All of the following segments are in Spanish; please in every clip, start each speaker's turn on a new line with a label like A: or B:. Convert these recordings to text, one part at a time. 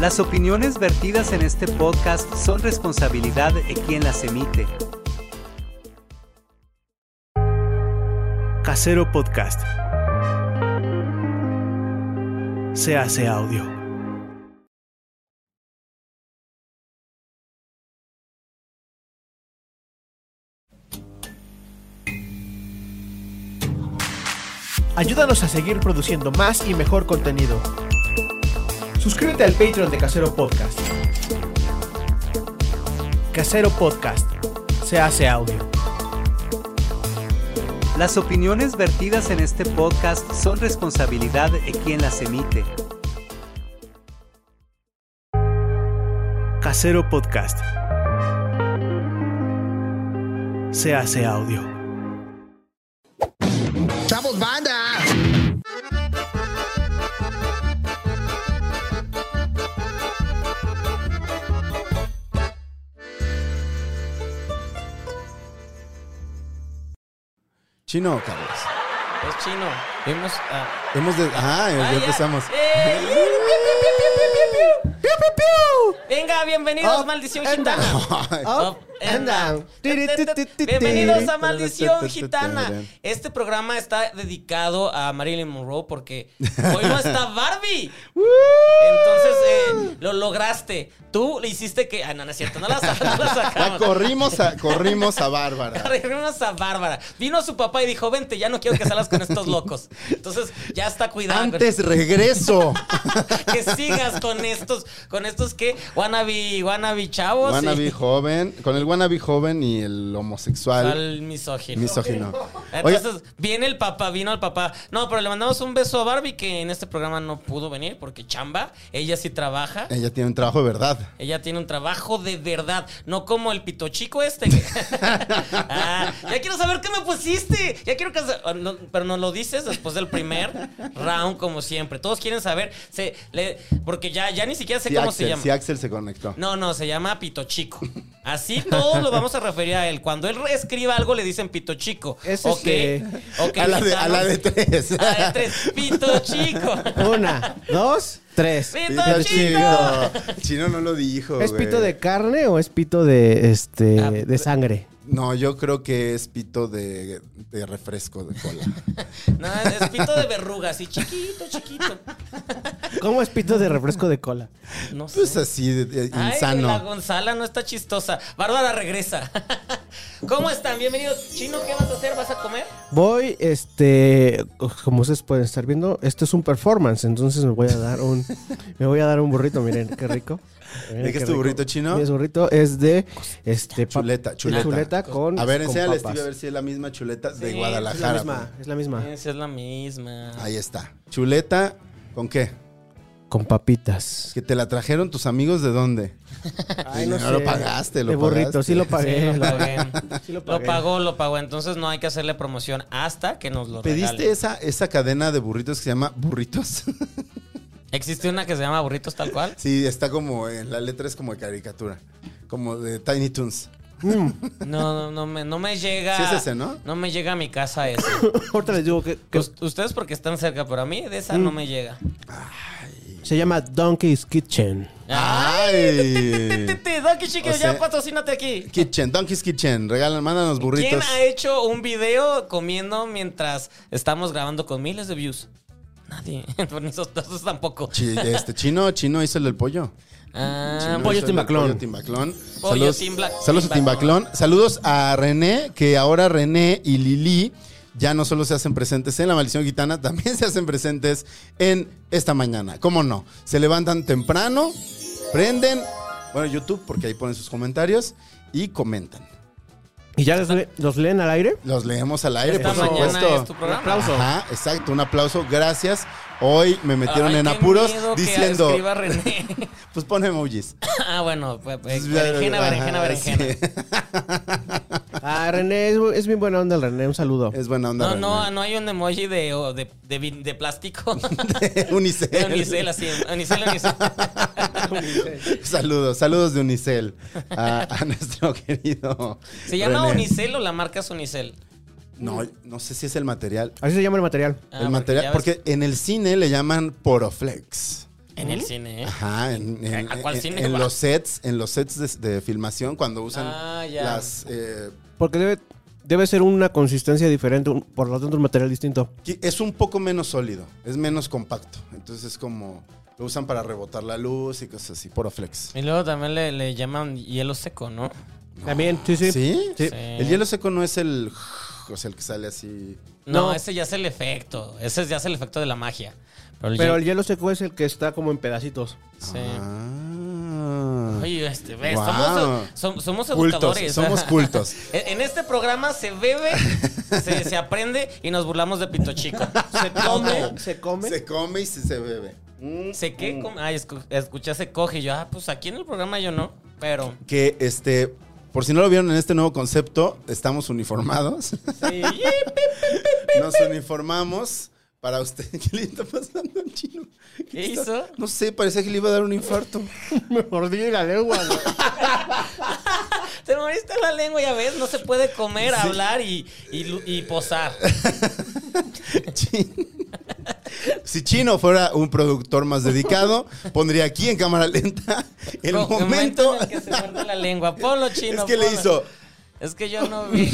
A: Las opiniones vertidas en este podcast son responsabilidad de quien las emite.
B: Casero Podcast. Se hace audio. Ayúdanos a seguir produciendo más y mejor contenido. Suscríbete al Patreon de Casero Podcast. Casero Podcast. Se hace audio.
A: Las opiniones vertidas en este podcast son responsabilidad de quien las emite.
B: Casero Podcast. Se hace audio.
C: ¡Chavos, banda!
D: Chino, Carlos.
E: Es chino. Vimos a.
D: Hemos de... Ajá, ya
E: Ah, ya.
D: empezamos.
E: ¡Eh! ¡Piu, piu, piu, piu, piu, piu, piu, piu, piu! Venga, bienvenidos,
C: Up
E: maldición
C: and
E: gitana.
D: Ay,
E: Up and down. Bienvenidos a Maldición Gitana. Este programa está dedicado a Marilyn Monroe porque hoy no está Barbie. Entonces, eh, lo lograste. Tú le hiciste que. Ah, no, no es cierto, no la, sa- no la
D: ya
E: sacamos.
D: corrimos a, corrimos a Bárbara.
E: Arreglamos a Bárbara. Vino su papá y dijo: Vente, ya no quiero que salgas con estos locos. Entonces, ya está cuidado.
D: Antes regreso.
E: que sigas con estos, con estos que wannabe, wannabe chavos. y-
D: wannabe joven, con el wannabe joven y el homosexual
E: al misógino.
D: misógino. Oye,
E: Entonces, viene el papá, vino el papá. No, pero le mandamos un beso a Barbie que en este programa no pudo venir porque chamba, ella sí trabaja.
D: ella tiene un trabajo de verdad.
E: Ella tiene un trabajo de verdad, no como el pito chico este. que- Ah, ya quiero saber qué me pusiste. Ya quiero que. ah, no, pero nos lo dices después del primer round, como siempre. Todos quieren saber. Se, le- porque ya, ya ni siquiera sé
D: Sí,
E: cómo
D: Axel,
E: se llama.
D: sí, Axel se conectó.
E: No, no, se llama Pito Chico. Así todos lo vamos a referir a él. Cuando él escriba algo le dicen Pito Chico.
B: Es
E: Ok,
B: este-
E: ok,
D: a, la de, a la de
E: estamos-
D: tres.
E: A la de tres. Pito Chico.
B: Una, dos, tres.
E: Pito
D: Pito
E: Chico.
D: chico. Chino no lo dijo.
B: ¿Es
D: güey.
B: pito de carne o es pito de este
E: Ah,
B: de sangre?
D: No, yo creo que es pito de, de refresco de cola.
E: No, es Pito de verruga, así chiquito, chiquito.
B: ¿Cómo es pito de refresco de cola?
E: No sé.
D: Pues así, de- de-
E: Ay,
D: insano.
E: la Gonzala no está chistosa. Bárbara regresa. ¿Cómo están? Bienvenidos. Chino, ¿qué vas a hacer? ¿Vas a comer?
B: Voy, este, como ustedes pueden estar viendo, esto es un performance, entonces me voy a dar un, me voy a dar un burrito, miren, qué rico. Miren
D: ¿De qué es tu
B: rico.
D: burrito, chino?
B: Mi burrito es de, este, pap-
D: Chuleta, chuleta.
B: con,
D: A ver,
B: con
D: enséñale,
B: papas.
D: Stevie, a ver si es la misma chuleta de
E: Sí,
B: Es la
D: Guadalajara. pues.
B: misma, es la
D: Ah.
B: misma,
E: Esa es la misma.
D: Ahí está. Chuleta, ¿con qué?
B: con papitas.
D: ¿Que te la trajeron tus amigos de dónde?
B: Ay,
D: no lo pagaste, lo
B: de burrito,
D: pagaste.
B: sí lo pagué.
E: Sí, lo
B: la-
E: pagué.
B: Sí lo
E: Lo
B: pagué.
E: pagó, lo pagó. Entonces no hay que hacerle promoción hasta que nos lo
D: ¿Pediste
E: regalen.
D: esa, esa cadena de burritos que se llama Burritos?
E: ¿Existe una que se llama Burritos tal cual?
D: sí, está como, en la letra es como de caricatura, como de Tiny Toons.
E: No, no, no me, no me llega.
D: Sí es ese, ¿no?
E: No me llega a mi casa ese.
B: Ahorita les digo que, que
E: Us- Ustedes porque están cerca, pero a mí de esa no
D: Mm.
E: me llega.
B: se llama Donkey's Kitchen.
E: Ah.
D: ¡Ay!
E: Tete, Donkey Chico,
D: O sea,
E: ya patrocínate aquí.
D: Kitchen, Donkey's Kitchen, regalan, mándanos
E: ¿Quién
D: burritos.
E: ha hecho un video comiendo mientras estamos grabando con miles de views? Nadie. Por nosotros tampoco.
D: Chi- este chino, chino hizo el del pollo.
E: Ah,
D: Chino
E: pollo
D: hizo el del
B: Timbaclón.
D: Pollo Timbaclón.
E: Pollo
D: Saludos,
E: Timbla-
D: saludos a
E: Timbaclón.
D: Timbaclón. Saludos a René, que ahora René y Lili ya no solo se hacen presentes en La Maldición Gitana, también se hacen presentes en esta mañana. ¿Cómo no? Se levantan temprano, prenden, bueno, YouTube, porque ahí ponen sus comentarios y comentan.
B: ¿Y ya los, le- los leen al aire?
D: Los leemos al aire,
E: Esta
D: por
E: mañana
D: supuesto.
E: es tu programa.
B: aplauso.
D: Ajá, exacto, un aplauso. Gracias Hoy me metieron
E: Ay,
D: en
E: qué
D: apuros
E: miedo que
D: diciendo,
E: escriba René.
D: pues pon emojis.
E: ah, bueno, pues, pues,
D: Pues,
E: berenjena,
D: ajá,
E: berenjena,
D: sí.
E: berenjena.
B: Ah, René, es, bu- es bien buena onda el René, un saludo.
D: Es buena onda.
E: No, no,
D: René.
E: no hay un emoji de, o de, de, vin- de plástico.
D: Unicel.
E: De Unicel, así. Unicel, Unicel.
D: Saludos, saludos de Unicel a, a nuestro querido.
E: ¿Se llama
D: René.
E: Unicel o la marca es Unicel?
D: No, no sé si es el material.
B: Así se llama el material.
E: Ah,
D: el
E: porque
D: material,
E: ya ves-
D: porque en el cine le llaman poroflex.
E: En
D: ¿Mm?
E: el cine, ¿eh?
D: Ajá, en, en-
E: ¿A cuál
D: en-
E: cine
D: en
E: vas?
D: los sets, en los sets de, de filmación, cuando usan
E: Ah, ya.
D: las eh,
B: Porque debe, debe ser una consistencia diferente, un- por lo tanto un material distinto.
D: que es un poco menos sólido, es menos compacto. Entonces es como lo usan para rebotar la luz y cosas así, poroflex.
E: Y luego también le, le llaman hielo seco, ¿no?
B: También, sí, sí.
D: ¿Sí?
B: Sí.
D: El hielo seco no es el, o sea, el que sale así.
E: No,
B: No.
E: ese ya es el efecto. Ese ya es el efecto de la magia. Pero el
B: Pero el hielo
E: hielo-
B: seco es el que está como en pedacitos.
E: sí.
D: Ah.
E: Oye, este, ve,
D: Wow.
E: somos, som- somos
D: Cultos,
E: educadores.
D: somos cultos.
E: En en este programa se bebe, se, se aprende y nos burlamos de Pito Chico. Se come,
B: ¿Se come?
D: Se come y se, se bebe. Mm.
E: se qué, come? Ay, escu- escuché, se coge. Y yo, ah, pues aquí en el programa yo no. Pero
D: Que este, por si no lo vieron en este nuevo concepto, estamos uniformados.
E: sí,
D: Nos uniformamos para usted. ¿Qué le está pasando al chino?
E: ¿Qué
D: está-
E: hizo?
D: No sé, parecía que le iba a dar un infarto.
B: Me mordí la lengua. güey.
E: te moriste la lengua, ya ves, no se puede comer, hablar y, y, lu- y posar.
D: Chin. Si Chino fuera un productor más dedicado, pondría aquí en cámara lenta el
E: Como-
D: momento.
E: en el que se muerde la lengua. Ponlo chino.
D: es que le
E: ponlo.
D: hizo.
E: Es que yo no vi.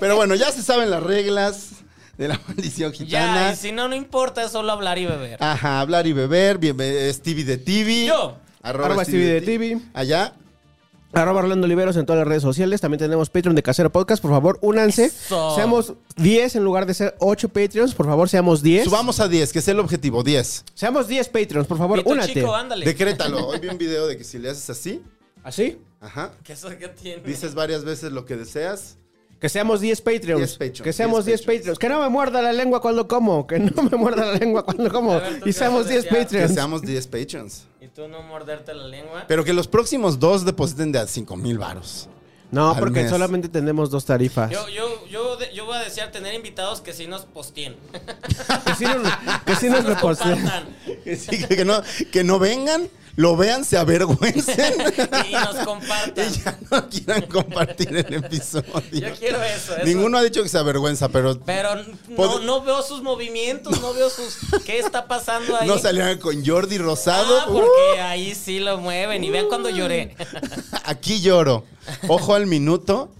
D: Pero bueno, ya se saben las reglas de la maldición
E: ya,
D: gitana.
E: y si no, no importa, es solo hablar y beber.
D: Ajá, hablar y beber. Bien, eh, Stevie de TV.
E: Yo.
B: Arroba Stevie de TV.
D: Allá.
B: Arroba Orlando Oliveros en todas las redes sociales. También tenemos Patreon de Casero Podcast. Por favor, únanse.
E: Eso.
B: Seamos 10 en lugar de ser 8 Patreons. Por favor, seamos 10.
D: Subamos a 10, que es el objetivo, 10.
B: Seamos 10 Patreons. Por favor,
E: Pito
B: únate.
E: chico, ¿ah? ándale.
D: Decrétalo. Hoy vi un video de que si le haces así,
B: ¿Así?
D: ajá,
E: ¿Qué eso que tiene?
D: dices varias veces lo que deseas.
B: Que seamos 10 Patreons.
D: 10 Patreons,
B: Que seamos 10
D: 10
B: Patreons. Que no me muerda la lengua cuando como. Que no me muerda la lengua cuando como.
E: ver, tú
B: y
E: qué
B: seamos
E: vas a
B: 10
E: desear.
D: Que
B: Patreons.
D: seamos 10 patrons.
E: Y tú no morderte la lengua.
D: Pero que los próximos dos depositen de a 5 mil varos.
B: No,
D: Al
B: porque
D: mes.
B: solamente tenemos dos tarifas.
E: Yo, yo, yo, de- yo voy a desear tener invitados que sí nos posteen.
B: Que sí nos, que sí nos
E: Nos
B: reposten.
E: compartan.
D: Que, sí, que- que no, que no vengan, lo vean, se avergüencen.
E: Y nos compartan.
D: Y ya no quieran compartir el episodio.
E: Yo quiero eso. eso.
D: Ninguno ha dicho que se avergüenza, pero,
E: Pero no,
D: Pod-
E: no veo sus movimientos, no veo sus. ¿Qué está pasando ahí?
D: no Uh. salieran con Jordi Rosado.
E: Ah, porque ahí sí lo mueven. Y vean
D: Uh.
E: cuando lloré.
D: Aquí lloro. Ojo al minuto.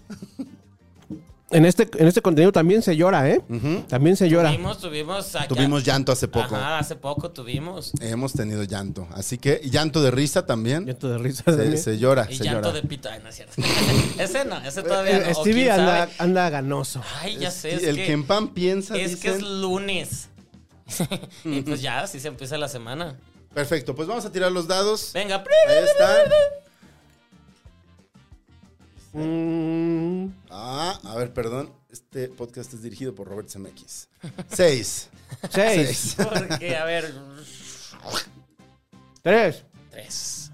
B: En este, en este contenido también se llora, ¿eh? También se llora.
E: Tuvimos, tuvimos acá-
D: Tuvimos llanto hace poco.
E: Ajá, hace poco tuvimos.
D: Hemos tenido llanto. Así que y llanto de risa también.
B: Llanto de risa.
D: Se,
B: también.
D: se llora,
E: Y
D: Ah, se
E: llanto
D: llora.
E: de pito. Ay, no es cierto. ese no, ese todavía no.
B: Eh,
E: O
B: Stevie
E: quién
B: anda,
E: sabe.
B: anda ganoso.
E: Ay, ya sé.
D: Y
E: Es
D: el
E: que,
D: que, en pan piensa.
E: es que es
D: dicen.
E: lunes. y pues ya, así se empieza la semana.
D: Perfecto, pues vamos a tirar los dados.
E: Venga,
D: Ahí están.
B: Mm,
D: Ah, a ver, perdón. Este podcast es dirigido por Robert Zemeckis. Seis.
B: seis,
E: porque, a ver.
B: tres.
E: Tres.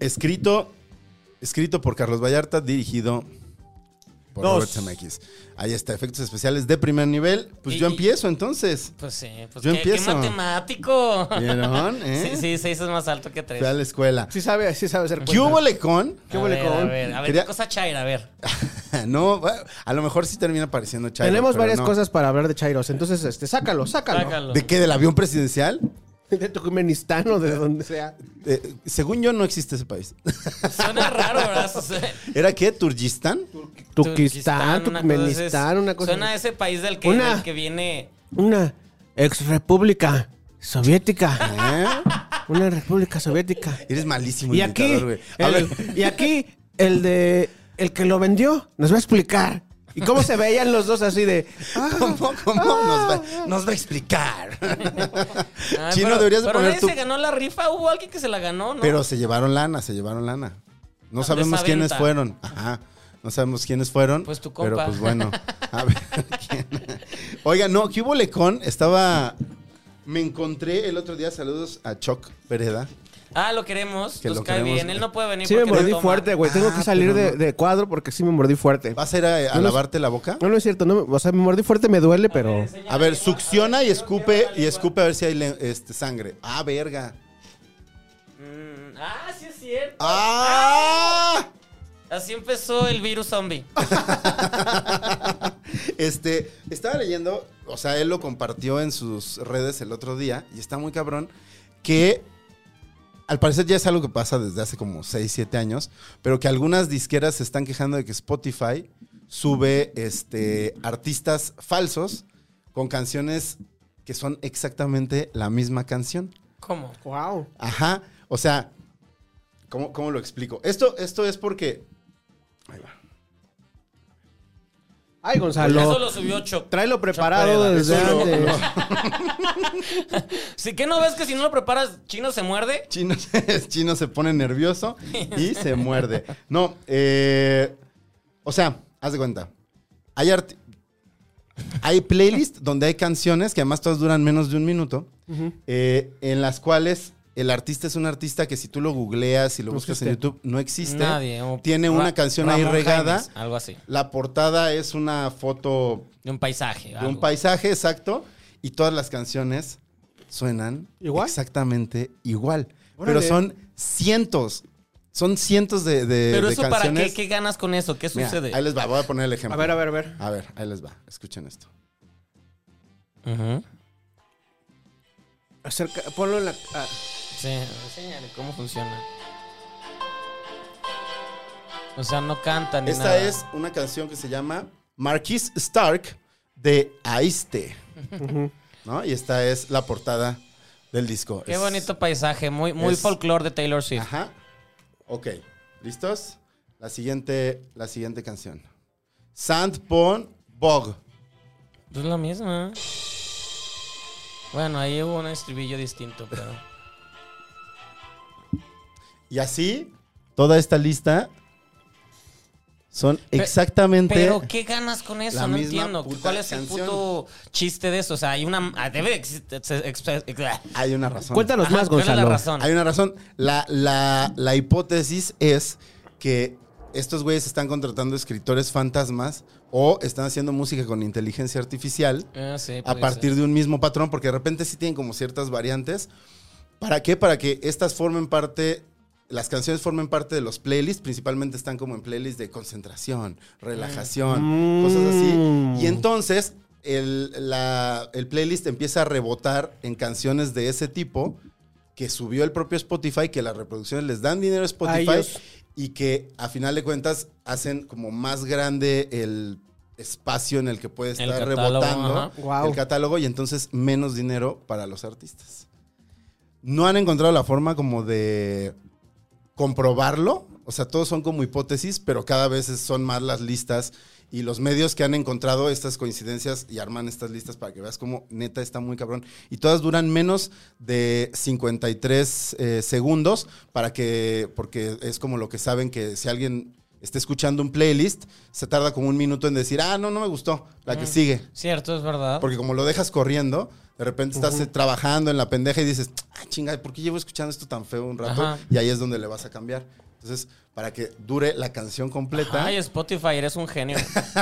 D: Escrito, escrito por Carlos Vallarta, dirigido por
B: Dos.
D: Robert Zemeckis. Ahí está, efectos especiales de primer nivel. Pues
E: Y-
D: yo
E: y-
D: empiezo entonces.
E: Pues sí, pues
D: Yo
E: qué, qué
D: empiezo.
E: matemático.
D: ¿Vieron? ¿Eh?
E: Sí, sí, seis es más alto que tres.
D: Fui a la escuela.
B: Sí sabe, sí sabe hacer
D: ¿Qué hubo
B: cuentas.
D: lecón?
B: ¿Qué
E: a,
B: huele
E: ver,
B: con?
E: a ver, a ver,
D: Quería-
E: qué cosa chaira, a ver.
D: no, bueno, a lo mejor sí termina apareciendo Chairo.
B: Tenemos
D: pero
B: varias
D: no.
B: cosas para hablar de Chairos. Entonces, este, sácalo, sácalo.
E: Sácalo.
D: ¿De qué? ¿Del avión presidencial?
B: De Turkmenistán o de donde sea.
D: Eh, según yo, no existe ese país.
E: Suena raro, ¿verdad?
D: ¿Era qué? ¿Turgistán?
B: Turquistán,
E: una cosa así.
B: Turkmenistán, una cosa.
E: Suena a
B: así.
E: ese país del que,
B: Una.
E: del que viene.
B: Una ex república soviética.
D: ¿Eh?
B: Una república soviética.
D: Eres malísimo
B: Y aquí,
D: imitador, güey. A
B: el,
D: ver,
B: y aquí, el de el que lo vendió nos va a explicar. ¿Y cómo se veían los dos así de ah,
D: ¿cómo, cómo nos, va, nos va a explicar?
E: Ay,
D: Chino,
E: Ah, pero-
D: deberías de
E: pero
D: poner
E: nadie
D: tu...
E: se ganó la rifa, hubo alguien que se la ganó, ¿no?
D: Pero se llevaron lana, se llevaron lana. No
E: De
D: sabemos
E: esa
D: quiénes
E: venta.
D: fueron. Ajá. No sabemos quiénes fueron.
E: Pues tu
D: Pero
E: compa.
D: pues bueno. A ver. ¿quién? Oiga, no, ¿qué hubo Lecón? Estaba Me encontré el otro día, saludos a Choc Pereda.
E: Ah, lo queremos.
D: Que
E: Nos
D: lo
E: cae
D: queremos.
E: bien. Él no puede venir
B: Sí me
E: porque no
B: mordí
E: toma.
B: fuerte, güey. Tengo que
D: Ah,
B: salir
D: pero
B: de, de cuadro porque sí me mordí fuerte.
D: ¿Vas a ir a, a
B: No, no.
D: lavarte la boca?
B: No, no es cierto. No, me- o sea, me mordí fuerte, me duele, pero...
D: A ver, succiona y escupe y escupe a ver si hay le- este, sangre. Ah, verga.
E: Mm, ah, sí es cierto.
D: ¡Ah!
E: Así empezó el virus zombie.
D: Este, estaba leyendo, o sea, él lo compartió en sus redes el otro día y está muy cabrón que al parecer ya es algo que pasa desde hace como 6, 7 años, pero que algunas disqueras se están quejando de que Spotify sube este, artistas falsos con canciones que son exactamente la misma canción.
E: ¿Cómo?
B: Wow.
D: Ajá. O sea, ¿cómo, cómo lo explico? Esto, esto es porque. Ahí va.
B: Ay,
E: Eso
B: Gonzalo.
E: lo subió Choc.
B: Tráelo preparado
E: Choc
B: desde
D: Eso lo-
B: antes.
E: Si que no ves que si no lo preparas, Chino se muerde.
D: Chino, se- Chino se pone nervioso y se muerde. No, eh, o sea, haz de cuenta. Hay, arti- hay playlists donde hay canciones que además todas duran menos de un minuto, eh, en las cuales el artista es un artista que si tú lo googleas y lo
B: No
D: buscas en
B: existe.
D: YouTube, no existe.
E: Nadie. o
D: Tiene
E: Ra-
D: una canción ahí
E: Ramón
D: regada.
E: Jaimes, algo así.
D: La portada es una foto
E: De un paisaje.
D: de un
E: algo.
D: paisaje, exacto. Y todas las canciones suenan
B: ¿Igual?
D: exactamente igual.
B: Órale.
D: Pero son cientos. Son cientos de, de-
E: Pero
D: de
E: eso para
D: canciones.
E: qué, ¿qué ganas con eso? ¿Qué
D: Mira,
E: sucede?
D: ahí les va, voy a poner el ejemplo.
B: A ver, a ver, a ver.
D: A ver, ahí les va. Escuchen esto.
E: Ujú.
B: Acerca, ponlo en la... ah,
E: Sí, enséñale cómo funciona. O sea, no canta ni
D: Esta
E: nada.
D: es una canción que se llama Marquis Stark de Aiste. ¿No? Y esta es la portada del disco.
E: Qué
D: Es-
E: bonito paisaje, muy, muy
D: es- Ah.
E: folclore de Taylor Swift.
D: Ajá. Ok. ¿Listos? La siguiente, la siguiente canción. Sand Pond Bog.
E: Pues la misma. Bueno, ahí hubo un estribillo distinto, pero.
D: Y así, toda esta lista son exactamente.
E: Pero qué ganas con eso,
D: La
E: no
D: misma
E: entiendo.
D: puta
E: ¿Cuál es
D: canción.
E: el puto chiste de eso? O sea, hay una. ah, Debe de existir.
D: Hay una razón.
B: Cuéntanos más,
E: ¿Cuál es la
B: Gonzalo.
E: razón?
D: Hay una razón. La, la- la hipótesis es que estos güeyes están contratando escritores fantasmas o están haciendo música con inteligencia artificial.
E: Ah, sí,
D: a
E: puede
D: partir
E: ser.
D: de un mismo patrón, porque de repente sí tienen como ciertas variantes. ¿Para qué? Para que estas formen parte, las canciones formen parte de los playlists, principalmente están como en playlists de concentración, relajación,
B: Mm.
D: cosas así. Y entonces el, la- el playlist empieza a rebotar en canciones de ese tipo que subió el propio Spotify, que las reproducciones les dan dinero a Spotify
B: A ellos.
D: y que a final de cuentas hacen como más grande el espacio en el que puede estar
E: El catálogo,
D: rebotando
E: ajá.
B: Guau.
D: el catálogo y entonces menos dinero para los artistas. No han encontrado la forma como de comprobarlo, o sea, todos son como hipótesis, pero cada vez son más las listas y los medios que han encontrado estas coincidencias y arman estas listas para que veas cómo neta está muy cabrón. Y todas duran menos de 53 eh, segundos para que, porque es como lo que saben que si alguien está escuchando un playlist, se tarda como un minuto en decir, ah, no, no me gustó, la que sigue.
E: Cierto, es verdad.
D: Porque como lo dejas corriendo, de repente estás eh, trabajando en la pendeja y dices, ah, chinga, ¿por qué llevo escuchando esto tan feo un rato?
E: Ajá.
D: Y ahí es donde le vas a cambiar. Entonces, para que dure la canción completa,
E: Ay, Spotify, eres un genio.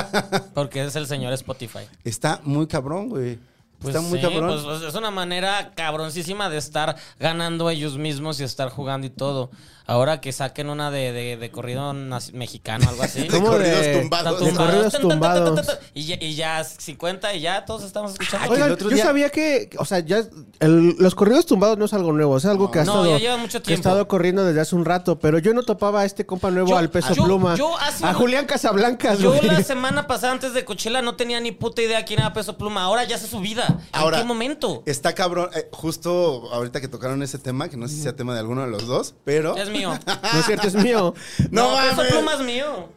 E: Porque es el señor Spotify.
D: está muy cabrón, güey.
E: Pues
D: está muy
E: sí,
D: cabrón.
E: pues, pues, es una manera cabroncísima de estar ganando ellos mismos y estar jugando y todo. Ahora que saquen una de, de, de corrido naci- mexicano, algo así.
D: de
B: ¿Cómo
D: corridos
B: de-
D: tumbados.
B: de corridos
E: Tan, tan, tan, tan, tan, tan,
B: tumbados.
E: Y ya, y ya 50 y ya todos estamos escuchando.
D: Oiga,
B: Oigan,
D: el otro
B: yo
D: día-
B: sabía que, o sea, ya el- los corridos tumbados no es algo nuevo, es algo que ha
E: No,
B: estado,
E: ya lleva mucho
B: que ha
E: tiempo.
B: estado corriendo desde hace un rato, pero yo no topaba a este compa nuevo
E: Yo-
B: al peso
E: yo-
B: pluma,
E: yo hace
B: a
E: un-
B: Julián Casablancas,
E: Yo
B: güey.
E: la semana pasada antes de Coachella no tenía ni puta idea quién era Peso Pluma. Ahora ya sé su vida.
D: Ahora-
E: ¿En qué momento?
D: Está cabrón, eh, justo ahorita que tocaron ese tema, que no sé si sea tema de alguno de los dos, pero...
E: Es mío.
B: No es cierto, es mío.
D: No, mames.
E: Peso Pluma es mío.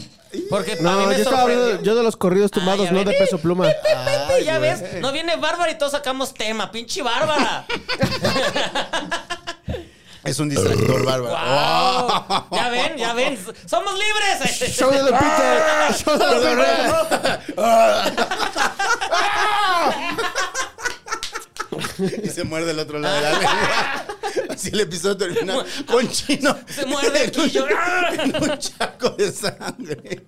E: Porque a mí
B: No,
E: me
B: yo estaba
E: sorprendió.
B: hablando yo de los corridos tumbados,
E: ya
B: no de
E: ven.
B: peso pluma.
D: Ay,
E: ya
D: güey.
E: ves, no viene Bárbara y todos sacamos tema, pinche Bárbara.
D: Es un distractor bárbaro.
E: Guau. Ya ven, ya ven, somos libres.
B: Show de Lupita, Ah. show de Lupita.
D: y se muerde el otro lado de la lengua. Así el episodio termina con chino.
E: Se muerde
D: en
E: aquí y yo- ¡ah!
D: un- en un charco de sangre.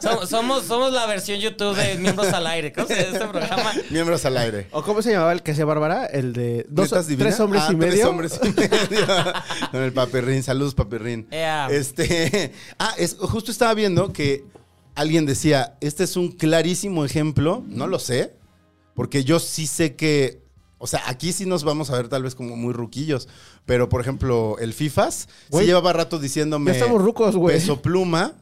E: Som- Somos, somos la versión YouTube de Miembros al Aire. ¿Cómo se llama este programa?
D: Miembros al aire.
B: ¿O cómo se llamaba el que hacía Bárbara? El de dos,
D: ¿Netas divinas?
B: tres hombres
D: Ah,
B: y medio.
D: Tres hombres y medio. Con el papirrín. Saludos, papirrín.
E: Ea.
D: Este. Ah, es, justo estaba viendo que alguien decía: Este es un clarísimo ejemplo. No lo sé. Porque yo sí sé que. O sea, aquí sí nos vamos a ver tal vez como muy ruquillos. Pero, por ejemplo, el FIFAS se
B: Güey,
D: llevaba rato diciéndome.
B: ya estamos rucos, güey.
D: Peso pluma.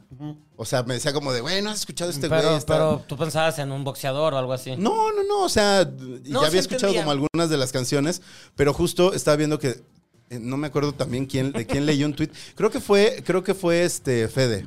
D: O sea, me decía como de, güey, no has escuchado este güey.
E: Pero,
D: Está-
E: pero tú pensabas en un boxeador o algo así.
D: no, no, no, o sea, y
E: No,
D: ya
E: sí
D: había escuchado
E: entendía.
D: como algunas de las canciones, pero justo estaba viendo que eh, no me acuerdo también quién de quién leí un tweet. Creo que fue creo que fue este Fede.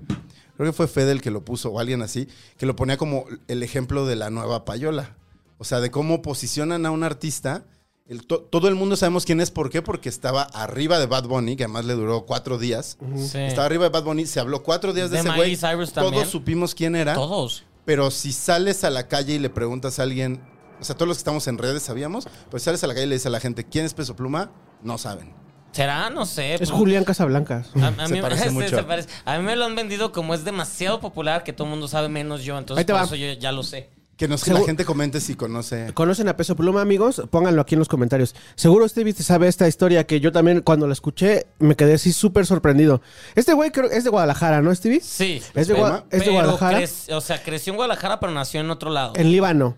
D: Creo que fue Fede el que lo puso o alguien así, que lo ponía como el ejemplo de la nueva payola. O sea, de cómo posicionan a un artista el to- todo el mundo sabemos quién es, ¿por qué? Porque estaba arriba de Bad Bunny, que además le duró cuatro días.
E: Sí.
D: Estaba arriba de Bad Bunny, se habló cuatro días de,
E: De
D: ese
E: Miley
D: güey.
E: Cyrus también.
D: Todos supimos quién era.
E: Todos.
D: Pero si sales a la calle y le preguntas a alguien, o sea, todos los que estamos en redes sabíamos, pero si sales a la calle y le dices a la gente, ¿quién es Peso Pluma? No saben.
E: ¿Será? No sé.
B: Es
E: pues,
B: Julián Casablancas.
E: A, a
D: Se
E: mí,
D: parece
E: sí,
D: mucho.
E: se parece. A mí me lo han vendido como es demasiado popular que todo el mundo sabe menos yo. Entonces,
B: Ahí te
E: por
B: va.
E: eso yo ya lo sé.
D: Que nos,
B: Segu-
D: la gente comente si conoce.
B: ¿Conocen a Peso Pluma, amigos? Pónganlo aquí en los comentarios. Seguro Stevie te sabe esta historia que yo también cuando la escuché me quedé así súper sorprendido. Este güey creo que es de Guadalajara, ¿no, Stevie?
E: Sí.
B: Es de, Gua- es de
E: Pero
B: Guadalajara.
E: crec- o sea, creció en Guadalajara, pero nació en otro lado.
B: En Líbano.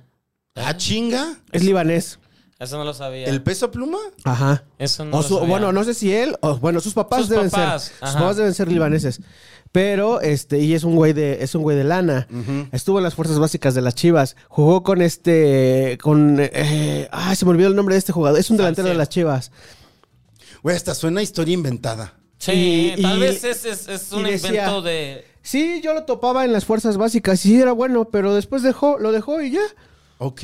D: ¡Ah, chinga!
B: Es libanés.
E: Eso no lo sabía.
D: ¿El Peso Pluma?
B: Ajá.
E: Eso no
B: o
E: lo
B: su-
E: sabía.
B: bueno, no sé si él, o bueno, sus papás
E: Sus
B: deben
E: papás,
B: ser. Sus
E: ajá.
B: papás deben ser libaneses. Pero este y es un güey de es un güey de lana. Estuvo en las fuerzas básicas de las Chivas, jugó con este con eh, ah, se me olvidó el nombre de este jugador. Es un delantero de
E: Salcedo.
B: las Chivas.
D: Güey, hasta suena historia inventada.
E: Sí,
B: y-
E: tal
B: y-
E: vez es, es- es
B: y
E: un
B: decía-
E: invento de.
B: Sí, yo lo topaba en las fuerzas básicas y sí era bueno, pero después dejó, lo dejó y ya.
D: Ok.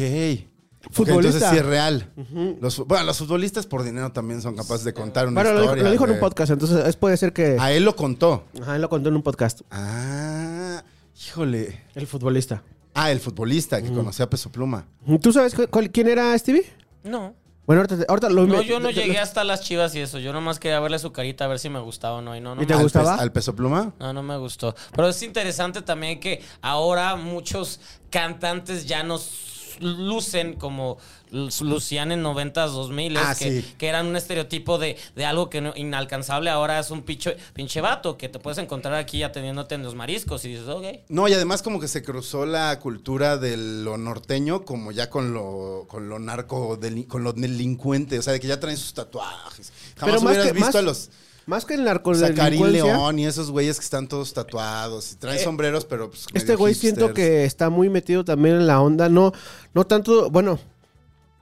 B: Futbolista.
D: Ok, entonces sí es real. Los fu- bueno, los futbolistas por dinero también son capaces de contar una
B: Bueno, lo dijo,
D: historia.
B: lo dijo en un
D: güey.
B: podcast, entonces es- puede ser que
D: A él lo contó.
B: ajá, él lo contó en un podcast.
D: Ah, híjole.
B: El futbolista.
D: Ah, el futbolista que conocía a Peso Pluma.
B: ¿Tú sabes cu- cuál- quién era Stevie?
E: No.
B: Bueno, ahorita, ahorita lo
E: No, yo no llegué hasta las chivas y eso. Yo nomás quería verle su carita a ver si me gustaba o no. Y no, no
B: ¿Y te
E: me-
D: ¿Al
B: gustaba?
D: pes- ¿Al Peso Pluma?
E: No, no me gustó. Pero es interesante también que ahora muchos cantantes ya nos lucen como lu- lucían en 90s, 2000
D: Ah,
E: que,
D: sí.
E: que eran un estereotipo de, de algo que no, inalcanzable. Ahora es un pinche, pinche vato que te puedes encontrar aquí atendiéndote en los mariscos y dices, ok.
D: No, y además como que se cruzó la cultura de lo norteño como ya con lo, con lo narco, deli- con lo delincuente, o sea, de que ya traen sus tatuajes. Jamás
B: Pero más
D: hubieras
B: que,
D: visto
B: más,
D: a los
B: más que el
D: o sea, Karim
B: narcodelincuencia,
D: León y esos güeyes que están todos tatuados y traen sombreros, pero pues
B: este
D: medio
B: güey
D: hipsters.
B: siento que está muy metido también en la onda, no, no tanto, bueno,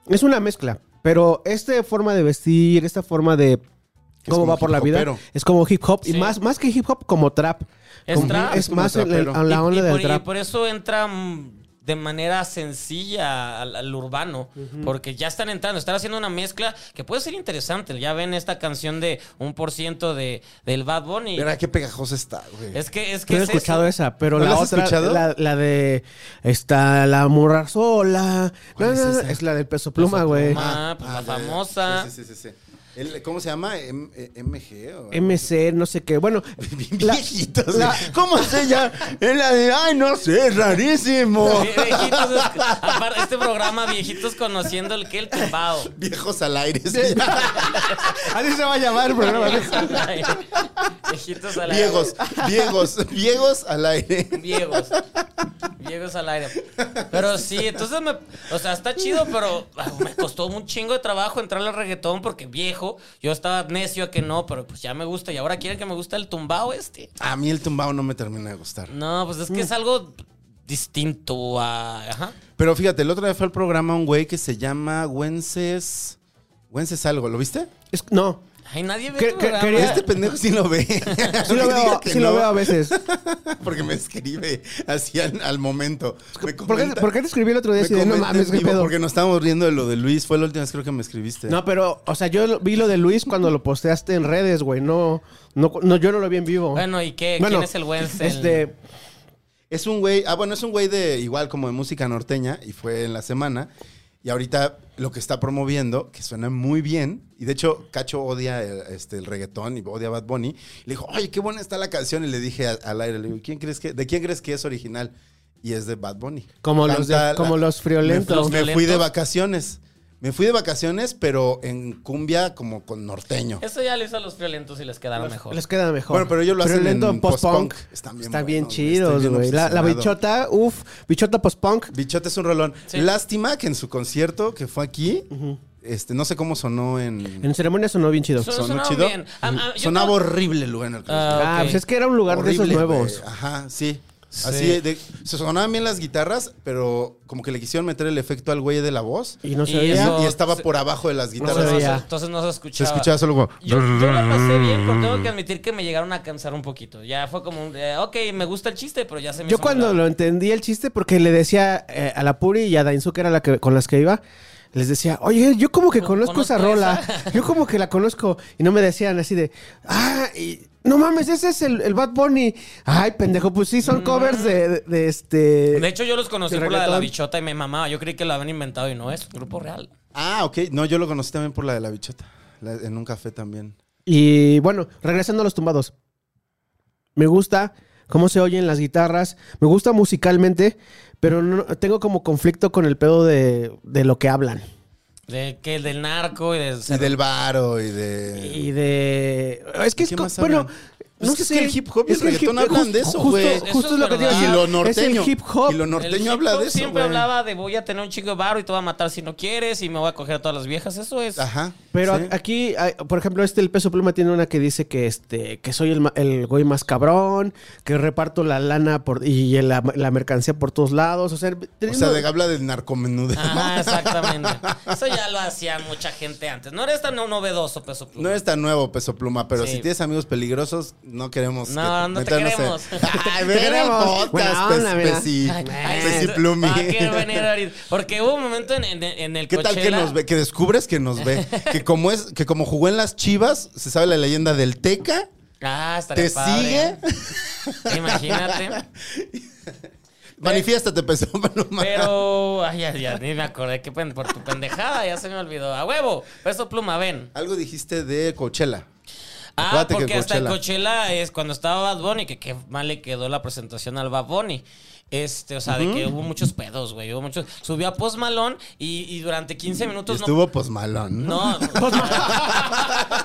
B: es una mezcla, pero esta forma de vestir, esta forma de
D: Que es
B: cómo
D: como
B: va por la vida,
D: hip-hopero.
B: es como hip hop,
E: Sí.
B: y más, más que hip hop como trap.
E: Es
B: Como-
E: trap.
B: es
D: Es como
B: más en la,
D: trapero.
B: en la
E: Y-
B: onda
E: y,
B: del
E: por, y
B: trap.
E: por eso entra mm, de manera sencilla al, al urbano, porque ya están entrando, están haciendo una mezcla que puede ser interesante. Ya ven esta canción de un por ciento de, del Bad Bunny.
D: Mira qué pegajosa está, güey.
E: Es que es que
B: No he
E: es
B: escuchado
E: eso.
B: esa, pero
D: ¿No
B: la
D: la has
B: otra,
D: escuchado?
B: La, la de está la morra sola, Na,
D: ¿Cuál es
B: na, na,
D: esa?
B: es la del peso pluma, güey.
E: Pluma. Ah, pues, la
D: ya, ya.
E: famosa.
D: Sí, sí, sí, sí. El- ¿Cómo se llama? M- eh, MG o algo
B: MC, no sé qué. Bueno,
D: Bien
B: la-
D: viejitos. güey.
B: la-
D: ¿Cómo se llama? Es la de, ay, no sé, es rarísimo.
E: Vie- Viejitos, es- aparte, este programa viejitos conociendo el que el tumbado.
D: Viejos al aire. se llama. Así se va a llamar el programa.
E: Viejitos al aire. Viejitos al aire.
D: Viejos, viejos, viejos al aire.
E: Viegos. Viegos al aire. Pero sí, entonces me. O sea, está chido, pero ah, me costó un chingo de trabajo entrar al reggaetón porque viejo. Yo estaba necio a que no, pero pues ya me gusta. Y ahora quieren que me guste el tumbao este.
D: A mí el tumbao no me termina de gustar.
E: No, pues es que es algo distinto a. Ajá.
D: Pero fíjate, el otro día fue al programa un güey que se llama Wences. Wences algo, ¿lo viste?
B: es- no,
E: Ay, nadie ve
B: Que-
E: el
B: que-
E: programa.
B: quería-
D: Este pendejo sí lo ve.
B: Eh. sí lo veo,
D: Aunque diga que
B: sí lo
D: no,
B: veo a veces.
D: Porque me escribe así al, al momento. Me
B: ¿Por qué,
D: comenta-
B: por qué te escribí el otro día
D: me
B: así de no
D: comenta
B: mames,
D: en
B: qué
D: vivo,
B: pedo?
D: Porque nos estábamos riendo de lo de Luis. Fue la última vez creo que me escribiste.
B: No, pero, o sea, yo lo- vi lo de Luis cuando lo posteaste en redes, güey. No, no, no, yo no lo vi en vivo.
E: Bueno, ¿y qué?
B: Bueno,
E: ¿Quién es el Wenzel?
B: Este,
D: Es un güey, ah, bueno, es un güey de igual como de música norteña y fue en la semana. Y ahorita lo que está promoviendo, que suena muy bien, y de hecho Cacho odia el, este, el reggaetón y odia Bad Bunny, le dijo, oye, qué buena está la canción, y le dije a- al aire, le digo, "¿Quién crees que, ¿de quién crees que es original? Y es de Bad Bunny.
B: Como los de-
D: Canta
B: como los friolentos.
D: Me, fui- me fui de
E: Friolentos.
D: vacaciones. Me fui de vacaciones, pero en cumbia como con norteño.
E: Eso ya lo hizo a los violentos y les quedaron mejor.
B: Les queda mejor.
D: Bueno, pero ellos lo hacen
B: lento
D: en
B: post-punk.
D: post-punk.
B: Están
D: Están
B: bien, Están
D: bien buenos, güey.
B: chidos,
D: Estoy bien
B: güey. La, la
D: obsesionado.
B: bichota, uff, bichota post-punk.
D: Bichota es un rolón.
E: Sí.
D: Lástima que en su concierto, que fue aquí, este, no sé cómo sonó en...
B: En ceremonia sonó bien chido.
E: Son-
D: sonó
E: sonaba
D: chido.
E: bien. Ah, ah, yo
D: Sonaba
E: creo-
D: horrible el lugar en el que
B: Ah,
E: Ah, ok.
B: pues es que era un lugar de
D: Horrible,
B: esos nuevos.
D: güey. Ajá, sí. Así de- se sonaban bien las guitarras, pero como que le quisieron meter el efecto al güey de la voz.
B: Y no se
E: Y
D: Y,
B: veía.
E: eso-
D: y estaba
E: se-
D: por abajo de las
B: se
D: guitarras.
B: veía.
E: entonces no se escuchaba.
D: se escuchaba solo como...
E: Yo, yo la pasé bien, pero tengo que admitir que me llegaron a cansar un poquito. Ya fue como un. eh, ok, me gusta el chiste, pero ya se me
B: Yo
E: hizo
B: cuando
E: muy
B: lo
E: largo.
B: entendí el chiste, porque le decía eh, a la Puri y a Dainzu, que era la que, con las que iba, les decía, oye, yo como que
E: Co-
B: conozco,
E: conozco
B: esa rola,
E: esa.
B: yo como que la conozco, y no me decían así de, ah, y, no mames, ese es el, el Bad Bunny. Ay, pendejo, pues sí, son covers de, de- de este...
E: De hecho, yo los conocí
B: de
E: por la de la
B: reggaetón.
E: bichota y me mamaba. Yo creí que lo habían inventado y no es. Grupo real.
D: Ah, ok. No, yo lo conocí también por la de la bichota. la- en un café también.
B: Y bueno, regresando a los tumbados. Me gusta cómo se oyen las guitarras, me gusta musicalmente, pero no- tengo como conflicto con el pedo de, de lo que hablan.
E: De que el del narco y del.
D: Y del varo y de...
B: Y de. Es que es.
D: ¿Qué
B: co-
D: más
B: Bueno.
D: hablan?
B: No
D: Pues es
B: sé.
D: que el hip hop y el
B: que
D: reggaetón
B: hip-
D: hablan de
B: jus-
D: eso,
B: justo-
D: güey.
B: Justo,
E: Eso
B: es
E: es
B: lo que te iba a
E: verdad.
B: decir.
D: Y lo norteño.
B: Es el hip hop.
D: Y lo
E: el
D: norteño
E: hip
D: habla
E: hop
D: de eso.
E: Siempre
D: güey.
E: hablaba de voy a tener un chico de barro y te voy a matar si no quieres y me voy a coger a todas las viejas. Eso es.
D: Ajá.
B: Pero
D: sí.
B: a- aquí, hay- por ejemplo, este el peso pluma tiene una que dice que este que soy el, ma- el güey más cabrón, que reparto la lana por y el- la, la mercancía por todos lados, o sea,
D: O sea,
B: teniendo-
D: de, habla del narcomenudeo.
E: Ajá, Ah, exactamente. Eso ya lo hacía mucha gente antes. No eres tan no- novedoso, peso pluma.
D: No es tan nuevo peso pluma, pero
E: Sí.
D: si tienes amigos peligrosos, no queremos.
E: No,
D: que-
E: no te
D: meternos en-
E: queremos.
D: Ay,
B: Te queremos.
D: queremos.
B: Buena onda, mira.
E: Ay,
D: Pesi plumi.
E: Ah, ¿para qué venir ahorita? Porque hubo un momento en, en- en el
D: ¿Qué tal que
E: Coachella-
D: nos ve? Que descubres que nos ve. Que como es, que como jugó en las Chivas, se sabe la leyenda del Teca.
E: Ah, estaría
D: Te
E: padre.
D: sigue.
E: Imagínate.
D: Manifiéstate, peso pluma.
E: Pero, ay, ya, ya, ni me acordé que pen- por tu pendejada ya se me olvidó. A huevo, peso pluma, ven.
D: Algo dijiste de Coachella.
E: Ah,
D: Acuérdate que
E: porque hasta en
D: Coachella.
E: Coachella es cuando estaba Bad Bunny, que qué mal le quedó la presentación al Bad Bunny. Este, o sea, de que hubo muchos pedos, güey. Hubo muchos. Subió a Post Malone y, y durante 15
D: Y
E: minutos no.
D: estuvo pues malón.
E: No.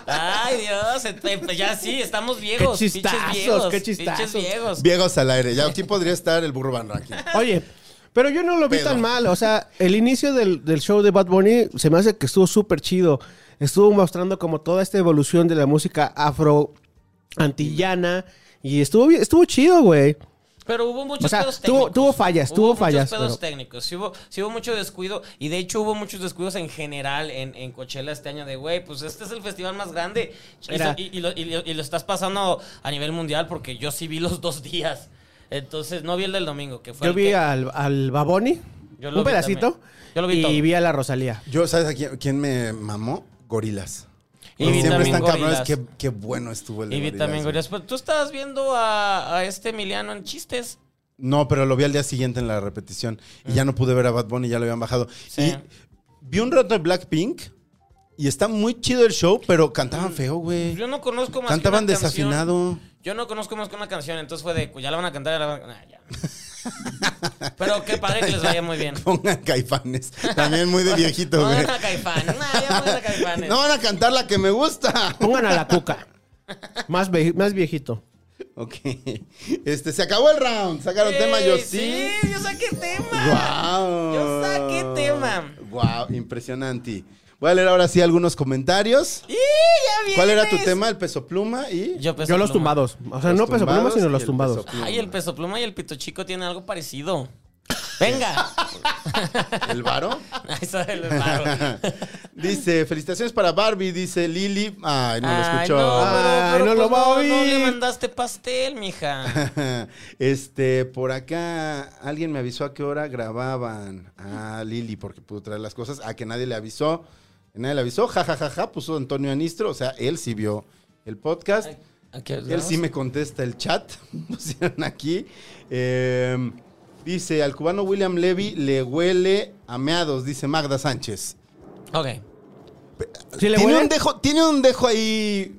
E: Ay, Dios. este, Ya sí, estamos viejos.
B: Qué
E: Qué
B: chistazos,
E: chistazos, viejos,
B: qué
E: pinches
B: chistazos.
E: viejos.
D: Viejos al aire. Ya aquí podría estar el burro Van Ranking.
B: Oye, pero yo no lo vi
D: Pedo.
B: tan mal. O sea, el inicio del, del show de Bad Bunny se me hace que estuvo súper chido. Estuvo mostrando como toda esta evolución de la música afro-antillana. Y estuvo bien, estuvo chido, güey.
E: Pero hubo muchos
B: O sea,
E: pedos
B: tuvo-
E: técnicos.
B: tuvo fallas, tuvo
E: muchos
B: fallas, pero-
E: pedos técnicos. Sí hubo, sí hubo mucho descuido. Y de hecho hubo muchos descuidos en general en, en Coachella este año de, güey, pues este es el festival más grande. Y
B: Mira.
E: so- Y, y lo, y lo- y lo estás pasando a nivel mundial porque yo sí vi los dos días. Entonces, no vi el del domingo, que fue
B: Yo
E: el
B: vi
E: que-
B: al, al Baboni,
E: Yo lo
B: un
E: vi
B: pedacito.
E: también. Yo lo vi
B: y
E: todo.
B: vi a la Rosalía.
D: Yo, ¿sabes a quién, quién me mamó? Gorilas.
E: Y
D: Porque
E: vi
D: siempre
E: también
D: están cabrones. Qué,
E: Gorillaz.
D: qué bueno estuvo el de
E: Y vi
D: Gorillaz,
E: también
D: güey.
E: Gorillaz. Pero tú estabas viendo a, a este Emiliano en chistes.
D: No, pero lo vi al día siguiente en la repetición. Y ya no pude ver a Bad Bunny, ya lo habían bajado.
E: Mm. Sí.
D: Y vi un rato de Blackpink. Y está muy chido el show, pero cantaban feo, güey.
E: Mm. Yo no conozco más que
D: Cantaban
E: una canción.
D: desafinado.
E: Yo no conozco más que una canción, entonces fue de, "Pues ya la van a cantar, ya la van a... nah, ya. Pero qué padre que les vaya muy bien.
D: Pongan caifanes. También muy de viejito,
E: No
D: güey.
E: van a Caifán. Nah, ya pongan a Caifanes.
D: No van a cantar la que me gusta.
B: Pongan a la cuca. Más, ve- más viejito.
D: Ok. Este, se acabó el round. Sacaron tema yo sí.
E: Sí, yo saqué tema.
D: ¡Guau!
E: Yo saqué tema.
D: ¡Guau! Impresionante. Voy a leer ahora sí algunos comentarios.
E: ¡Y ya vienes!
D: ¿Cuál era tu tema? El peso pluma y.
E: Yo, peso
B: yo los
E: pluma.
B: tumbados. O sea,
D: Los
B: no peso pluma,
D: tumbados
B: sino
D: y
B: los
D: el
B: tumbados.
D: peso pluma.
E: Ay, el peso pluma y el pito chico tienen algo parecido. Venga.
D: ¿El varo?
E: Ahí sale el barro.
D: dice, felicitaciones para Barbie, dice Lili. Ay, no lo
E: Ay,
D: escuchó.
E: no,
B: Ay,
E: pero,
B: no
E: pero, pues,
B: lo va a
E: no, no le
B: oír.
E: mandaste pastel, mija.
D: Este, por acá, alguien me avisó a qué hora grababan. Ah, Lili, porque pudo traer las cosas. A que nadie le avisó. Nadie le avisó. Ja, ja, ja, ja, puso Antonio Anistro. O sea, él sí vio el podcast.
E: Aquí,
D: Él sí me contesta el chat. Pusieron aquí. Eh, Dice, al cubano William Levy le huele a meados, dice Magda Sánchez.
E: Ok.
B: ¿Sí le
D: tiene,
B: huele?
D: un dejo, tiene un dejo ahí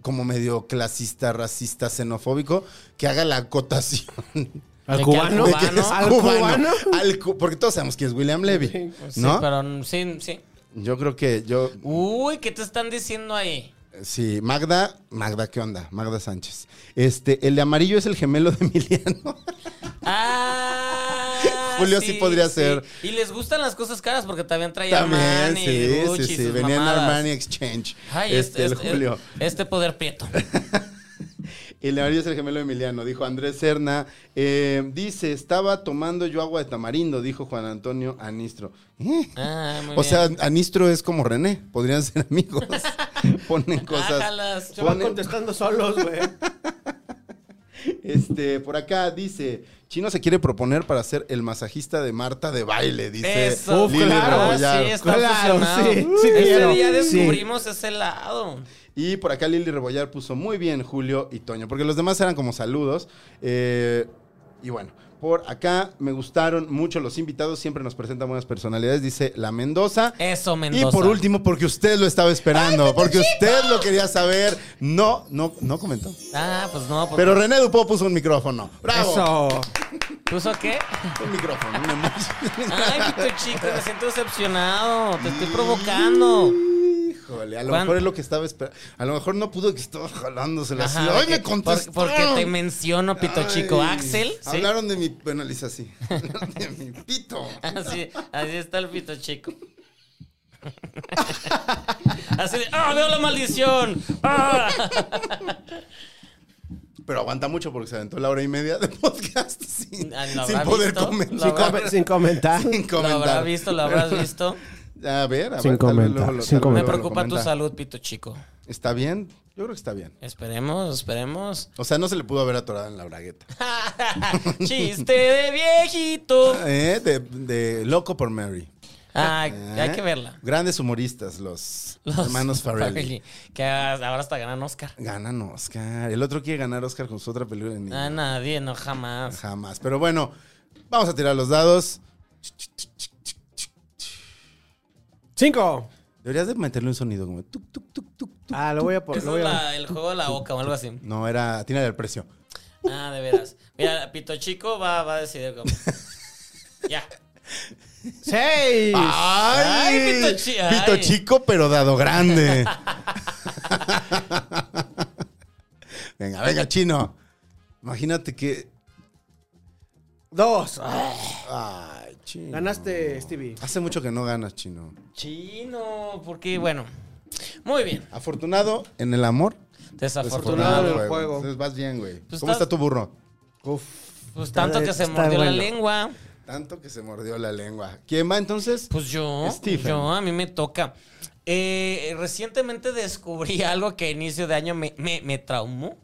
D: como medio clasista, racista, xenofóbico, que haga la acotación.
B: ¿Al
E: ¿De qué, al
B: cubano?
D: de que es
E: ¿Al
D: cubano. Al cu- porque todos sabemos que es William Levy, ¿no?
E: Sí, pero mm, sí, sí.
D: Yo creo que yo...
E: Uy, ¿qué te están diciendo ahí?
D: Sí, Magda, Magda, ¿qué onda? Magda Sánchez. Este, el de amarillo es el gemelo de Emiliano.
E: Ah,
D: Julio sí podría ser.
E: Y les gustan las cosas caras porque también traía
D: También,
E: Armani,
D: sí,
E: Gucci,
D: sí,
E: sí,
D: sí. Venía en Armani Exchange. este, el Julio.
E: Este, poder prieto.
D: El amarillo es el gemelo de Emiliano, dijo Andrés Serna. Eh, dice, estaba tomando yo agua de tamarindo, dijo Juan Antonio Anistro. Eh,
E: Ah, muy
D: o
E: bien.
D: sea, Anistro es como René, podrían ser amigos. Ponen cosas.
E: Ájalas.
B: Se van
D: Ponen-
B: contestando solos, güey.
D: Este, por acá dice, Chino se quiere proponer para ser el masajista de Marta de baile, dice.
E: Eso,
B: Lili claro.
E: Ah,
D: Rebollar.
E: sí, está
B: Claro,
E: fusionado.
B: sí, sí
E: Ese
B: quiero.
E: día
B: Sí.
E: descubrimos ese lado.
D: Y por acá Lili Rebollar puso muy bien Julio y Toño, porque los demás eran como saludos. Eh, y bueno, por acá me gustaron mucho los invitados, siempre nos presentan buenas personalidades, dice la Mendoza.
E: Eso, Mendoza.
D: Y por último, porque usted lo estaba esperando, porque usted lo quería saber. No, no, no comentó.
E: Ah, pues no, porque
D: Pero René Dupó puso un micrófono. ¡Bravo!
B: Eso.
E: ¿puso qué?
D: Un micrófono, un emoji.
E: Ay, tu chico, me siento decepcionado. Te estoy provocando.
D: Híjole, a lo
E: ¿Cuán-
D: mejor es lo que estaba esperando. A lo mejor no pudo que estaba jalándose la
E: Ajá,
D: ¡Ay,
E: porque-
D: me contestó!
E: por- Porque te menciono, pito
D: Ay,
E: chico. Axel. ¿sí?
D: Hablaron de mi. Bueno, Lisa, sí. Hablaron de mi pito.
E: Así, así está el pito chico. Así de, ¡ah, veo la maldición! ¡Ah!
D: Pero aguanta mucho porque se aventó la hora y media de podcast sin,
E: Ah, ¿lo
D: sin
E: habrá
D: poder
E: visto? ¿Lo
D: comentar.
E: habrá-
B: Come- Sin comentar.
D: Sin
E: Lo
D: comentar.
E: habrás visto, lo habrás visto.
D: A ver, a
B: Sin
D: ver. tal vez
B: comentar,
D: luego lo-
B: sin
D: tal vez luego
E: Me
D: lo
E: preocupa tu
D: comenta.
E: salud, pito chico.
D: ¿Está bien? Yo creo que está bien.
E: Esperemos, esperemos.
D: O sea, no se le pudo haber atorado en la bragueta.
E: Chiste de viejito.
D: Eh, de, de Loco por Mary.
E: Ah,
D: Eh,
E: hay que verla.
D: Grandes humoristas, los,
E: Los
D: hermanos Farrelly.
E: Farrelly, Que ahora hasta ganan Oscar.
D: Ganan Oscar. El otro quiere ganar Oscar con su otra película. Ni-
E: A nadie, Ah, no jamás.
D: Jamás. Pero bueno, vamos a tirar los dados.
B: Cinco.
D: Deberías de meterle un sonido como tuc, tuc, tuc, tuc, tuc.
B: Ah, lo voy a
E: Eso
B: poner.
E: es la- el juego de la boca o algo así.
D: No, era. Tiene el precio.
E: Ah, de veras. Mira, Pito Chico va, va a decidir cómo. Ya.
B: Seis.
E: Ah.
D: ¡Ay!
E: Ay, pito chi- ay.
D: Pito chico, pero dado grande. venga, venga, chino. Imagínate que.
B: Dos.
E: Ah.
D: Ay, chino.
B: Ganaste, Stevie.
D: Hace mucho que no ganas, chino.
E: Chino, porque bueno. Muy bien.
D: Afortunado en el amor.
E: Desafortunado.
B: Afortunado en el
D: güey.
B: juego.
D: Entonces vas bien, güey.
E: Pues
D: ¿Cómo
E: estás-
D: está tu burro?
B: Uf.
E: Pues tanto que se
B: Está
E: mordió la
B: bueno.
E: lengua.
D: Tanto que se mordió la lengua. ¿Quién va entonces?
E: Pues yo,
D: Stephen.
E: yo, a mí me toca. Eh, recientemente descubrí algo que a inicio de año me, me- me traumó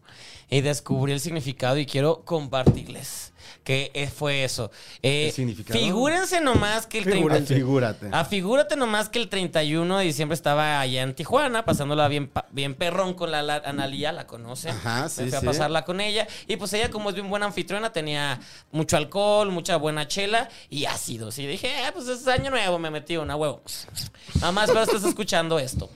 E: y descubrí el significado y quiero compartirles que eh, fue eso. Eh,
D: ¿El significado?
E: Figúrense nomás que el
D: Figúrate.
E: 30
D: Figúrate.
E: Afigúrate nomás que el 31 de diciembre estaba allá en Tijuana, pasándola bien, pa- bien perrón con la, la- Analía, la conocen.
D: Ajá, sí,
E: Me fui
D: sí.
E: a pasarla con ella. Y pues ella, como es bien buena anfitriona, tenía mucho alcohol, mucha buena chela y ácidos. Y dije, "Ah, pues es año nuevo, me metí una huevo. Mamá, espero estés escuchando esto.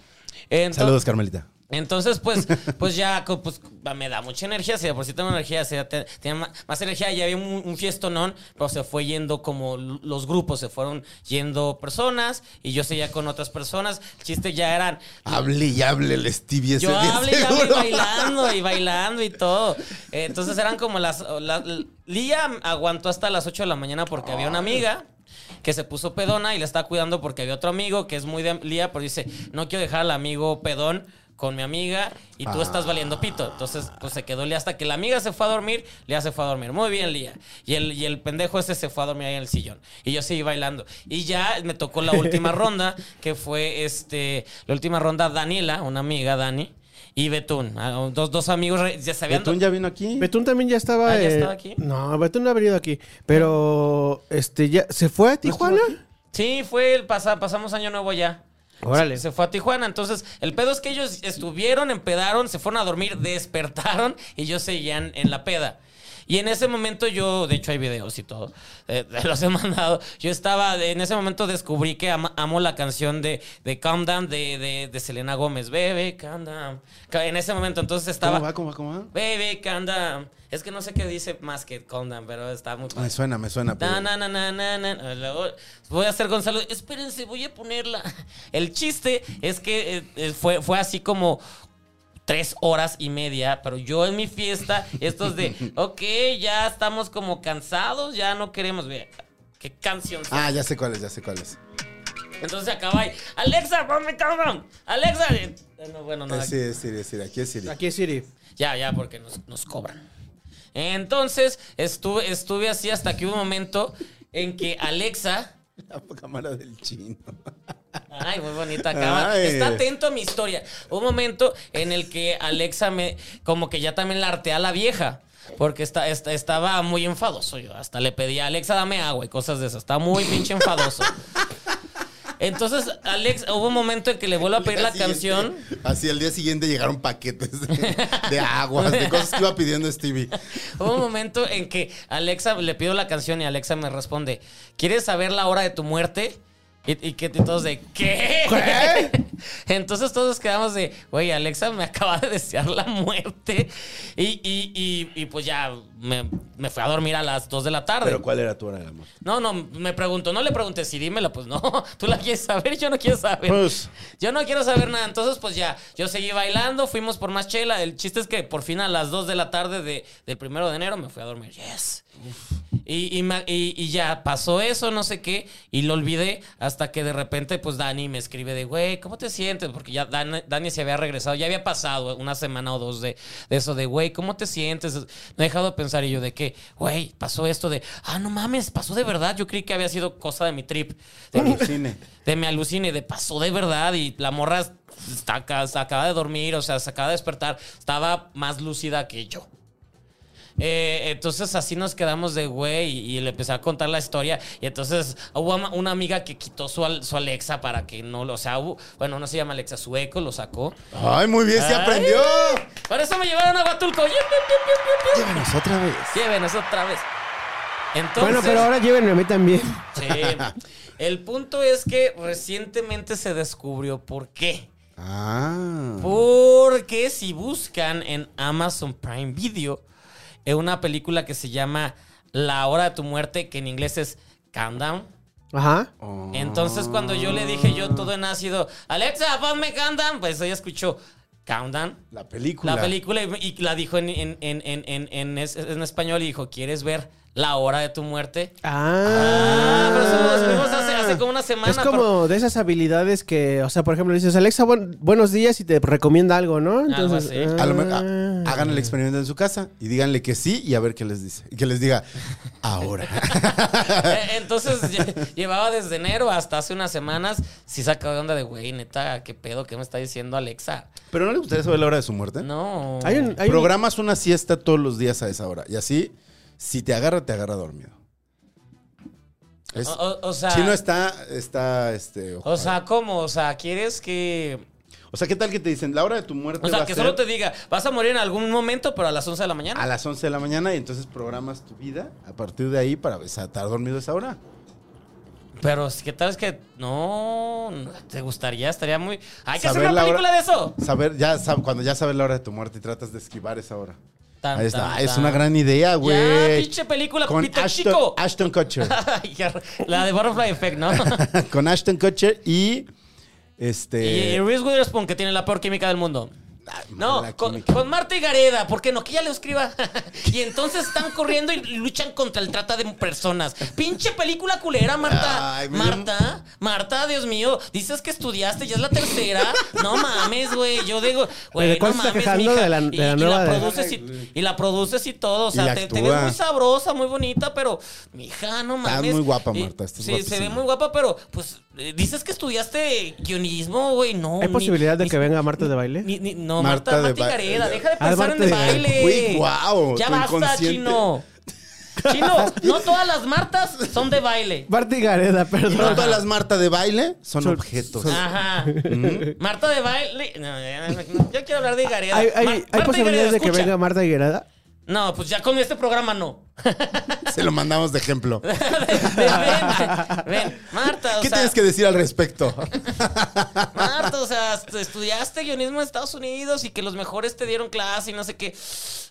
E: Entonces-
D: Saludos, Carmelita.
E: entonces, pues, pues ya co- pues, me da mucha energía. Si de por sí tengo energía, si ya te- tenía ma- más, energía. Ya había un, un fiestonón, pero se fue yendo como l- los grupos, se fueron yendo personas y yo seguía con otras personas. El chiste ya eran.
D: Hable y hable el Stevie ese
E: Yo
D: día,
E: hablé y hablé
D: seguro.
E: bailando y bailando y todo. Eh, Entonces eran como las. la- Lía aguantó hasta las 8 de la mañana porque había una amiga que se puso pedona y la estaba cuidando porque había otro amigo que es muy de Lía, pero dice: No quiero dejar al amigo pedón con mi amiga y tú estás valiendo pito. Entonces, pues se quedó Lía hasta que la amiga se fue a dormir, Lía se fue a dormir. Muy bien, Lía. Y el, y el pendejo ese se fue a dormir ahí en el sillón. Y yo seguí bailando. Y ya me tocó la última ronda, que fue este, la última ronda Daniela, una amiga, Dani, y Betún. Ah, Dos, dos amigos re- ya se habían...
D: Betún ya vino aquí.
B: Betún también ya estaba.
E: Ah, ¿ya
B: eh,
E: estaba aquí?
B: No, Betún no ha venido aquí. Pero, este, ya. ¿Se fue a Tijuana?
E: Sí, fue el pasa- pasamos año nuevo ya.
B: Órale.
E: Se fue a Tijuana. Entonces, el pedo es que ellos estuvieron, empedaron, se fueron a dormir, despertaron y ellos seguían en la peda. Y en ese momento yo, de hecho hay videos y todo, eh, los he mandado. Yo estaba, en ese momento descubrí que ama- amo la canción de, de Calm Down de, de- de Selena Gómez. Bebe, Calm Down. Ca- En ese momento entonces estaba...
D: ¿Cómo va? ¿Cómo va? ¿Cómo va?
E: Baby, calm down. Es que no sé qué dice más que calm down, pero está muy
D: Ah, Me
E: padre.
D: suena, me suena. pero-
E: Na, na, na, na, na, na. Luego, Voy a hacer Gonzalo. Espérense, voy a ponerla. El chiste es que eh, eh, fue, fue así como tres horas y media, pero yo en mi fiesta, estos de, ok, ya estamos como cansados, ya no queremos. Mira, qué canción.
D: Ah, ya sé cuál es, ya sé cuál es.
E: Entonces acaba ahí. Alexa, ponme calm down. Alexa. eh, No, bueno, no.
D: Es Siri, es Siri, es Siri. Aquí es Siri.
B: Aquí es Siri.
E: Ya, ya, porque nos, nos cobran. Entonces, estuve, estuve así hasta que hubo un momento en que Alexa.
D: La cámara del chino.
E: Ay, muy bonita cámara.
D: Ay.
E: Está atento a mi historia. Un momento en el que Alexa me. como que ya también la artea a la vieja. Porque está, está- estaba muy enfadoso yo. Hasta le pedí a Alexa, dame agua y cosas de esas. Está muy pinche enfadoso. Entonces, Alex, hubo un momento en que le vuelvo a pedir la
D: Al día
E: canción.
D: siguiente- Así al día siguiente llegaron paquetes de, de aguas, de cosas que iba pidiendo Stevie.
E: Hubo un momento en que Alexa le pido la canción y Alexa me responde: ¿Quieres saber la hora de tu muerte? Y, y que y todos de ¿qué? Entonces todos quedamos de, güey, Alexa me acaba de desear la muerte. Y, y- y- y pues ya me, me fui a dormir a las 2 de la tarde.
D: Pero ¿cuál era tu hora de amor?
E: No, no, me preguntó, no le pregunté si dímela, pues no, tú la quieres saber, yo no quiero saber.
D: Pues.
E: Yo no quiero saber nada, entonces pues ya, yo seguí bailando, fuimos por más chela, el chiste es que por fin a las 2 de la tarde de- del primero de enero me fui a dormir, yes. Y, y ma- y- y ya pasó eso, no sé qué, y lo olvidé hasta que de repente pues Dani me escribe de, güey, ¿cómo te sientes? Porque ya Dan- Dani se había regresado, ya había pasado una semana o dos de, de eso de, güey, ¿cómo te sientes? Me he dejado de pensar y yo de que, güey, pasó esto de, ah, no mames, pasó de verdad, yo creí que había sido cosa de mi trip. De mi-
D: Alucine.
E: de me alucine, de pasó de verdad y la morra está acá- se acaba de dormir, o sea, se acaba de despertar, estaba más lúcida que yo. Eh, entonces así nos quedamos de güey y, y le empecé a contar la historia y entonces hubo ama- una amiga que quitó su, al- su Alexa para que no lo, o sea, hubo- bueno, no se llama Alexa, su eco lo sacó.
D: ¡Ay, muy bien! ¡Se
E: Ay.
D: aprendió!
E: Por eso me llevaron a Huatulco. Yep, yep, yep, yep, yep,
D: Llévanos otra vez.
E: yep. Llévenos otra vez. Entonces,
B: Bueno, pero ahora llévenme a mí también.
E: Sí. El punto es que recientemente se descubrió por qué.
D: Ah.
E: Porque si buscan en Amazon Prime Video eh, una película que se llama La hora de tu muerte, que en inglés es Countdown.
B: Ajá.
E: Oh. Entonces cuando yo le dije yo todo en ácido, Alexa, ponme Countdown, pues ella escuchó Countdown.
D: La película.
E: La película y, y la dijo en, en- en- en- en- en es- en español y dijo, ¿quieres ver la hora de tu muerte? Ah, pero eso lo descubrimos hace, hace como una semana.
B: Es como de esas habilidades que, o sea, por ejemplo, le dices, Alexa, buen- buenos días y te recomienda algo, ¿no? Entonces,
E: así.
D: A lo mejor,
B: ah.
D: a- hagan el experimento en su casa y díganle que sí y a ver qué les dice. Y que les diga, ahora.
E: Eh, Entonces lle- llevaba desde enero hasta hace unas semanas. Sí sacaba de onda de, güey, neta, ¿qué pedo? ¿Qué me está diciendo Alexa?
D: ¿Pero no le gustaría saber la hora de su muerte?
E: No.
B: Hay un, hay un-
D: Programas una siesta todos los días a esa hora. Y así, si te agarra, te agarra dormido. Es-
E: O, o- o sea,
D: Chino está, está, este...
E: o sea, ¿cómo? O sea, ¿quieres que...?
D: O sea, ¿qué tal que te dicen la hora de tu muerte?
E: O sea,
D: va a
E: que
D: ser
E: solo te diga, vas a morir en algún momento, pero a las 11 de la
D: a
E: mañana.
D: las 11 de la mañana y entonces programas tu vida a partir de ahí para estar dormido a esa hora?
E: Pero ¿qué tal es que...? No, no, ¿te gustaría? Estaría muy... Hay que hacer
D: Saber
E: una
D: la hora-
E: película de eso.
D: Saber, ya sab- cuando ya sabes la hora de tu muerte y tratas de esquivar esa hora.
E: Tan,
D: Ahí está.
E: tan,
D: Ah, es
E: tan.
D: una gran idea, güey.
E: Ya, pinche película,
D: Con
E: Pito
D: Ashton,
E: Chico.
D: Ashton Kutcher.
E: Ay, qué r- la de Butterfly Effect, ¿no?
D: Con Ashton Kutcher y.
E: Y,
D: Este.
E: y Reese Witherspoon, que tiene la peor química del mundo.
D: Ah,
E: No,
D: mala
E: con,
D: química.
E: con Marta y Gareda, ¿por qué no? Que ella le escriba. y entonces están corriendo y luchan contra el trata de personas. Pinche película culera, Marta.
D: Ay, me dio-
E: Marta, Marta, Dios mío, dices que estudiaste, ya es la tercera. No mames, güey. Yo digo, güey,
B: ¿De cuál
E: no
B: se está
E: mames,
B: quejando?
E: mija.
B: De la- de
E: y,
B: la
E: y
B: nueva de-
E: produces y, y la produces y todo. O
D: Y
E: sea, te, te ves
D: actúa.
E: muy sabrosa, muy bonita, pero, mija, no mames.
D: muy guapa,
E: Y-
D: Marta, estás
E: Sí, se ve
D: guapísima.
E: muy guapa, pero, pues, eh, dices que estudiaste guionismo, güey. No.
B: ¿Hay
E: ni-
B: posibilidad de
E: ni-
B: que venga Marta de baile?
E: ni- ni- no,
D: Marta
E: Marta,
D: de
E: Marta y
D: ba-
E: Gareda,
D: eh,
E: deja de
B: ah,
E: pensar en
B: Marta
E: de
B: de Gareda.
E: baile.
D: Güey, guau,
E: Ya
D: tu
E: basta,
D: inconsciente.
E: chino. Chino, no todas las Martas son de baile.
B: Marta y Gareda,
D: No
B: perdón.
D: todas las Marta de baile son objetos.
E: Ajá.
D: Mm.
E: Marta de baile. No, ya- ya- yo quiero hablar de Gareda.
B: ¿Hay, hay- hay
E: Mar- Marta y Gareda,
B: posibilidades de que
E: escucha.
B: venga Marta y Gareda?
E: No, pues ya con este programa no.
D: Se lo mandamos de ejemplo.
E: ven, ven, ven. Marta, o
D: ¿Qué
E: sea,
D: tienes que decir al respecto?
E: Marta, o sea, est- estudiaste guionismo en Estados Unidos y que los mejores te dieron clase y no sé qué.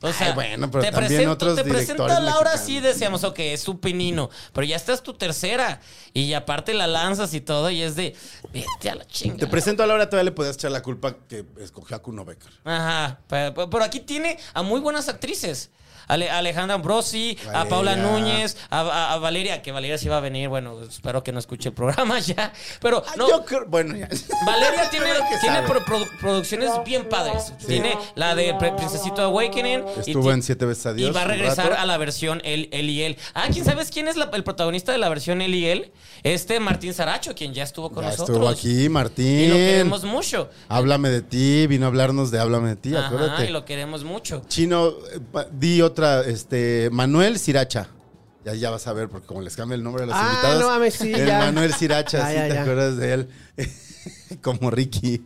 E: O sea,
D: Ay, bueno, pero
E: te
D: también
E: presento,
D: otros
E: te
D: directores
E: presenta a Laura,
D: mexicanos.
E: sí decíamos, ok, es su pinino, pero ya esta es tu tercera. Y aparte la lanzas y todo, y es de, vete a la
D: Te
E: chinga.
D: presento a Laura, todavía le podías echar la culpa que escogió a Kuno Becker.
E: Ajá, pero, pero aquí tiene a muy buenas actrices. Ale- Alejandra Ambrosi, a
D: Valeria.
E: Paula Núñez, a, a- a Valeria, que Valeria sí va a venir, bueno, espero que no escuche el programa ya, pero
D: Ah,
E: no,
D: Yo creo, bueno, ya.
E: Valeria tiene,
D: Creo que
E: tiene
D: sabe.
E: pro- produ- producciones bien padres. Tiene la de Pre- Princesito Awakening. y
D: Estuvo
E: ti-
D: en Siete veces Adiós.
E: Y va a
D: un
E: regresar
D: rato.
E: a la versión él, Él y él. Ah, ¿quién sabes quién es la- el protagonista de la versión él y él? Este Martín Saracho, quien ya estuvo con
D: Ya
E: nosotros.
D: estuvo aquí,
E: Y lo
D: Martín.
E: queremos mucho.
D: Háblame de ti, vino a hablarnos de Háblame de ti,
E: Ajá,
D: acuérdate.
E: y lo queremos mucho.
D: Chino, eh, pa- di otra, este, Manuel Siracha. Ya, ya vas a ver, porque como les cambia el nombre a los
B: Ah,
D: invitados.
B: no mames, sí,
D: El
B: ya.
D: Manuel Siracha,
B: Ya,
D: sí,
B: ya,
D: te
B: ya.
D: acuerdas de él. como Ricky.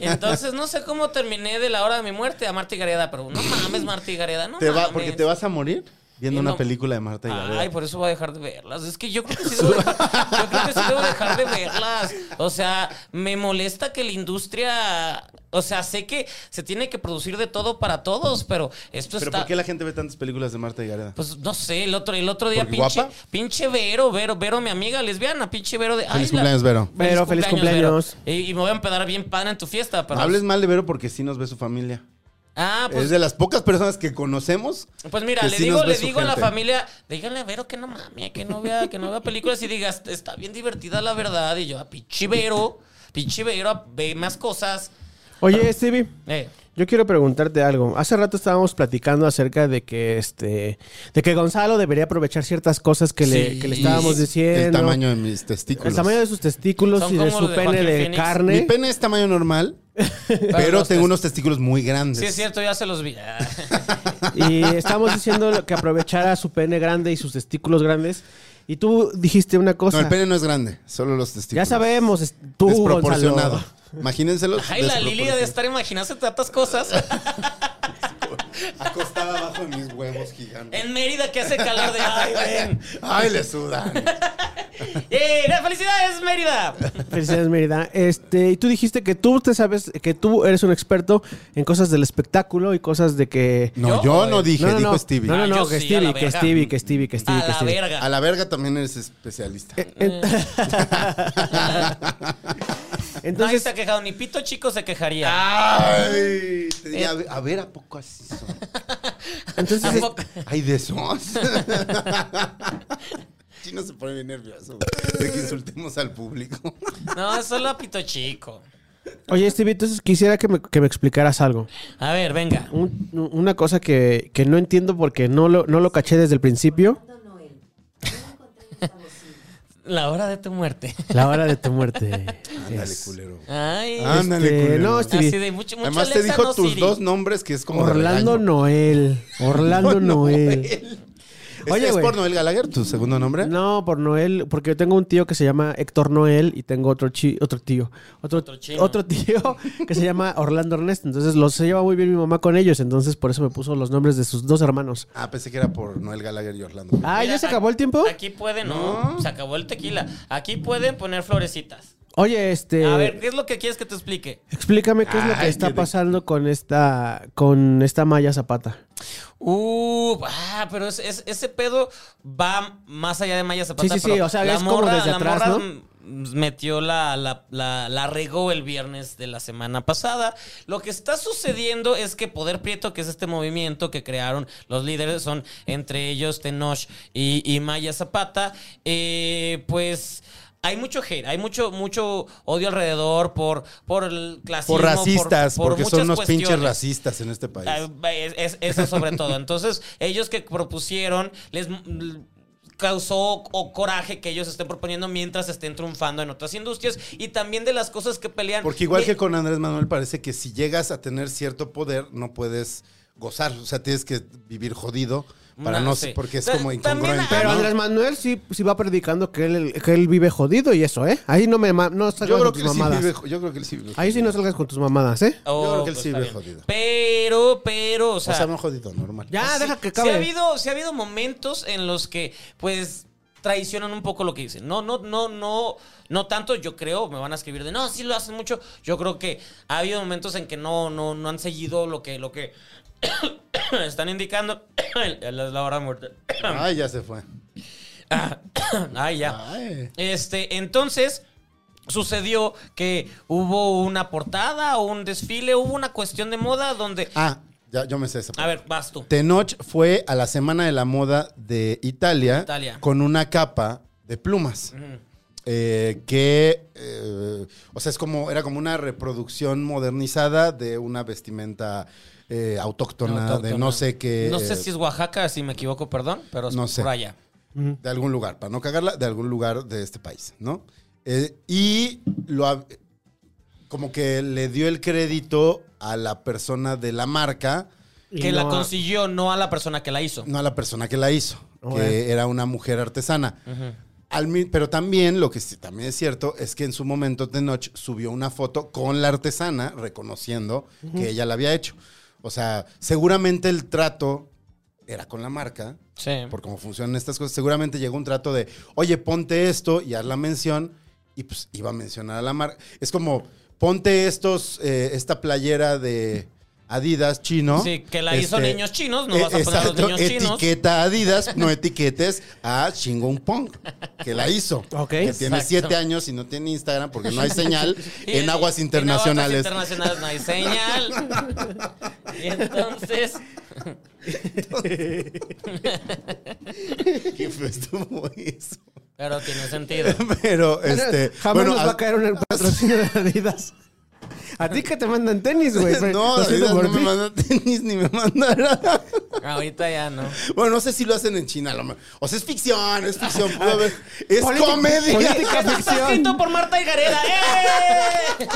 E: Entonces, no sé cómo terminé de la hora de mi muerte a Marta y Gareda, pero no mames, Marta y Gareda, no
D: Te va,
E: mames.
D: porque te vas a morir viendo
E: Y
D: una
E: no-
D: película de Marta y Gareda.
E: Ay, pues, por eso voy a dejar de verlas. Es que yo creo que sí debo dejar, yo creo que sí debo dejar de verlas. O sea, me molesta que la industria. O sea, sé que se tiene que producir de todo para todos, pero esto
D: Pero
E: está.
D: ¿por qué la gente ve tantas películas de Marta y Gareda?
E: Pues no sé, el otro, el otro día,
D: ¿Porque
E: pinche,
D: guapa?
E: pinche Vero, Vero, Vero, mi amiga lesbiana, pinche Vero de. ay,
D: Feliz
E: la-
D: cumpleaños, Vero.
B: Vero, feliz cumpleaños.
E: Vero. Y, y me voy a empedar bien padre en tu fiesta, pero.
D: No hables mal de Vero porque sí nos ve su familia.
E: Ah, pues.
D: es de las pocas personas que conocemos.
E: Pues mira,
D: que
E: le
D: sí
E: digo,
D: nos ve
E: le
D: su
E: digo a la
D: gente.
E: familia, díganle a Vero que no mame, que no vea, que no vea películas y digas, está bien divertida la verdad. Y yo, a pinche Vero, pinche Vero, ve más cosas.
B: Oye, Stevie.
E: Eh,
B: Yo quiero preguntarte algo. Hace rato estábamos platicando acerca de que este de que Gonzalo debería aprovechar ciertas cosas que, le,
E: Sí.
B: que le estábamos diciendo.
D: El tamaño de mis testículos.
B: El tamaño de sus testículos
E: Son
B: y de
E: como
B: su
E: los de
B: pene
E: Joaquín
B: de
E: Phoenix.
D: Mi
B: carne.
D: pene es tamaño normal, pero
E: los
D: tengo
E: tes-
D: unos testículos muy grandes.
E: sí, es cierto, ya se los vi. Ah.
B: Y estamos diciendo que aprovechara su pene grande y sus testículos grandes. Y tú dijiste una
D: No,
B: cosa.
D: el pene no es grande, solo los testículos.
B: ya sabemos, es- tú,
D: desproporcionado.
B: Gonzalo.
D: Imagínenselo.
E: Ay, la Lili de estar imaginándose tantas cosas.
D: acostada abajo de mis huevos gigantes.
E: en Mérida que hace calor de. Ay, ven.
D: Ay, le sudan.
E: ¡Eh, no, ¡Felicidades, Mérida!
B: Felicidades, Mérida. Este, y tú dijiste que tú te sabes, que tú eres un experto en cosas del espectáculo y cosas de que.
D: No,
E: ¿Yo?
D: yo no dije,
B: no, no,
D: dijo
B: no,
D: Stevie.
B: No, no,
E: Ah,
B: no,
E: yo
B: que,
E: sí, a la
B: Stevie, que
E: verga.
B: Stevie, que Stevie, que Stevie,
E: A
B: que
E: la
B: Stevie. Eh,
D: A
E: verga.
D: la verga también eres especialista.
E: Nadie
B: Entonces,
E: se ha quejado, ni Pito Chico se quejaría.
D: Ah. Ay, te dije, a ver- a ver, ¿a poco así son?
B: entonces
E: ¿A poco?
D: Ay, de esos. Chino se pone bien nervioso güey, de que insultemos al público.
E: No, es solo a Pito Chico.
B: Oye, Stevie, entonces quisiera que me, que me explicaras algo.
E: A ver, venga.
B: Un- una cosa que, que no entiendo porque no lo, no lo caché desde el principio.
E: La hora de tu muerte.
B: La hora de tu muerte.
D: Ándale,
B: Es-
D: culero.
E: Ay,
D: Ándale,
B: Este,
D: culero.
B: no, Stevie.
E: Así de mucho, mucho
D: Ah, Además te
E: Alexa,
D: dijo
E: no
D: tus
E: Siri.
D: dos nombres que es como de
B: Orlando
D: regaño.
B: Noel. Orlando Noel.
D: ¿Es-
B: Oye,
D: ¿Es,
B: güey.
D: por Noel Gallagher tu segundo nombre?
B: No, por Noel, porque yo tengo un tío que se llama Héctor Noel y tengo otro chi- otro tío, otro,
E: Otro chino.
B: otro tío que se llama Orlando Ernesto. Entonces los se lleva muy bien mi mamá con ellos, entonces por eso me puso los nombres de sus dos hermanos.
D: Ah, pensé que era por Noel Gallagher y Orlando.
B: Ah,
E: Mira,
B: ¿ya se
E: aquí-
B: acabó el tiempo?
E: Aquí pueden, no, se acabó el tequila. Aquí pueden poner florecitas.
B: Oye, este,
E: A ver, ¿qué es lo que quieres que te explique?
B: explícame qué es lo que
D: Ay,
B: está
D: qué de-
B: pasando con esta con esta Maya Zapata.
E: Uh, ah, pero es- es- ese pedo va más allá de Maya Zapata.
B: Sí, sí, sí,
E: pero
B: o sea,
E: la
B: es como desde
E: la
B: atrás,
E: morra
B: ¿no?
E: m- metió la, la, la, la regó el viernes de la semana pasada. Lo que está sucediendo es que Poder Prieto, que es este movimiento que crearon los líderes, son entre ellos Tenoch y, y Maya Zapata, eh, pues... Hay mucho hate, hay mucho, mucho odio alrededor por, por el clasismo.
D: Por racistas,
E: por- por
D: porque son
E: muchas
D: unos pinches
E: cuestiones.
D: racistas en este país.
E: Ah, es- es- eso sobre todo. Entonces, ellos que propusieron, les mm, causó o coraje que ellos estén proponiendo mientras estén triunfando en otras industrias y también de las cosas que pelean.
D: Porque igual
E: Mi-
D: que con Andrés Manuel parece que si llegas a tener cierto poder no puedes gozar. O sea, tienes que vivir jodido para
E: No,
D: no
E: sí.
D: sé, porque es
E: Ta-
D: como
E: también
D: incongruente.
B: Pero
D: ¿no?
B: Andrés Manuel sí, sí va predicando que él, que él vive jodido y eso, ¿eh? Ahí no me ma- no salgas
D: yo, creo
B: con
D: que
B: tus
D: él sí
B: mamadas.
D: vive, jo- yo creo que él sí vive
B: Ahí sí no
D: jodido.
B: salgas con tus mamadas, ¿eh?
E: Oh,
D: creo que él sí
E: está
D: vive
E: bien.
D: jodido.
E: Pero, pero, o
D: O
E: sea.
D: sea, no jodido, normal.
B: Ya,
E: Pues sí,
B: deja que
E: Sí ha,
B: acabe.
E: habido, sí ha habido momentos en los que, pues, traicionan un poco lo que dicen. No, no, no, no, no tanto, yo creo, me van a escribir de, no, sí lo hacen mucho. Yo creo que ha habido momentos en que no, no, no han seguido lo que, lo que están indicando. Es la hora muerta.
D: Ay, ya se fue.
E: Ay, ya.
D: Ay.
E: Este, entonces sucedió que hubo una portada o un desfile, hubo una cuestión de moda donde
D: Ah, ya, yo me sé esa.
E: a ver, vas tú.
D: Tenoch fue a la Semana de la Moda de Italia,
E: Italia.
D: con una capa de plumas. Eh, que, eh, o sea, es como, era como una reproducción modernizada de una vestimenta eh, autóctona, de no sé qué.
E: No sé
D: eh,
E: si es Oaxaca, si me equivoco, perdón, pero es
D: No sé.
E: por allá.
D: eh, de algún lugar, para no cagarla, de algún lugar de este país, ¿no? Eh, y lo ha- como que le dio el crédito a la persona de la marca,
B: Y
E: que la
B: no-
E: consiguió, no a la persona que la hizo.
D: no a la persona que la hizo,
B: Ok.
D: que era una mujer artesana. Al mi- pero también lo que sí- también es cierto es que en su momento Tenoch subió una foto con la artesana reconociendo que ella la había hecho. O sea, seguramente el trato era con la marca,
E: Sí.
D: por cómo funcionan estas cosas, seguramente llegó un trato de, oye, ponte esto y haz la mención, y pues iba a mencionar a la marca. Es como, ponte estos, eh, esta playera de Adidas chino. Este, e,
E: Sí, que la hizo niños chinos, no vas a poner a los
D: exacto,
E: niños chinos.
D: Etiqueta a Adidas, no etiquetes a Shingon Pong, que la hizo.
B: Ok.
D: Que tiene
E: Exacto.
D: siete años y no tiene Instagram porque no hay señal
E: Y-
D: en aguas
E: y- en
D: internacionales.
E: aguas internacionales no hay señal. y entonces,
D: ¿Qué fue? Estuvo eso.
E: pero tiene sentido.
D: Pero, este.
B: Jamás
D: bueno,
B: nos va a caer un patrocinio de Adidas. A ti que te mandan tenis, güey.
D: No,
B: Lo siento
D: Adidas
B: por
D: no me
B: ti.
D: manda tenis ni me manda nada.
E: Ahorita ya no.
D: Bueno, no sé si lo hacen en China. a lo mejor. O sea, es ficción, es ficción. pudo haber- Es
B: Ah, Política-
D: comedia.
B: política
E: Está
B: ficción.
E: escrito por Marta y Gareda. ¡Eh!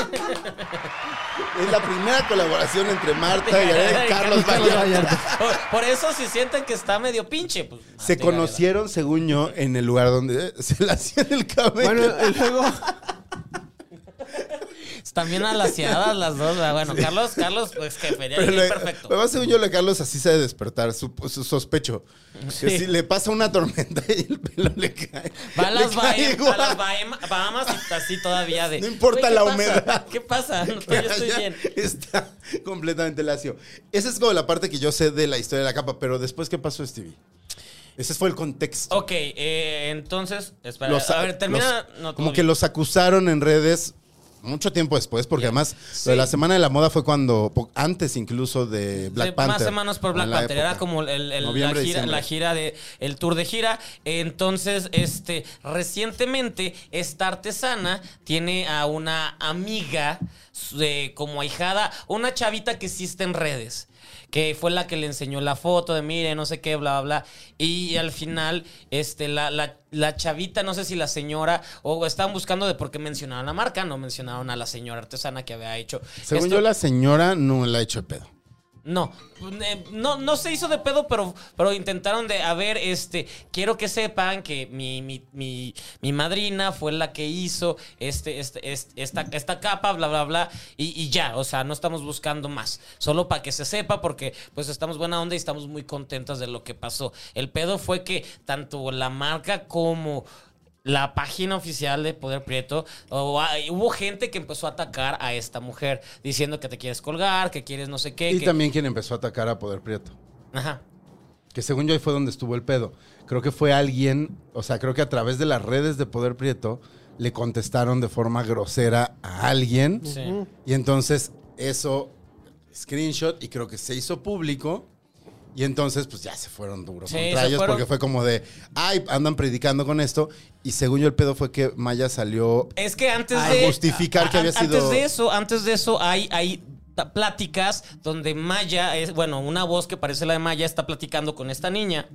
D: Es la primera colaboración entre Marta y Ariel y Carlos
B: Carlos
D: Vallarta.
B: Vallarta.
E: Por, por eso si sienten que está medio pinche, pues.
D: Se
E: Marta y Gareda.
D: conocieron, según yo, en el lugar donde se le hacían el cabello.
B: Bueno, y luego.
E: Están bien alaciadas las dos. ¿verdad? Bueno, Carlos, Carlos, pues jefe, ya
D: Pero
E: llegué
D: le-
E: perfecto.
D: además, según yo, le Carlos así sabe despertar su, su sospecho. Que si le pasa una tormenta y el pelo le cae.
E: Va a las,
D: le cae
E: Baham-
D: igual.
E: a las Baham- Bahamas y así todavía de.
D: No importa
E: "Güey, ¿qué
D: la
E: pasa?
D: humedad".
E: ¿Qué pasa? No, yo estoy
D: Ya
E: bien.
D: Está completamente lacio. Esa es como la parte que yo sé de la historia de la capa, pero después, ¿qué pasó, Stevie? Ese fue el contexto.
E: Ok, eh, entonces, espera.
D: Los-
E: a ver, termina.
D: los-
E: no, todo
D: como que
E: bien.
D: los acusaron en redes mucho tiempo después, porque además lo de la Semana de la Moda fue cuando, po- antes incluso de Black
E: Sí,
D: Panther.
E: Más semanas
D: o
E: por
D: en
E: Black
D: la
E: Panther.
D: época.
E: Era como el, el-
D: Noviembre,
E: la, gira,
D: diciembre.
E: la gira de el tour de gira. Entonces, este, recientemente, esta artesana tiene a una amiga eh, como ahijada, una chavita que existe en redes. Que fue la que le enseñó la foto de mire, no sé qué, bla, bla, bla. Y al final, este, la, la, la chavita, no sé si la señora, o estaban buscando de por qué mencionaban la marca, no mencionaron a la señora artesana que había hecho.
D: Según
E: esto.
D: yo, la señora no la ha hecho de pedo.
E: No, eh, no, no se hizo de pedo, pero, pero intentaron de, a ver, este, quiero que sepan que mi, mi, mi, mi madrina fue la que hizo este, este, este- esta, esta capa, bla, bla, bla, y, y ya, o sea, no estamos buscando más, solo para que se sepa, porque pues estamos buena onda y estamos muy contentas de lo que pasó. El pedo fue que tanto la marca como la página oficial de Poder Prieto, o hay- hubo gente que empezó a atacar a esta mujer, diciendo que te quieres colgar, que quieres no sé qué.
D: Y
E: que-
D: también quien empezó a atacar a Poder Prieto.
E: Ajá.
D: Que según yo ahí fue donde estuvo el pedo. Creo que fue alguien, o sea, creo que a través de las redes de Poder Prieto le contestaron de forma grosera a alguien.
E: Sí.
D: Y entonces eso, screenshot, y creo que se hizo público. Y entonces, pues ya se fueron duros
E: Sí,
D: contra
E: se
D: ellos
E: fueron.
D: porque fue como de, ay, andan predicando con esto. Y según yo, el pedo fue que Maya salió.
E: Es que antes
D: A
E: de.
D: justificar que había sido-
E: Antes de eso, antes de eso, hay. hay ta- pláticas donde Maya es bueno una voz que parece la de Maya está platicando con esta niña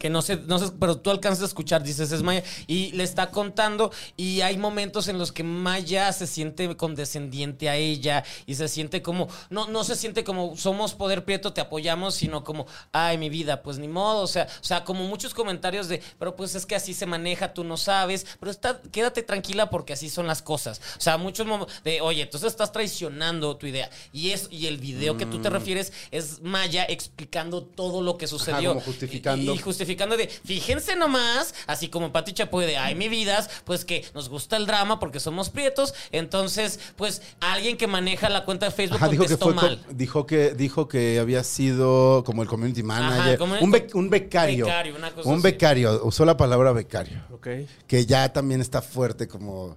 E: que no sé, no sé, pero tú alcanzas a escuchar, dices, es Maya, y le está contando, y hay momentos en los que Maya se siente condescendiente a ella, y se siente como, no, no se siente como somos poder prieto, te apoyamos, sino como, ay, mi vida, pues ni modo, o sea, o sea, como muchos comentarios de, pero pues es que así se maneja, tú no sabes, pero está, quédate tranquila porque así son las cosas. O sea, muchos mom- de, oye, entonces estás traicionando tu idea. Y es, y el video que
D: Mm.
E: tú te refieres es Maya explicando todo lo que sucedió.
D: como justificando.
E: Y, y justificando de, fíjense nomás, así como Pati Chapoy de, ay, mi vidas, pues que nos gusta el drama porque somos prietos, entonces, pues alguien que maneja la cuenta de Facebook
B: Ah,
D: Ajá, dijo que
E: contestó
D: fue co-
E: mal.
D: dijo que dijo que había sido como el community manager,
E: como-
D: un, bec- un becario,
E: Becario, una cosa
D: un
E: así.
D: becario, usó la palabra becario,
B: Ok.
D: que ya también está fuerte como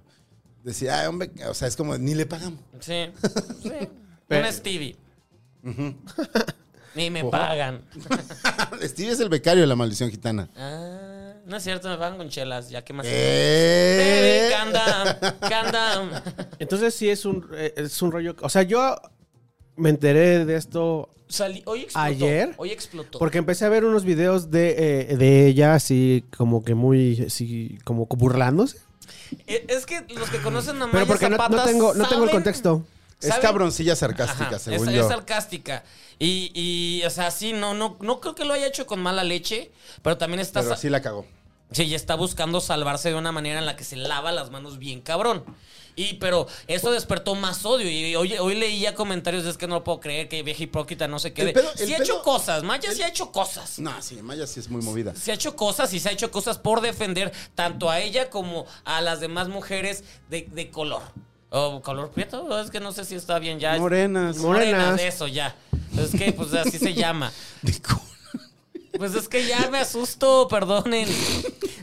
D: decir, ah, un becario, o sea, es como ni le pagamos.
E: Sí. sí.
B: Pero-
E: Una Stevie. Ni me pagan.
D: Steve es el becario de la maldición gitana.
E: Ah, no es cierto, me pagan con chelas, ya que más.
D: Eh.
E: Baby, calm down, calm down.
B: Entonces sí es un, eh, es un rollo. O sea, yo me enteré de esto
E: Salí- hoy explotó.
B: ¿Ayer?
E: Hoy explotó.
B: porque empecé a ver unos videos de, eh, de ella así como que muy, así como burlándose.
E: Eh, Es que los que conocen a Maya
B: Pero porque no, no
E: Zapata
B: tengo, no tengo el
E: saben-
B: contexto.
D: Es
E: ¿Saben?
D: cabroncilla sarcástica,
E: Ajá,
D: según
E: es,
D: yo.
E: es sarcástica. Y, y, o sea, sí, no, no, no creo que lo haya hecho con mala leche, pero también está,
D: pero sí la cagó.
E: Sí, ya está buscando salvarse de una manera en la que se lava las manos bien cabrón. Y pero eso despertó más odio. Y hoy, hoy leía comentarios de es que no lo puedo creer, que vieja hipócrita, no sé qué.
D: El
E: de-
D: pedo- el
E: sí ha
D: pedo-
E: hecho cosas, Maya sí ha hecho cosas.
D: No, sí, Maya sí es muy movida.
E: Se ha hecho cosas y se ha hecho cosas por defender tanto a ella como a las demás mujeres de, de color. ¿O color prieto? Es que no sé si está bien ya.
D: Morenas.
E: Morenas,
B: Morenas.
E: eso ya. Es que pues así se llama. Pues es que ya me asusto, perdonen.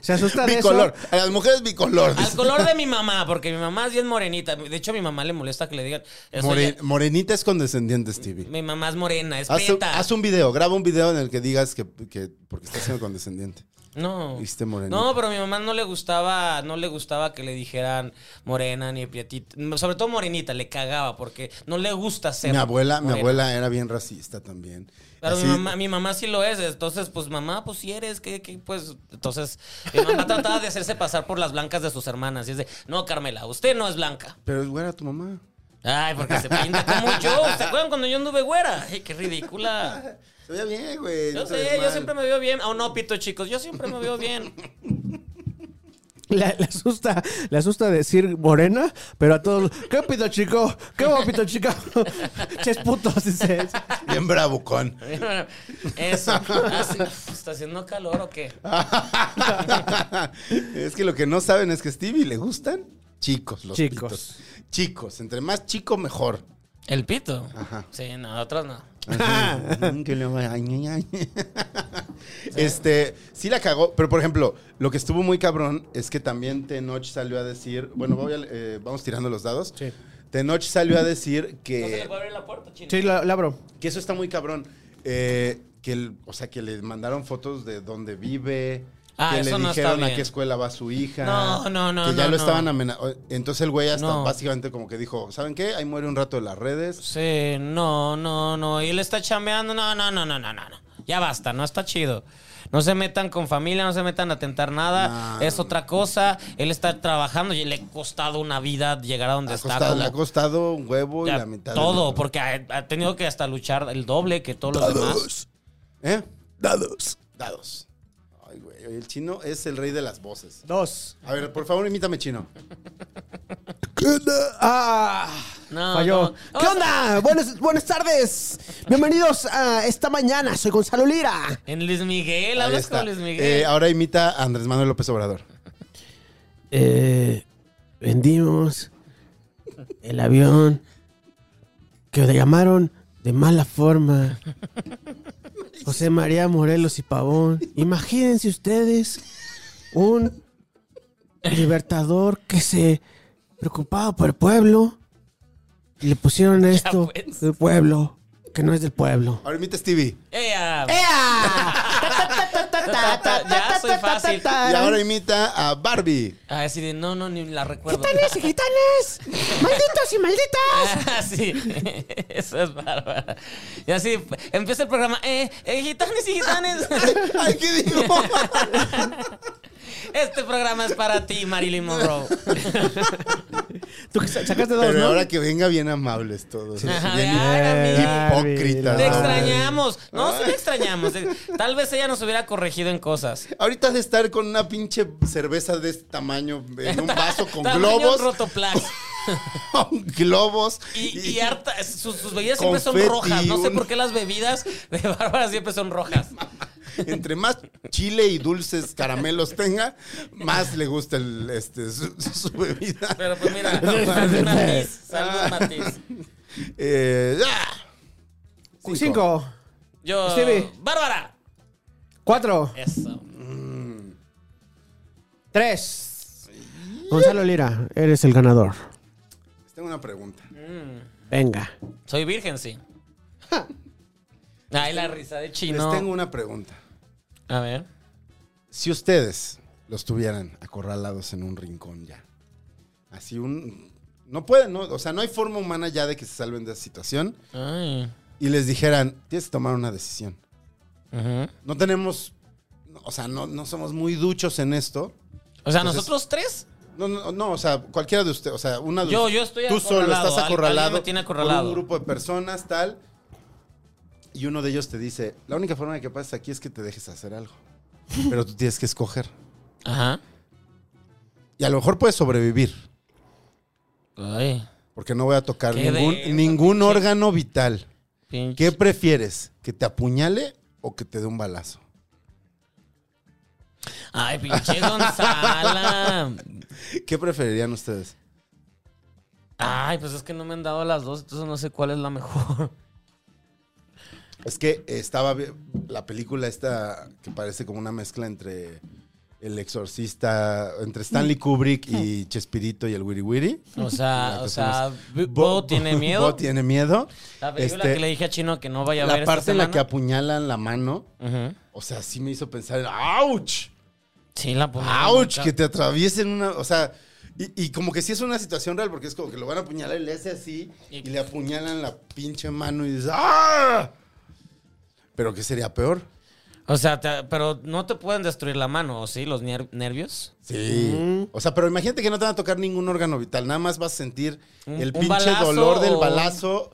B: Se asusta de
D: Bicolor.
B: eso.
D: A las mujeres bicolor.
E: Al color de mi mamá, porque mi mamá es bien morenita. De hecho, a mi mamá le molesta que le digan. eso
D: More-
E: ya-
D: morenita es condescendiente, Stevie.
E: mi mamá es morena, es
D: Haz un,
E: preta.
D: haz un video, graba un video en el que digas que, que- porque estás siendo condescendiente.
E: No.
D: Viste morenita.
E: No, pero a mi mamá no le gustaba, no le gustaba que le dijeran morena ni prietita. Sobre todo morenita, le cagaba porque no le gusta ser.
D: mi abuela, mi
E: morena.
D: abuela era bien racista también.
E: Claro, mi
D: Así-
E: mamá, mi mamá sí lo es, entonces, pues mamá, pues si eres, que, que, pues, entonces, mi mamá trataba de hacerse pasar por las blancas de sus hermanas, y es de, no, Carmela, usted no es blanca.
D: Pero es güera tu mamá.
E: Ay, porque se pinta como yo, ¿se acuerdan cuando yo anduve güera? Ay, qué ridícula.
D: Se veía bien, güey.
E: Yo
D: no te
E: sé,
D: ves
E: yo
D: mal.
E: siempre me veo bien. Oh, no, pito, chicos, yo siempre me veo bien.
B: Le, le asusta, le asusta decir morena, pero a todos, ¿qué pito chico? ¿Qué guapito chico? Ches putos, dices.
D: Bien bravucón.
E: Eso. Hace- ¿Está haciendo calor o qué?
D: es que lo que no saben es que a Stevie le gustan chicos los
B: Chicos.
D: pitos. Chicos, entre más chico mejor.
E: El pito.
D: Ajá.
E: Sí, no, otros no.
D: Ujú, que luego, ay, ay, ay. este, sí la cagó, pero por ejemplo, lo que estuvo muy cabrón es que también Tenoch salió a decir, bueno, voy a- eh, vamos tirando los dados.
B: Sí.
D: Tenoch salió a decir
E: No se le
D: que,
E: puede abrir la puerta, chino.
B: Sí, la, la abro.
D: que eso está muy cabrón. eh, que el- o sea, que le mandaron fotos de dónde vive.
E: Ah,
D: que
E: eso
D: le
E: no está
D: dijeron a
E: bien.
D: qué escuela va su hija.
E: No, no, no,
D: Que ya
E: no,
D: lo
E: no.
D: estaban amenazando. Entonces el güey hasta
E: No.
D: básicamente como que dijo, ¿saben qué? Ahí muere un rato de las redes.
E: Sí, no, no, no. Y le está chambeando. No, no, no, no, no, no. no. Ya basta, no está chido. No se metan con familia, no se metan a tentar nada.
D: No.
E: Es otra cosa. Él está trabajando y le ha costado una vida llegar a donde
D: Le ha
E: está.
D: costado, le ha
E: como-
D: costado un huevo y
E: Ya,
D: la mitad. de
E: todo,
D: lo-
E: porque ha, ha tenido que hasta luchar el doble que todos los demás.
D: ¿Eh? Dados. Dados. Ay, güey. El chino es el rey de las voces.
B: Dos.
D: A ver, por favor, imítame chino.
B: Ah,
E: No,
B: falló.
E: no.
B: ¿Qué
E: Oh.
B: onda? Buenas, buenas tardes. Bienvenidos a esta mañana. Soy Gonzalo Lira.
E: En Luis Miguel,
D: Ahí
E: hablas
D: está.
E: con Luis Miguel.
D: Eh, ahora imita a Andrés Manuel López Obrador.
B: Eh, vendimos el avión que le llamaron de mala forma José María Morelos y Pavón. Imagínense ustedes un libertador que se preocupaba por el pueblo y le pusieron esto
E: pues.
B: del pueblo que no es del pueblo.
D: Ahora imita a Stevie.
E: Ella.
B: ¡Ea!
E: Ya soy fácil.
D: Y ahora imita a Barbie.
E: Ah, así de, no, no, ni la recuerdo.
B: ¡Gitanes y gitanes! ¡Malditos y malditas!
E: Ah, sí, eso es bárbaro. Y así empieza el programa. Eh, eh, gitanes y gitanes.
D: Ay, ¿qué digo?
E: Este programa es para ti, Marilyn Monroe.
B: Tú que sa- sacaste dos,
D: Pero
B: ¿no?
D: ahora que vengan bien amables todos.
E: Ajá,
D: bien
E: de, "Ay, amiga,
D: hipócritas.
E: Te
D: Ay.
E: extrañamos. No, sí te extrañamos. Eh, Tal vez ella nos hubiera corregido en cosas.
D: Ahorita has de estar con una pinche cerveza de este tamaño en un vaso con
E: Tamaño
D: globos.
E: Rotoplas.
D: Con globos.
E: Y, y harta- sus, sus bebidas siempre son
D: confeti,
E: rojas. No sé
D: un-
E: por qué las bebidas de Bárbara siempre son rojas.
D: Entre más chile y dulces caramelos tenga, más le gusta el, este, su, su bebida.
E: Pero pues mira, salud matiz, salud
D: Ah.
E: matiz.
D: Eh, ah.
B: Cinco. Cinco.
E: Yo,
B: Stevie.
E: Bárbara.
B: Cuatro.
E: Eso.
B: Tres. Gonzalo Lira, eres el ganador.
D: Tengo una pregunta.
E: Mm.
B: Venga.
E: Soy virgen, sí. Ay, la risa de
D: Les
E: chino.
D: tengo una pregunta.
E: A ver.
D: Si ustedes los tuvieran acorralados en un rincón ya, así un... No pueden, ¿no? O sea, no hay forma humana ya de que se salven de esa situación
E: Ay.
D: y les dijeran, tienes que tomar una decisión.
E: Ujú.
D: No tenemos... O sea, no, no somos muy duchos en esto.
E: O sea,
D: Entonces-
E: nosotros tres.
D: No, no, no, o sea, cualquiera de ustedes, o sea, una de
E: Yo-
D: ustedes-
E: yo estoy
D: Tú solo
E: acorralado,
D: estás
E: al-
D: acorralado,
E: alguien me tiene acorralado.
D: por un grupo de personas, tal, y uno de ellos te dice, la única forma de que pases aquí es que te dejes hacer algo, pero tú tienes que escoger.
E: Ajá.
D: Y a lo mejor puedes sobrevivir,
E: Ay.
D: porque no voy a tocar
E: Qué
D: ningún,
E: denso,
D: ningún
E: pinche.
D: órgano vital.
E: pinche.
D: ¿Qué prefieres? ¿Que te apuñale o que te dé un balazo?
E: Ay, pinche Gonzala.
D: ¿Qué preferirían ustedes?
E: Ay, pues es que no me han dado las dos, entonces no sé cuál es la mejor.
D: Es que estaba vi- la película esta que parece como una mezcla entre El Exorcista, entre
E: Mm.
D: Stanley Kubrick
E: Hmm.
D: y Chespirito y el Wiri Wiri.
E: O sea,
D: La
E: o
D: que
E: sea,
D: somos-
E: Bo, tiene miedo.
D: Bo tiene miedo.
E: la película
D: Este,
E: que le dije a Chino que no vaya a
D: la
E: ver
D: parte
E: esta
D: en la que
E: semana.
D: apuñalan la mano,
E: Ujú.
D: o sea, sí me hizo pensar, ¡ouch!
E: Sí, la pongo.
D: ¡Auch! Que te atraviesen una. O sea, y, y como que sí es una situación real, porque es como que lo van a apuñalar y le hace así y le apuñalan la pinche mano y dices ¡Ah! Pero ¿qué sería peor?
E: O sea, te- pero no te pueden destruir la mano, ¿o sí? Los nier- nervios.
D: Sí.
E: Mm.
D: O sea, pero imagínate que no te van a tocar ningún órgano vital, nada más vas a sentir
E: Mm. Un-
D: el
E: un
D: pinche
E: balazo
D: dolor del
E: o-
D: balazo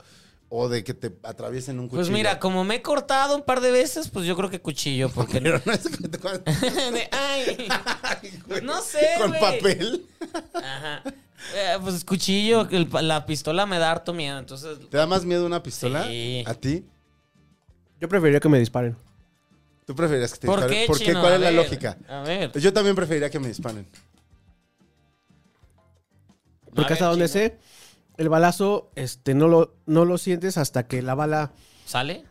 D: o de que te atraviesen un cuchillo.
E: Pues mira, como me he cortado un par de veces, pues yo creo que cuchillo, porque
D: Pero no es que te- con-
E: De- ay.
D: Ay, güey.
E: No sé,
D: Con
E: güey.
D: papel.
E: Ajá. Eh, pues cuchillo, el pa- la pistola me da harto miedo, entonces
D: ¿Te da más miedo una pistola?
E: Sí.
D: ¿A ti?
B: Yo preferiría que me disparen.
D: ¿Tú preferirías que te
E: ¿Por
D: disparen?
E: qué,
D: ¿Por qué?
E: Chino?
D: ¿Cuál
E: A
D: es la
E: ver,
D: lógica?
E: A ver.
D: Yo también preferiría que me disparen.
E: A
B: Porque
E: ver,
B: hasta donde
E: Chino.
B: sé, el balazo este, no, lo, no lo sientes hasta que la bala...
E: ¿Sale?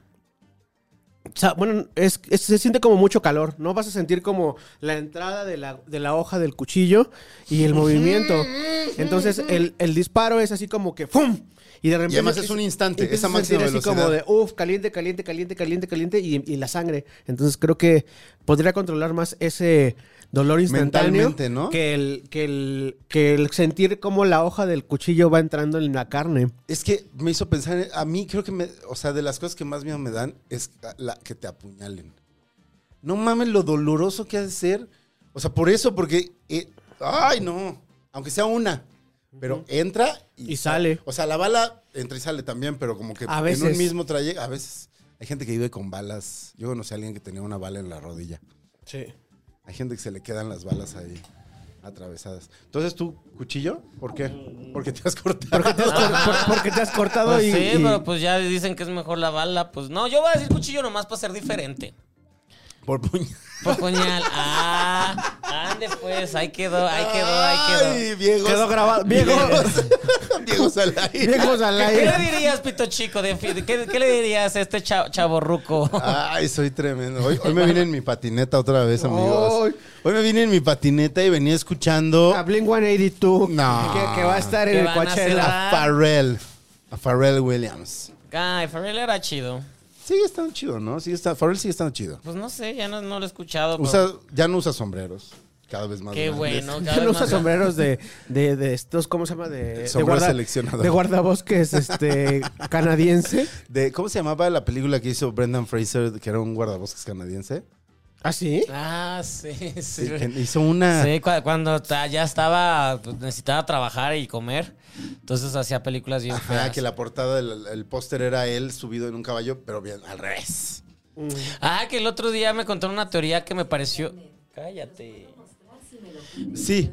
B: o sea, bueno, es, es- se siente como mucho calor. No vas a sentir como la entrada de la, de la hoja del cuchillo y el movimiento. Entonces, el, el disparo es así como que ¡fum! Y, de repente
D: además es un instante,
B: empiezas
D: esa
B: a
D: máxima
B: sentir así como de
D: velocidad.
B: uff, caliente, caliente, caliente, caliente, caliente y, y la sangre. Entonces, creo que podría controlar más ese dolor instantáneo
D: Mentalmente, ¿no?
B: que, el, que, el, que el sentir como la hoja del cuchillo va entrando en la carne.
D: Es que me hizo pensar, a mí creo que me, o sea, de las cosas que más miedo me dan es la que te apuñalen. No mames lo doloroso que ha de ser. O sea, por eso, porque, eh, ay no, aunque sea una, pero entra y,
B: Y sale.
D: O sea, la bala entra y sale también, pero como que
B: A
D: en
B: veces.
D: un mismo trayecto, a veces. Hay gente que vive con balas. Yo conocí a alguien que tenía una bala en la rodilla.
B: Sí.
D: Hay gente que se le quedan las balas ahí atravesadas. Entonces, ¿tú cuchillo? ¿Por qué? Porque te has cortado.
B: porque te has cortado
E: Pues
B: y,
E: sí,
B: y-
E: pero pues ya dicen que es mejor la bala. Pues no, yo voy a decir cuchillo nomás para ser diferente.
D: Por puñal.
E: Por puñal. Ah, ande pues, ahí quedó, ahí quedó, ahí
D: Ay, viejos.
B: Quedó grabado. Viejos.
D: viejos al aire.
B: viejos al
E: quedó. ¿Qué
B: aire.
E: le dirías, Pito Chico? de fi- ¿Qué, qué le dirías a este chavo, ruco?
D: Ay, soy tremendo. Hoy, hoy me vine en mi patineta otra vez, amigos. Hoy me vine en mi patineta y venía escuchando
B: A Blink 182.
D: No.
B: Ah, Que, que va a estar en
E: Que
B: el
E: van a hacer
B: Coachella.
E: la-
D: a Pharrell. A Pharrell Williams.
E: Ay, Farrell era chido.
D: Sigue estando chido, ¿no? Sigue está, Farrell sigue estando chido.
E: Pues no sé, ya no, no lo he escuchado. pero-
D: Usa, ya no usa sombreros. Cada vez más.
E: Qué
D: grandes.
E: bueno.
B: Ya
E: cada
B: no
E: vez
B: usa
E: más-
B: sombreros de, de, de estos, ¿cómo se llama? De, de,
D: Sombrero seleccionador.
B: de guardabosques este, canadiense.
D: De, ¿Cómo se llamaba la película que hizo Brendan Fraser, que era un guardabosques canadiense?
B: ¿Ah, sí?
E: Ah, sí, sí.
D: Sí, que hizo una.
E: Sí, cua- cuando ta- ya estaba, pues, necesitaba trabajar y comer, entonces hacía películas bien
D: Ajá,
E: feas.
D: que la portada del el póster era él subido en un caballo, pero bien al revés.
E: Ah, que el otro día me contaron una teoría que me pareció... Cállate.
D: Sí.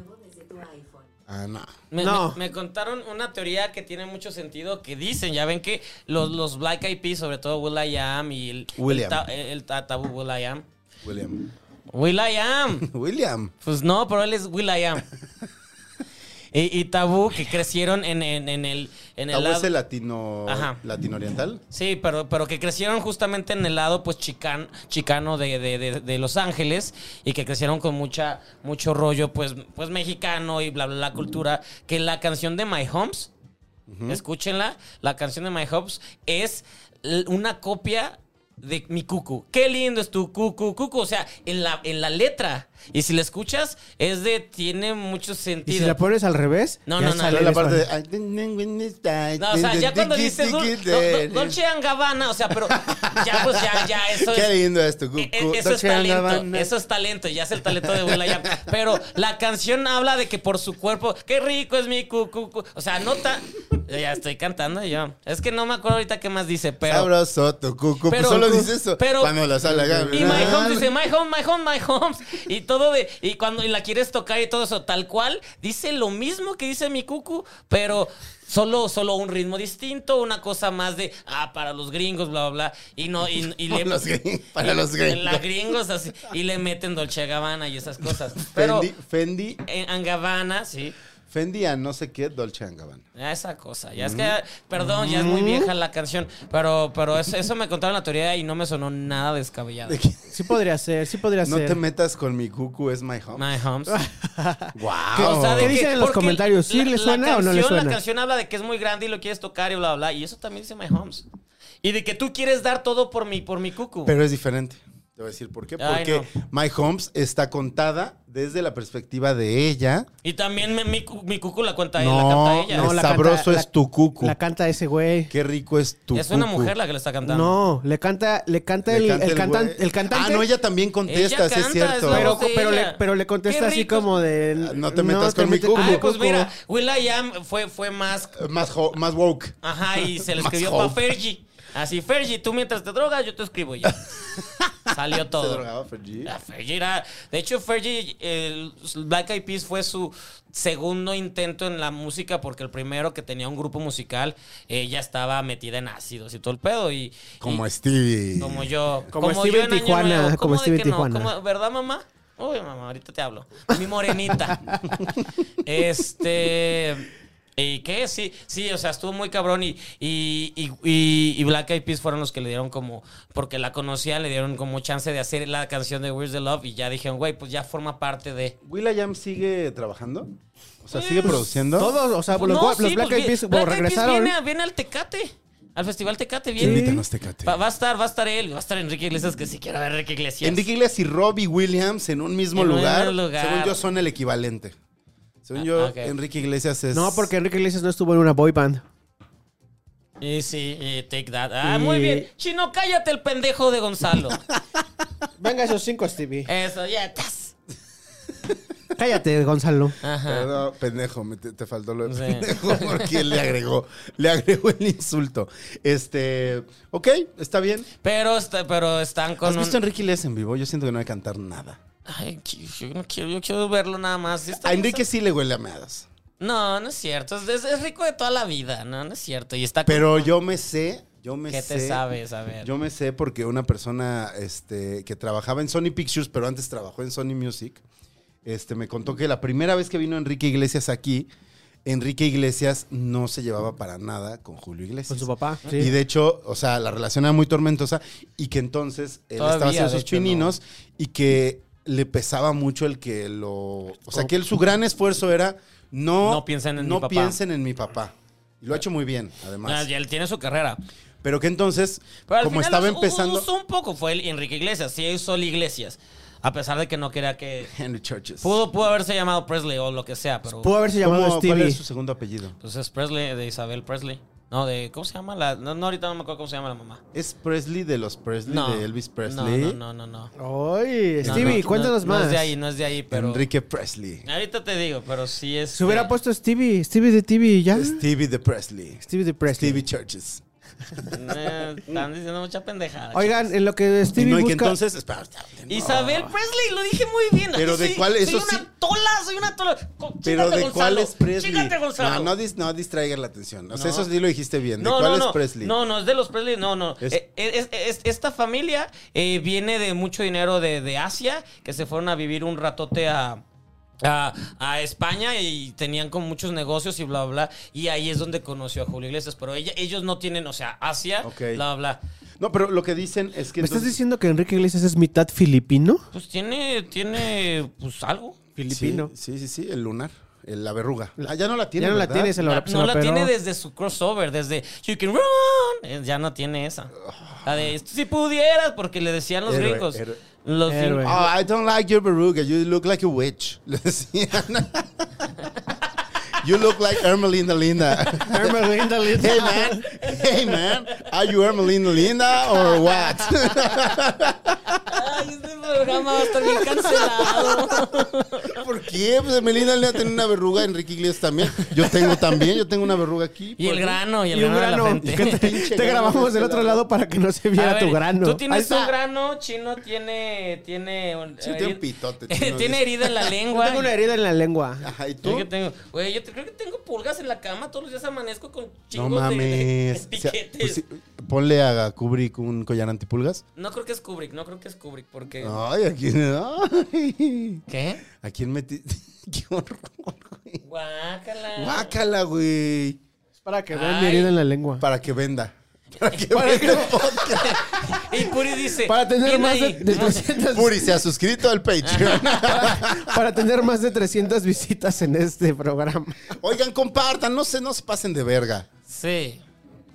D: Ah, no.
E: Me,
B: No.
E: me- me contaron una teoría que tiene mucho sentido, que dicen, ya ven que los, los Black Eyed Peas, sobre todo Will I Am y el,
D: William.
E: el, ta- el ta- tabú Will I Am.
D: William.
E: Will I Am.
D: William.
E: Pues no, pero él es Will I Am. Y, y Tabú, que crecieron en, en- en el... En el
D: ¿Tabú
E: lado-
D: es el latino,
E: Ajá.
D: latino oriental?
E: Sí, pero, pero que crecieron justamente en el lado pues chican, chicano de, de- de- de Los Ángeles y que crecieron con mucha, mucho rollo pues, pues mexicano y bla, bla, la cultura. Que la canción de My Homes, escúchenla, la canción de My Homes es l- una copia de mi cucu. Qué lindo es tu cucu, cucu. O sea, en la, en la letra. Y si la escuchas, es de, tiene mucho
B: Y
E: sentido.
B: si la pones al revés,
E: No,
B: ya
E: no, no.
B: sale
D: Pero la
B: en
D: parte
B: español.
D: de...
E: No, o sea, ya cuando dices Dol- Dol- Dolce and Gabbana, o sea, pero ya pues ya, ya eso
D: Qué
E: es.
D: lindo esto.
E: e- e- Eso es talento, eso es talento, ya es el talento de Will.i.am. Pero la canción habla de que por su cuerpo, qué rico es mi cucu. cu-". O sea, nota. Yo ya estoy cantando yo. Es que no me acuerdo ahorita qué más dice, pero.
D: Sabroso, tu cucu. Pues
E: Pero-
D: solo dices eso.
E: pero-
D: cuando la sala
E: Y My Homes dice, My Home, My Home, My Homes. Y todo de. Y cuando y la quieres tocar y todo eso, tal cual, dice lo mismo que dice mi cucu, pero solo, solo un ritmo distinto, una cosa más de, ah, para los gringos, bla, bla, bla. Y no, y, y le.
D: Para los gringos, para los gringos.
E: La gringos así. Y le meten Dolce Gabbana y esas cosas. Pero. eh,
D: Fendi, Fendi,
E: En en Gabbana, sí.
D: Fendi a no sé qué Dolce and Gabbana.
E: Ya esa cosa. Ya es que,
D: Mm.
E: perdón, ya es muy vieja la canción. Pero, pero eso, eso me contaron la teoría y no me sonó nada descabellado.
D: ¿De qué?
B: Sí podría ser, sí podría
D: No
B: ser.
D: te metas con mi cucu, es my home.
E: My Homes.
D: Wow.
B: sea, Ah, ¿Qué
E: que-
B: dicen en los
E: porque
B: comentarios? ¿Sí le suena o no le
E: canción- La
B: suena?
E: canción habla de que es muy grande y lo quieres tocar y bla, bla, bla. Y eso también dice My Homes. Y de que tú quieres dar todo por mi, por mi cucu.
D: Pero es diferente. Te voy a decir por qué.
E: Ay,
D: Porque My Homes está contada desde la perspectiva de ella.
E: y también me- mi, cu- mi cucu la cuenta ella, la
D: No,
E: canta ella.
D: no,
B: la
D: sabroso
B: canta- la-
D: es tu cucu.
B: La canta ese güey.
D: Qué rico es tu
E: es una
D: cucu.
E: mujer la que la está cantando.
B: No, le canta, le canta
D: Le
B: el,
D: canta
B: el
D: el
B: cantan-
D: güey.
B: el cantante.
D: Ah, no, ella también contesta,
E: Ella
D: sí
E: canta,
D: es cierto.
E: es la
B: Pero,
E: voz de
B: pero, le,
E: ella.
B: pero le contesta
E: Qué
B: así
E: rico.
B: como de.
D: No te metas con mi
B: metas
D: cucu.
E: Ay, pues
B: cucu.
E: mira, Will I Am fue, fue más.
D: Más, jo- más woke.
E: Ajá, y se le
D: Más
E: escribió para
D: hope.
E: Fergie. Así, Fergie, tú mientras te drogas, yo te escribo ya. Salió
D: ¿Se
E: todo.
D: drogaba Este Fergie?
E: Ah, Fergie era- de hecho, Fergie, el Black Eyed Peas fue su segundo intento en la música porque el primero que tenía un grupo musical, ella estaba metida en ácidos y todo el pedo. Y,
D: Como
E: y-
D: Stevie.
E: como yo.
B: Eh, Como
E: yo
B: Stevie
E: en Año
B: Tijuana,
E: Nuevo.
B: como
E: ¿Cómo de
B: Stevie
E: que
B: Tijuana.
E: ¿Cómo- ¿Verdad, mamá? Uy, mamá, ahorita te hablo. Mi morenita. este. ¿Y qué? Sí, sí, o sea, estuvo muy cabrón y, y, y, y- y Black Eyed Peas fueron los que le dieron como, porque la conocían, le dieron como chance de hacer la canción de Where's the Love y ya dijeron, güey, pues ya forma parte de...
D: ¿Will.i.am sigue trabajando? O sea, ¿sigue
E: Pues,
D: produciendo?
B: Todos, o sea, los,
E: No,
B: gua- los
E: sí,
B: Black
E: pues,
B: Eyed Peas
E: vi-
B: bueno,
E: Black Eyed Peas
B: regresaron. ¿eh?
E: viene, a- viene al Tecate, al Festival Tecate, viene.
D: Invítanos, Tecate.
E: Va, va a estar, va a estar él, va a estar Enrique Iglesias, que sí quiero ver a Enrique Iglesias.
D: Enrique Iglesias y Robbie Williams en un mismo
E: En un
D: lugar,
E: mismo lugar.
D: según yo, son el equivalente. Según yo,
E: Ah, ok.
D: Enrique Iglesias es...
B: No, porque Enrique Iglesias no estuvo en una boy band.
E: Y sí, y take that. Ah,
B: Y-
E: muy bien. Chino, cállate el pendejo de Gonzalo.
B: Venga, esos cinco, Stevie.
E: Eso, ya estás.
B: Cállate, Gonzalo.
E: Ajá.
D: Perdón, pendejo, me te, te faltó lo de
E: Sí.
D: pendejo porque le agregó, le agregó el insulto. Este, ok, está bien.
E: Pero, está- pero están con
D: ¿Has visto a
E: un...
D: Enrique Iglesias en vivo? Yo siento que no va a cantar nada.
E: Ay, qui- yo no quiero, yo quiero verlo nada más. Sí está-
D: A Enrique sí le huele a meadas.
E: No, no es cierto. Es, es rico de toda la vida, ¿no? No es cierto. Y está... con-
D: Pero yo me sé, yo me
E: ¿Qué
D: sé.
E: te sabes? A ver.
D: Yo me sé porque una persona este, que trabajaba en Sony Pictures, pero antes trabajó en Sony Music, este, me contó que la primera vez que vino Enrique Iglesias aquí, Enrique Iglesias no se llevaba para nada con Julio Iglesias.
B: Con su papá. Sí.
D: Y de hecho, o sea, la relación era muy tormentosa y que entonces él estaba
E: Todavía,
D: haciendo
E: de
D: sus
E: hecho,
D: pininos y que le pesaba mucho el que lo... O sea, que él, su gran esfuerzo era no,
E: No piensen en
D: no
E: mi papá.
D: piensen en mi papá. Y lo ha hecho muy bien, además.
E: Ah, ya él tiene su carrera.
D: Pero que entonces,
E: Pero al
D: como
E: final
D: estaba
E: us-
D: empezando.
E: usó un poco, fue el Enrique Iglesias, sí usó el Iglesias. A pesar de que no quería que...
D: Henry Churches.
E: Pudo, pudo haberse llamado Presley o lo que sea, pero...
B: Pudo haberse llamado
D: ¿Cómo- ¿Cuál
B: Stevie.
D: es su segundo apellido?
E: Pues es Presley, de Isabel Presley. No, de... ¿Cómo se llama la...? No, no, ahorita no me acuerdo cómo se llama la mamá.
D: ¿Es Presley de los Presley,
E: No.
D: de Elvis Presley?
E: No, no, no, no. no.
B: Ay,
E: No,
B: Stevie,
E: no,
B: cuéntanos
E: no,
B: más.
E: No es de ahí, no es de ahí, pero... Eh.
D: Enrique Presley.
E: Ahorita te digo, pero sí es...
B: Se hubiera puesto Stevie, Stevie de TV y ya.
D: Stevie de Presley.
B: Stevie de Presley.
D: Stevie Churches.
E: eh, están diciendo mucha pendejada.
B: Oigan, en lo que
D: Y
B: Stevie
D: no, y que
B: busca...
D: entonces. espera, espera, no.
E: Isabel Presley, lo dije muy bien.
D: Pero
E: Aquí
D: de
E: soy-
D: cuál, eso
E: soy una
D: sí.
E: tola, soy una tola. Co-
D: Pero
E: chíngate,
D: de cuál
E: Gonzalo,
D: es Presley.
E: chíngate, Gonzalo.
D: No, no, dis- no distraiga la atención. O sea,
E: No.
D: eso sí lo dijiste bien. ¿De
E: No,
D: cuál
E: no,
D: es
E: no.
D: Presley?
E: No, no, es de los Presley. No, no.
D: Es-
E: Eh, es- es- esta familia eh, viene de mucho dinero de, de Asia, que se fueron a vivir un ratote a, a, a España y tenían con muchos negocios y bla, bla, bla. Y ahí es donde conoció a Julio Iglesias. Pero ella- ellos no tienen, o sea, Asia,
D: Ok.
E: bla, bla.
D: No, pero lo que dicen es que.
B: ¿Me estás
D: entonces-
B: diciendo que Enrique Iglesias es mitad filipino?
E: Pues tiene, tiene, pues algo.
B: Filipino.
D: Sí, sí, sí, sí, el lunar. el- la verruga. Ah, ya no la tiene.
B: ya no la
D: ¿verdad?
B: tiene, se la,
E: La-
B: se
E: no la
B: operó.
E: tiene desde su crossover, desde You Can Run. Eh, Ya no tiene esa. La de si pudieras, porque le decían los
D: Héroe,
E: gringos.
D: héroe.
E: Los
B: Héroe.
E: gringos.
D: Oh, I don't like your verruga. You look like a witch. Le decían. you look like Ermelinda Linda.
B: Ermelinda Linda.
D: Hey man, hey man, are you Ermelinda Linda or what?
E: Ay, este programa va a estar bien cancelado.
D: ¿Por qué? Pues Ermelinda Linda tiene una verruga, Enrique Iglesias también. Yo tengo también, yo tengo una verruga aquí.
E: y el grano, y el
B: Y un
E: grano, de
B: grano.
E: la
B: Y que
E: frente.
B: te,
D: Pinche
B: te
D: grano de
B: grabamos
D: este
B: del otro
D: lado.
B: lado para que no se
E: A
B: viera
E: ver,
B: tu grano.
E: Tú
B: Ahí
E: tienes
B: está.
E: un grano, Chino tiene. Tiene, un-
D: Sí, tiene un pitote, Chino,
E: tiene
D: dice.
E: herida en la
B: Yo
E: lengua.
B: tengo una herida en la lengua.
D: Ajá, ¿y
E: Yo
D: tú?
E: que tengo, güey, yo te- creo que tengo pulgas en la cama, todos los días amanezco con
D: No
E: chingos de- de,
D: mames. O sea,
E: piquetes.
D: pues sí, ponle a Kubrick un collar antipulgas.
E: No creo que es Kubrick, no creo que es Kubrick, porque...
D: Ay, aquí. Ay.
E: ¿Qué?
D: ¿A quién metiste? Qué horror, güey.
E: Guácala.
D: Guácala, güey.
B: Es para que vean mi
E: Ay.
B: herida en la lengua.
D: Para que venda. Para que venda el podcast.
E: Y Puri dice...
B: Para tener
E: "Ven
B: más
E: ahí".
B: de, de 300
D: Puri se ha suscrito al Patreon.
B: para tener más de 300 visitas en este programa.
D: Oigan, compartan, no se, no se pasen de verga.
E: Sí.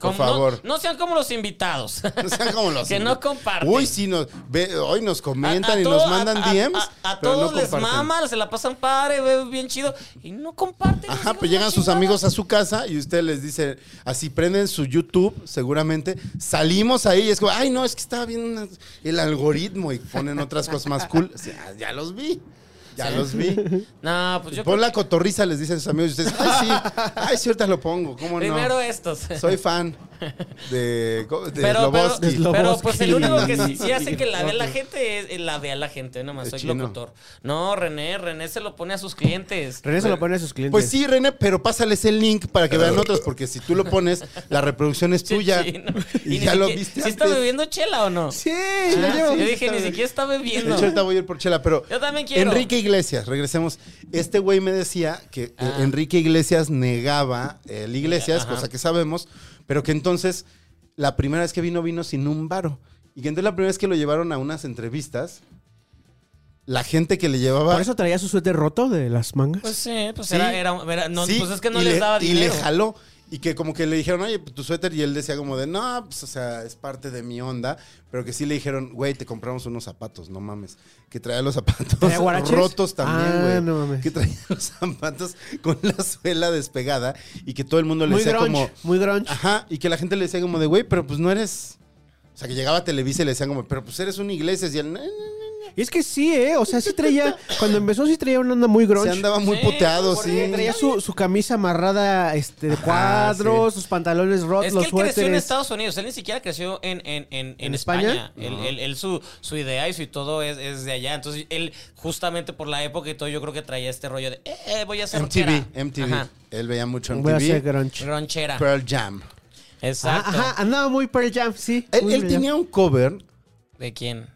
D: Por
E: Como-
D: favor.
E: No, no sean como los invitados.
D: No sean como los.
E: Que no comparten.
D: Uy, sí, nos, ve- hoy nos comentan
E: A- a
D: y
E: todo-
D: nos mandan
E: a- a-
D: DMs.
E: A, a
D: pero
E: todos
D: no
E: les
D: comparten.
E: maman, se la pasan padre, ve bien chido. Y no comparten. los
D: Ajá,
E: hijos
D: pues
E: de
D: llegan
E: la
D: sus
E: chingada.
D: amigos a su casa y usted les dice, así prenden su YouTube, seguramente, salimos ahí y es como, ay, no, es que estaba viendo una- el algoritmo y ponen otras cosas más cool. O sea, ya los vi, ya los vi.
E: No, pues yo...
D: Pon la cotorriza, les dicen sus amigos y ustedes, ay, sí, ay, sí, ahorita lo pongo, ¿cómo no?
E: Primero estos.
D: Soy fan de, de
E: pero, pero,
D: Sloboski.
B: Sloboski.
E: pero, pues el único que sí, sí
B: Y-
E: hace que la vea la
B: y-
E: gente es es la vea la gente, nomás
D: El
E: soy
D: chino.
E: locutor. No, René, René se lo pone a sus clientes.
B: René se lo pone a sus clientes.
D: Pues sí, René, pero pásales el link para que vean otros, porque si tú lo pones, la reproducción es tuya.
E: Sí, no.
D: Y,
E: Y ni
D: ya lo
E: siquiera-
D: viste
E: ¿Sí está
D: antes.
E: bebiendo chela o no?
B: Sí,
E: Ah,
B: lo llevo.
E: yo dije, ni siquiera está bebiendo.
D: De hecho, ahorita voy a ir por chela, pero.
E: Yo también quiero.
D: Enrique Iglesias, regresemos. Este güey me decía que eh, Enrique Iglesias negaba el Iglesias,
E: Ah. Ajá.
D: cosa que sabemos, pero que entonces la primera vez que vino, vino sin un varo. Y que entonces la primera vez que lo llevaron a unas entrevistas, la gente que le llevaba.
B: Por eso traía su suéter roto de las mangas.
E: Pues sí, pues
D: Sí.
E: era, era, era- no,
D: Sí,
E: pues es que no
D: y
E: les
D: le-
E: daba dinero.
D: Y le jaló. Y que como que le dijeron, oye, pues tu suéter. Y él decía como de, no, pues, o sea, es parte de mi onda. Pero que sí le dijeron, güey, te compramos unos zapatos, no mames. Que traía los zapatos
B: ¿Traía guaraches?
D: rotos también,
B: Ah,
D: güey.
B: no mames.
D: Que traía los zapatos con la suela despegada. Y que todo el mundo le
B: muy
D: decía
B: grunge,
D: como...
B: muy grunge.
D: Ajá, y que la gente le decía como de, güey, pero pues no eres... O sea, que llegaba a Televisa y le decían como, pero pues eres un Iglesias. Y él, "No, no, no".
B: Y es que sí, ¿eh? O sea, sí traía... Cuando empezó sí traía una onda muy
D: se
B: grunge.
D: andaba muy
E: Sí,
D: puteado,
E: por
D: sí.
B: Porque Traía su, su camisa amarrada este, de
D: Ajá,
B: cuadros, sus pantalones rotos,
E: Es que
B: los
E: él creció en
B: suéteres.
E: Estados Unidos, él ni siquiera creció en, en, en, en
B: ¿En España?
E: España. Él, él- él su, su idea y su todo es, es de allá. Entonces, él, justamente por la época y todo, yo creo que traía este rollo de, eh, voy a ser
D: MTV,
E: rockera".
D: MTV.
E: Ajá.
D: Él veía mucho
B: Voy a hacer
D: MTV.
B: grunge.
E: Ronchera.
D: Pearl Jam.
B: Ah,
E: Exacto.
B: ajá, andaba muy Pearl Jam, sí.
D: Él,
B: muy
D: él
B: Pearl Jam.
D: tenía un cover.
E: ¿De quién?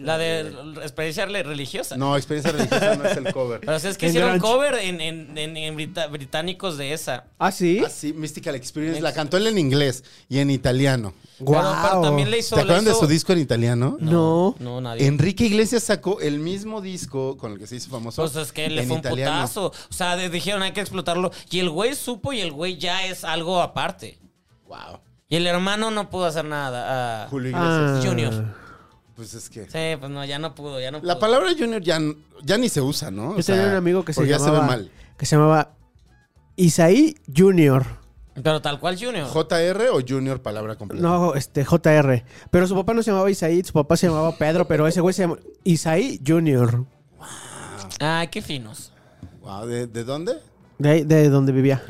E: la de experiencia re- religiosa.
D: No, experiencia religiosa no es el cover.
E: Pero si es que
B: En
E: hicieron
B: grunge.
E: cover en, en, en, en brita- británicos de esa.
B: ¿Ah, sí?
D: Ah, sí, Mystical Experience. La cantó él en inglés y en italiano.
E: Pero- Pero,
B: Guau.
E: también le hizo.
D: ¿Te acuerdan
E: le
D: de
E: hizo-
D: su disco en italiano?
B: No.
E: No, nadie.
D: Enrique Iglesias sacó el mismo disco con el que se hizo famoso.
E: Pues es que le
D: en
E: fue un
D: italiano.
E: putazo. O sea, de- dijeron hay que explotarlo. Y el güey supo y el güey ya es algo aparte.
D: Wow.
E: Y el hermano no pudo hacer nada. ah,
D: Julio Iglesias.
B: Ah,
E: Junior.
D: Pues es que.
E: Sí, pues no, ya no pudo, ya no pudo.
D: La palabra junior ya, ya ni se usa, ¿no? O
B: Yo tenía
D: sea,
B: un amigo que se
D: porque ya
B: llamaba.
D: se ve mal.
B: Que se llamaba Isaí Junior.
E: Pero tal cual Junior.
D: ¿JR o junior palabra completa?
B: No, este, JR. Pero su papá no se llamaba Isaí, su papá se llamaba Pedro, pero ese güey se llama Isaí Junior.
E: Ay, qué finos.
D: Wow, ¿de, de dónde?
B: De, ahí- de donde vivía.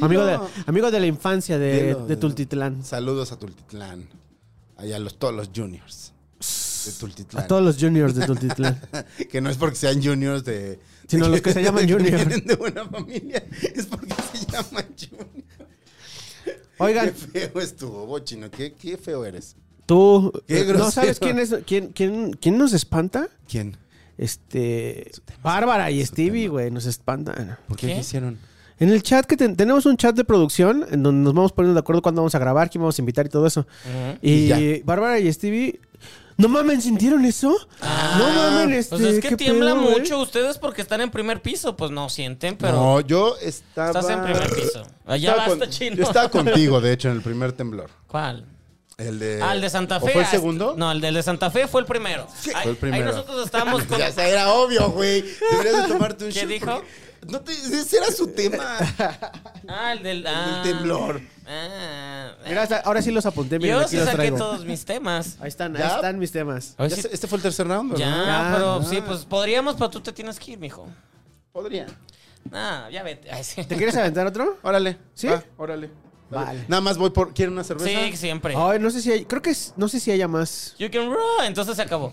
B: Amigo, de,
D: No.
B: amigo de la infancia de,
D: Dilo,
B: de
D: dilo.
B: Tultitlán.
D: Saludos a Tultitlán. Allá los, todos los juniors de Tultitlán.
B: A todos los juniors de Tultitlán.
D: Que no es porque sean juniors de.
B: Sino los que se llaman
D: de
B: junior.
D: vienen de una familia. Es porque se llaman junior.
B: Oigan,
D: Qué feo estuvo, chino. Qué, qué feo eres.
B: tú.
D: Qué
B: ¿No
D: grosero.
B: sabes quién, es, quién, quién, quién nos espanta?
D: ¿Quién?
B: Este. Bárbara y Stevie, güey, nos Ah, espantan.
D: ¿Por
E: ¿Qué?
D: hicieron?
B: En el chat que ten- tenemos un chat de producción en donde nos vamos poniendo de acuerdo cuándo vamos a grabar, quién vamos a invitar y todo eso.
D: Y ya.
B: Y Bárbara y Stevie, no mamen, ¿sintieron eso? no mamen, este,
E: Pues es que
B: qué
E: tiembla
B: pedo, eh. güey.
E: mucho ustedes porque están en primer piso. Pues no sienten, pero
D: no, yo estaba.
E: estás en primer piso. Allá
D: estaba
E: basta,
D: con-
E: chino.
D: Yo estaba contigo, de hecho, en el primer temblor.
E: ¿Cuál?
D: El de.
E: Ah, el de Santa
D: Eh, ¿o
E: Fe.
D: ¿Fue el
E: ah,
D: segundo?
E: No, el del de Santa Fe fue el primero. Ahí-
D: Fue el primero.
E: Ahí nosotros estábamos con...
D: Ya se era obvio, güey. Deberías de tomarte un
E: ¿Qué
D: shot,
E: dijo?
D: porque No te, ese era su tema.
E: Ah, el del... ah.
D: temblor.
E: Ah. eh.
B: Mira, hasta- ahora sí los apunté, miren,
E: Yo
B: aquí
E: sí
B: los
E: saqué
B: traigo.
E: todos mis temas.
B: Ahí están, ahí
D: ¿Ya?
B: están mis temas.
D: Ya se- este fue el tercer round,
E: Ya,
D: ¿verdad?
E: pero sí, pues podríamos, pero tú te tienes que ir, mijo.
D: Podría.
E: Ah, ya vete. Ay, sí.
B: ¿Te quieres aventar otro?
D: Órale.
B: ¿Sí?
D: Va, órale.
B: Vale.
D: Nada más voy por. ¿Quieren una cerveza?
E: Sí, siempre.
B: Ay, no sé si hay, creo que es- no sé si haya más.
E: You can roll. Entonces se acabó.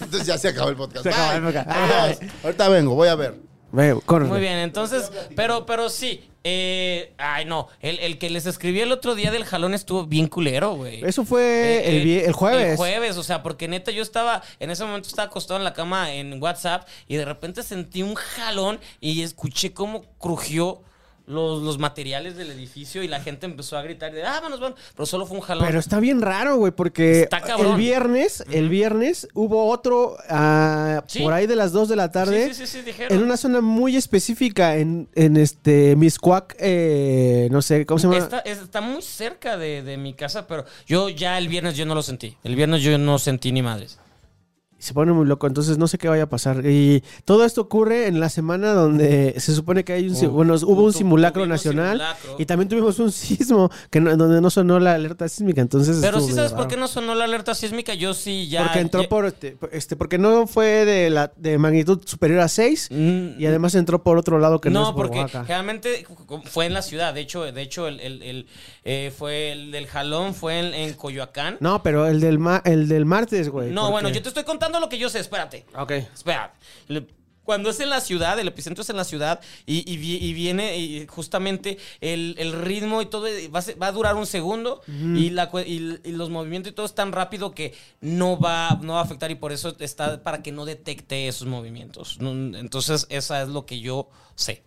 D: Entonces ya se acabó el podcast.
B: Se acabó el
D: Bye.
B: podcast.
D: Adiós. Ahorita vengo, voy a ver.
B: Ve, corre.
E: Muy bien, entonces, pero, pero sí. eh, ay, no. El, el que les escribí el otro día del jalón estuvo bien culero, güey.
B: Eso fue
E: Eh,
B: el, vie- el jueves.
E: El jueves, o sea, porque neta yo estaba, en ese momento estaba acostado en la cama en WhatsApp y de repente sentí un jalón y escuché cómo crujió los, los materiales del edificio y la gente empezó a gritar de, ah, vámonos, vámonos. Pero solo fue un jalón.
B: Pero está bien raro, güey, porque
E: Está cabrón.
B: el viernes, el viernes hubo otro ah,
E: Sí.
B: por ahí de las 2 de la tarde.
E: sí, sí, sí, sí, dijeron.
B: En una zona muy específica, en, en este Miscuac, eh, no sé, ¿cómo se llama?
E: Está, es- está muy cerca de, de mi casa, pero yo ya el viernes yo no lo sentí. El viernes yo no sentí ni madres.
B: Se pone muy loco, entonces no sé qué vaya a pasar. Y todo esto ocurre en la semana donde se supone que hay un, si-
E: Oh.
B: bueno, hubo un
E: Tu-
B: simulacro
E: tuvimos
B: nacional
E: simulacro.
B: y también tuvimos un sismo que no- donde no sonó la alerta sísmica, entonces
E: Pero
B: estuvo
E: sí
B: medio
E: sabes por
B: raro.
E: qué no sonó la alerta sísmica, yo sí ya...
B: Pues Porque entró
E: ya-
B: por este, este, porque no fue de la de magnitud superior a 6
E: Mm,
B: y además entró por otro lado que no,
E: no,
B: es por
E: porque
B: Oaxaca.
E: realmente fue en la ciudad. De hecho, de hecho el, el- el, eh, fue el del jalón, fue en, en Coyoacán. No,
B: No, pero el del ma- el del martes, güey. porque-
E: bueno, yo te estoy contando lo que yo sé, espérate.
B: Ok.
E: Espera. Le- Cuando es en la ciudad, el epicentro es en la ciudad y, y vi- y viene y justamente el, el ritmo y todo eh, va a, ser- va a durar un segundo y, la cue- y l- y los movimientos y todo es tan rápido que no va, no va a afectar y por eso está para que no detecte esos movimientos. No, Entonces, esa es lo que yo sé.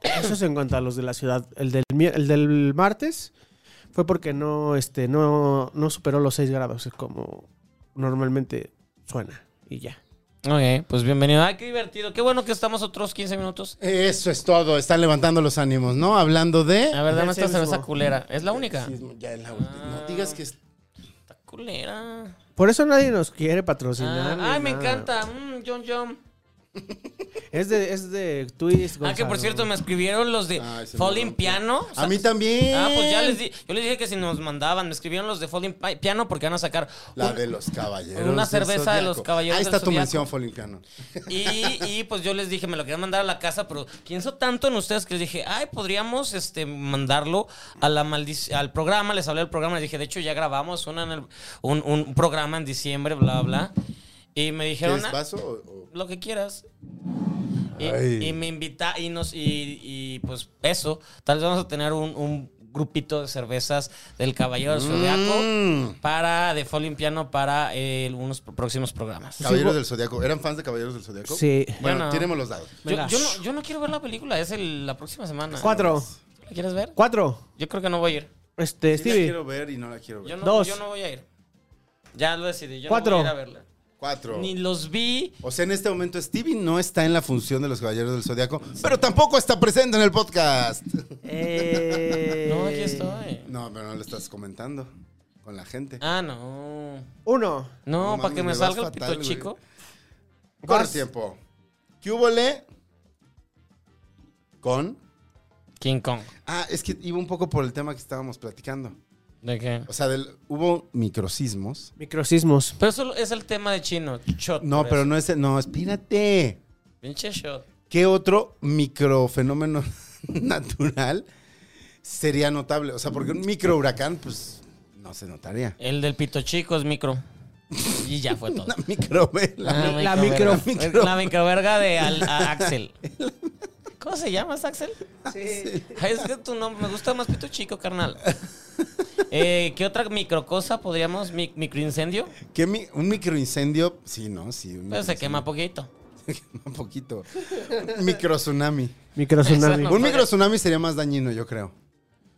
B: Eso es en cuanto a los de la ciudad. El del, mier- el del martes fue porque no, este, no, no superó los 6 grados, es como normalmente suena y ya.
E: Ok, pues bienvenido. Ay, qué divertido. Qué bueno que estamos otros 15 minutos.
D: Eso es todo. Están levantando los ánimos, ¿no? Hablando
E: La
D: de.
E: verdad, dame
B: Ese
E: esta cerveza
B: mismo.
E: culera. Es la única. Ah.
D: Ya es la última. No digas que. es-
E: Está culera.
B: Por eso nadie nos quiere patrocinar.
E: Ah,
B: ni
E: ay, me
B: nada.
E: encanta. Mm, John John.
B: Es de, es de Twist.
E: Ah, que por
B: Gonzalo.
E: cierto, me escribieron los de
D: Ay, se me
E: Falling
D: rompió.
E: Piano. O sea,
D: A mí también.
E: Ah, pues ya les di. Yo les dije que si nos mandaban, me escribieron los de Falling Pi- Piano porque van a sacar.
D: La
E: un-
D: de los caballeros.
E: Una
D: del
E: cerveza de los
D: Zodiaco.
E: caballeros
D: Ahí está
E: del
D: tu
E: Zodiaco.
D: mención, Folincano.
E: Y, y, pues yo les dije, me lo querían mandar a la casa, pero pienso tanto en ustedes que les dije, ay, podríamos este, mandarlo a la maldic- al programa. Les hablé del programa, les dije, de hecho ya grabamos una en el- un, un programa en diciembre, bla, bla. Y me dijeron,
D: ¿Quieres
E: "Ah,
D: vaso o.? o-
E: lo que quieras. Y,
D: Ay.
E: y me invita, y nos, y, y, pues eso, tal vez vamos a tener un, un grupito de cervezas del Caballero del Zodiaco
D: Mm.
E: para, de Falling Piano para eh, unos próximos programas.
D: Caballeros del Zodiaco. ¿Eran fans de Caballeros del Zodiaco?
B: Sí.
D: Bueno,
E: Yo no.
D: tiremos los dados.
E: Yo,
B: Venga.
E: yo no, yo no quiero ver la película, es el- la próxima semana.
B: Cuatro.
E: ¿La quieres ver?
B: Cuatro.
E: Yo creo que no voy a ir.
B: Este,
D: Sí la
B: Stevie.
D: quiero ver y no la quiero ver.
E: Yo no,
B: Dos.
E: yo no voy a ir. Ya lo decidí. Yo
B: Cuatro.
E: no voy a ir a verla.
D: Cuatro.
E: ni los vi.
D: O sea, en este momento Stevie no está en la función de los Caballeros del Zodiaco, pero tampoco está presente en el podcast. Eh.
E: No, aquí estoy.
D: No, pero no lo estás comentando con la gente.
E: Ah, no.
B: Uno.
E: No,
D: No
E: para que
D: mames,
E: me
D: me vas
E: salga
D: fatal,
E: el pito
D: güey.
E: chico.
D: Corre
B: vas.
D: tiempo. ¿Qué hubo le? Con.
E: King Kong.
D: Ah, es que iba un poco por el tema que estábamos platicando.
E: ¿De qué?
D: O sea, del- hubo microcismos.
B: Microsismos.
E: Pero eso es el tema de chino. Shot.
D: No,
E: por
D: pero
E: eso.
D: no es. No, espírate.
E: Pinche shot.
D: ¿Qué otro microfenómeno natural sería notable? O sea, porque un micro huracán, pues, no se notaría.
E: El del pito chico es micro. Y ya fue todo.
D: Una microvela.
E: Ah,
B: la
E: microverga.
D: micro- micro-
E: La microverga de al- a Axel. ¿Cómo se llamas, Axel?
B: Sí.
E: Ay, es que tu nombre me gusta más pito chico, carnal. Eh, ¿Qué otra microcosa podríamos? mi- ¿Microincendio?
D: ¿Qué mi- un microincendio, sí, ¿no? Sí, un
E: Pero se
D: microincendio.
E: quema poquito.
D: Se quema un poquito. Un microtsunami.
B: Microtsunami.
E: Eso
D: Un microtsunami sería más dañino, yo creo.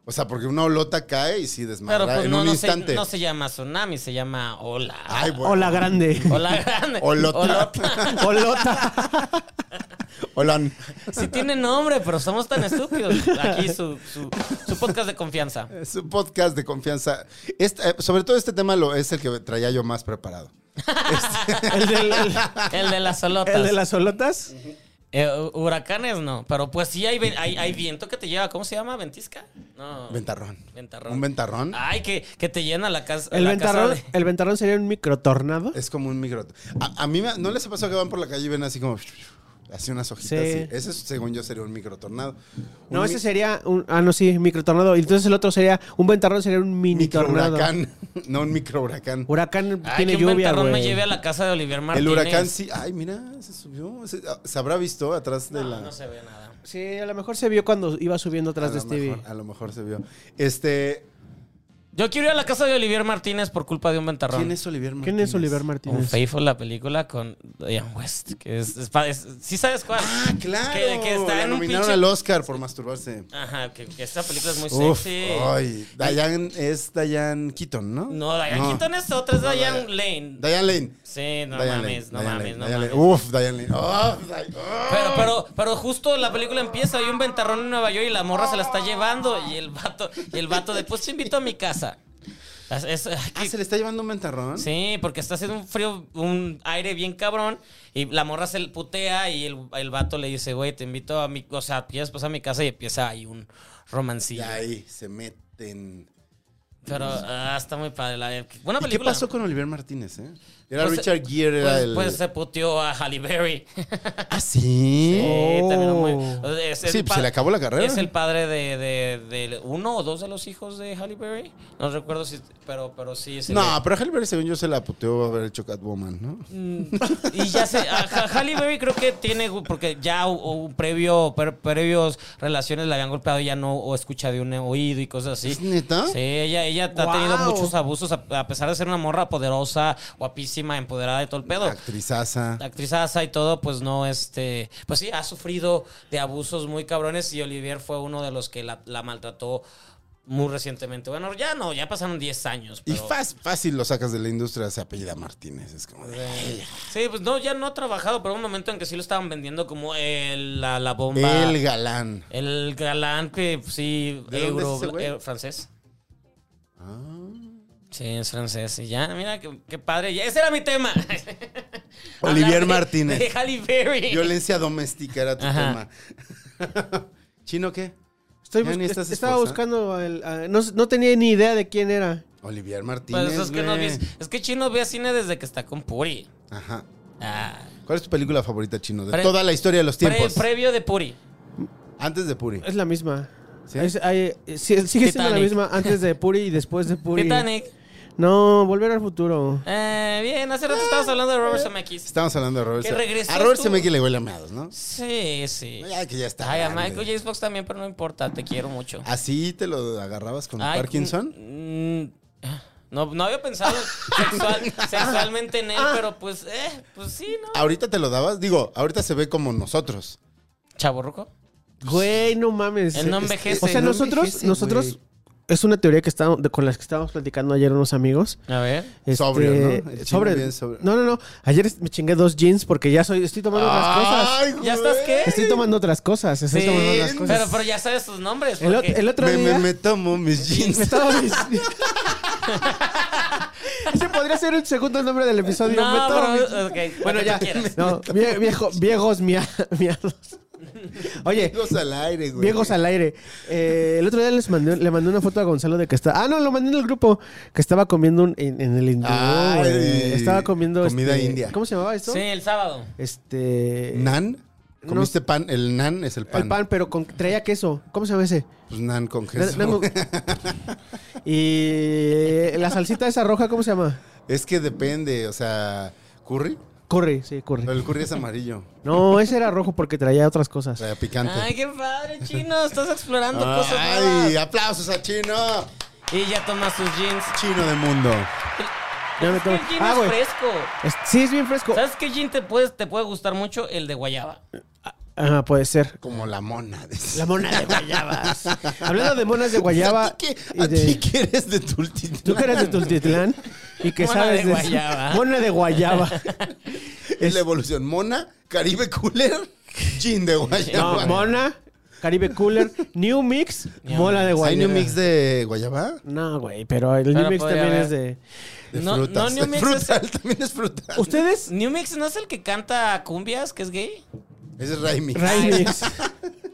D: O sea, porque una olota cae y sí desmadra
E: Pero pues
D: en
E: no,
D: un
E: no
D: instante.
E: Se, no se llama tsunami, se llama ola.
D: Ay, bueno.
B: Hola grande.
E: Ola grande.
D: Olota.
B: Olota.
D: Olan.
E: Sí tiene nombre, pero somos tan estúpidos. Aquí su, su, su podcast de confianza.
D: Es un podcast de confianza. Este, eh, sobre todo este tema lo, es el que traía yo más preparado.
B: El, del- el-
E: El de las solotas.
B: el de las olotas.
E: Eh, hu- huracanes no, pero pues sí hay, ven- hay, hay viento que te lleva. ¿Cómo se llama? ¿Ventisca? No.
D: Ventarrón.
E: Ventarrón. Ah.
D: Un ventarrón
E: Ay, que, que te llena la casa.
B: El
E: la
B: ventarrón,
E: casa de-
B: el ventarrón sería un microtornado.
D: es como un micro. A, a mí me- no les ha pasado que van por la calle y ven así como. Así unas hojitas.
B: Sí.
D: así? Ese, según yo, sería un microtornado.
B: No,
D: Un
B: ese
D: mi-
B: sería un. Ah, no, sí, microtornado. Y Entonces el otro sería. Un ventarrón sería un mini tornado.
D: microhuracán. No, un microhuracán.
B: Huracán
E: Ay,
B: tiene
E: que un
B: lluvia,
E: ventarrón me
B: güey.
E: lleve a la casa de Olivier Martínez.
D: El huracán sí. Ay, mira, se subió. Se, ah, se habrá visto atrás de la.
E: No se ve nada.
B: Sí, a lo mejor se vio cuando iba subiendo
D: a
B: atrás de
D: lo
B: Stevie.
D: mejor- Ah, a lo mejor se vio. Este.
E: Yo quiero ir a la casa de Olivier Martínez por culpa de un ventarrón.
D: ¿Quién es Oliver Martínez?
B: ¿Quién es Oliver Martínez?
E: Un Faithful, la película con Diane West. Que es, es pa- es- ¿Sí sabes cuál?
D: Ah, claro.
E: Que, que está
D: la
E: en
D: nominaron
E: un pinche... Ah, pues
D: al Oscar por masturbarse.
E: Ajá, que, que esta película es muy
D: Uf,
E: sexy.
D: ay. Diane es Diane Keaton, ¿no?
E: No, Diane Keaton es otra, es
D: No,
E: Diane
D: Diane-
E: Lane.
D: Diane Lane.
E: Sí, no
D: Diane Lane,
E: mames, no
D: Diane
E: mames,
D: Lane,
E: no
D: Diane
E: mames.
D: Lane. Uf, Diane Lane. Oh, Di- oh.
E: Pero, pero, pero justo la película empieza, hay un ventarrón en Nueva York y la morra se la está llevando y el vato, y el vato de, pues te invito a mi casa. Es- es- ay,
D: Ah,
E: que-
D: ¿se le está llevando un ventarrón?
E: sí, porque está haciendo un frío, un aire bien cabrón y la morra se putea y el, el vato le dice, güey, te invito a mi, o sea, quieres pasar a mi casa y empieza ahí un
D: Y
E: romancillo.
D: ahí se meten.
E: Pero ah, está muy padre. La, buena
D: ¿Y qué
E: película.
D: pasó con Oliver Martínez, eh? Era
E: Pues,
D: Richard Gere, era
E: Pues,
D: el...
E: pues se puteó a Halle Berry.
D: ¿Ah, sí?
E: Sí, también
B: Oh.
E: muy- o sea, es el
D: Sí, pues,
E: pa-
D: se le acabó la carrera.
E: Es el padre de, de- de uno o dos de los hijos de Halle Berry. No recuerdo si. Pero, pero sí. se
D: No, pero Halle Berry, según yo, se la puteó haber hecho Catwoman, ¿no?
E: le- Mm, Y ya se. a Ha- Halle Berry creo que tiene. Porque ya u- u- previo, per- previos relaciones la habían golpeado y ya no o escucha de un oído y cosas así.
D: ¿Es neta?
E: Sí, ella, ella ha tenido
B: Guau.
E: muchos abusos. A, a pesar de ser una morra poderosa, guapísima, empoderada y todo el
D: Ah,
E: pedo.
D: Actrizaza.
E: actriz Asa y todo, pues no, este, pues sí, ha sufrido de abusos muy cabrones y Olivier fue uno de los que la, la maltrató muy recientemente. Bueno, ya no, ya pasaron 10 años.
D: Y
E: pero-
D: fácil, fácil lo sacas de la industria, se apellida Martínez. Es como de...
E: Sí, pues no, ya no ha trabajado, pero hubo un momento en que sí lo estaban vendiendo como el, la, la bomba.
D: El galán.
E: el galán que pues, sí,
D: ¿De dónde es ese güey?
E: eh, francés.
D: Ah.
E: Sí, es francés. Y ya, mira, qué, qué padre. Ya, ese era mi tema.
D: Olivier
E: Hablar de-
D: Martínez.
E: De Halle Berry.
D: Violencia doméstica era tu
E: Ajá.
D: tema. ¿Chino qué?
B: Estoy
D: Ya
B: bus-
D: ni estás
B: estaba
D: esforzando.
B: buscando. el- a- no, no tenía ni idea de quién era.
D: Olivier Martínez.
E: Pues es que, no
D: güey.
E: ves- es que Chino ve cine desde que está con Puri.
D: Ajá.
E: Ah.
D: ¿Cuál es tu película favorita, Chino? De
E: Pre-
D: toda la historia de los
E: Pre-
D: tiempos.
E: previo de Puri.
D: Antes de Puri.
B: Es la misma.
D: ¿Sí?
B: Es- hay- eh, sí, sigue siendo la
E: Titanic.
B: misma antes de Puri y después de Puri.
E: Titanic.
B: No, volver al futuro.
E: Eh, bien, hace rato estabas hablando de
D: Ah.
E: Robert Zemeckis.
D: Estamos hablando de Robert
E: Que
D: Zeme-
E: regresó
D: A Robert
E: tú.
D: Zemeckis le huele a meados, ¿no?
E: Sí, sí.
D: Ya que ya está.
E: Ay, a
D: grande.
E: Michael J. Fox también, pero no importa, te quiero mucho.
D: ¿Así te lo agarrabas con
E: Ay,
D: Parkinson?
E: mm, mm, ah, no, no había pensado sexual- sexualmente en él,
D: Ah.
E: pero pues, eh, pues sí, ¿no?
D: ¿Ahorita te lo dabas? Digo, ahorita se ve como nosotros.
E: Chaborruco.
B: Güey, no mames.
E: Él no
B: Es-
E: envejece.
B: O sea,
D: No
B: nosotros,
D: envejece,
B: nosotros
D: güey.
B: es una teoría que está, de- con las que estábamos platicando ayer unos amigos.
E: A ver.
B: Este,
D: Sobrio, ¿no? El chingo
B: sobre-
D: bien sobrio.
B: No, no, no. Ayer es- me chingué dos jeans porque ya soy, estoy tomando otras cosas.
D: Ay,
E: ¿Ya estás
D: güey.
E: qué?
B: Estoy tomando otras cosas. Estoy
E: Sí,
B: tomando otras
D: Pues
B: cosas.
E: pero, pero ya sabes sus nombres.
B: el,
E: Porque...
B: ot- el otro
D: Me,
B: día
D: me, me tomo mis jeans.
B: me estaba mis- Ese podría ser el segundo nombre del episodio.
E: No,
B: Me tomo mis-
E: pero- ok,
B: Bueno,
E: lo que
B: ya.
E: tú quieras.
B: No, vie- viejo- viejos mia- miados. Oye,
D: Viejos al aire, güey.
B: Viejos al aire. Eh, el otro día les mandé, le mandé una foto a Gonzalo de que está. Ah, no, lo mandé en el grupo. Que estaba comiendo un- en, en el hindú.
D: Ay,
B: güey. estaba comiendo.
D: comida
B: este,
D: india.
B: ¿Cómo se llamaba esto?
E: Sí, el sábado.
B: Este.
D: ¿Nan? ¿Comiste pan? El nan es el pan.
B: El pan, pero con, traía queso. ¿Cómo se llama ese?
D: Pues nan con
B: Na-
D: queso.
B: na- y eh, la salsita esa roja, ¿cómo se llama?
D: Es que depende, o sea, curry.
B: Curry, sí,
D: Pero
B: curry.
D: el curry es amarillo,
B: No, ese era rojo porque traía otras
D: o
B: cosas.
D: sea, picante.
E: Ay, qué padre, chino. Estás explorando cosas
D: Ay,
E: nuevas.
D: aplausos a Chino.
E: Y ya tomas sus jeans.
D: Chino de mundo.
B: Ya me
E: Es que
B: tomo-
E: el gin
B: Ah,
E: es
B: güey.
E: fresco.
B: Es- sí, es bien fresco.
E: ¿Sabes qué gin te, puedes, te puede gustar mucho? El de guayaba.
B: Ah, puede ser.
D: Como la mona. dice.
B: La mona de guayabas. Hablando de monas de guayaba.
D: ¿A ti qué,
B: y
D: a
B: de-
D: ti qué eres de Tultitlán?
B: Tú que eres de Tultitlán y que
E: Mona
B: sabes
E: de guayaba.
B: Mona de guayaba.
D: Es la evolución. Mona, Caribe Cooler, Gin de
B: No,
D: Guayaba.
B: Mona, Caribe Cooler, New Mix, Mona de
D: ¿Hay
B: guayaba.
D: un mix de guayaba?
B: No, güey, pero el
E: Pero
B: New Mix
E: podría
B: también
E: haber.
B: es de...
D: De
E: No,
D: frutas.
E: no, New Mix es-
D: frutal, también es frutal.
B: ¿Ustedes?
E: New Mix no es el que canta cumbias, que es gay.
D: Ese es Raimi.
B: Ray Mix.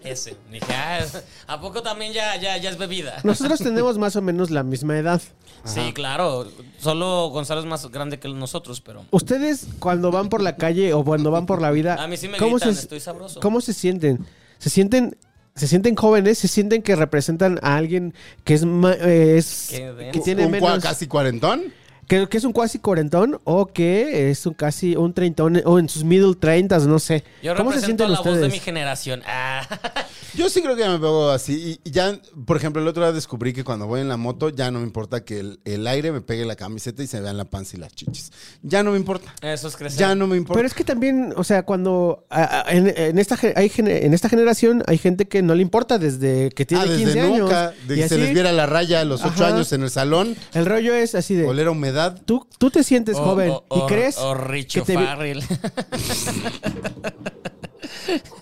E: Ese. Dije, ah, es- ¿a poco también ya, ya, ya es bebida?
B: Nosotros tenemos más o menos la misma edad.
E: Sí, claro. Solo Gonzalo es más grande que nosotros, pero.
B: ¿Ustedes cuando van por la calle o cuando van por la vida...
E: A mí sí me gritan, estoy sabroso.
B: ¿Cómo se sienten? ¿Se sienten... ¿Se sienten jóvenes? ¿Se sienten que representan a alguien que es... ma- eh, es-
E: Que denso.
B: que tiene
D: un cua-
B: menos...
D: casi cuarentón.
B: Que, que es un cuasi cuarentón o que es un casi un treintón o en sus middle treintas, no sé.
E: Yo
B: ¿Cómo se
E: represento
B: sienten
E: a la voz de
B: ustedes?
E: mi generación. Ah.
D: Yo sí creo que ya me veo así. Y, y ya, por ejemplo, el otro día descubrí que cuando voy en la moto ya no me importa que el, el aire me pegue la camiseta y se vean la panza y las chichis. Ya no me importa.
E: Eso es crecer.
D: Ya no me importa.
B: Pero es que también, o sea, cuando a- a- en, en esta gen- hay gen- en esta generación hay gente que no le importa desde que tiene
D: ah, desde
B: 15 años.
D: nunca. de
B: y
D: que
B: así,
D: se les viera la raya a los ocho
B: Ajá.
D: años en el salón,
B: El rollo es así de
D: oler a humedad.
B: tú, tú te sientes
E: O-
B: joven
E: o-
B: y
E: o-
B: crees
E: O oh, Richo
B: que te vi-
E: Farrell.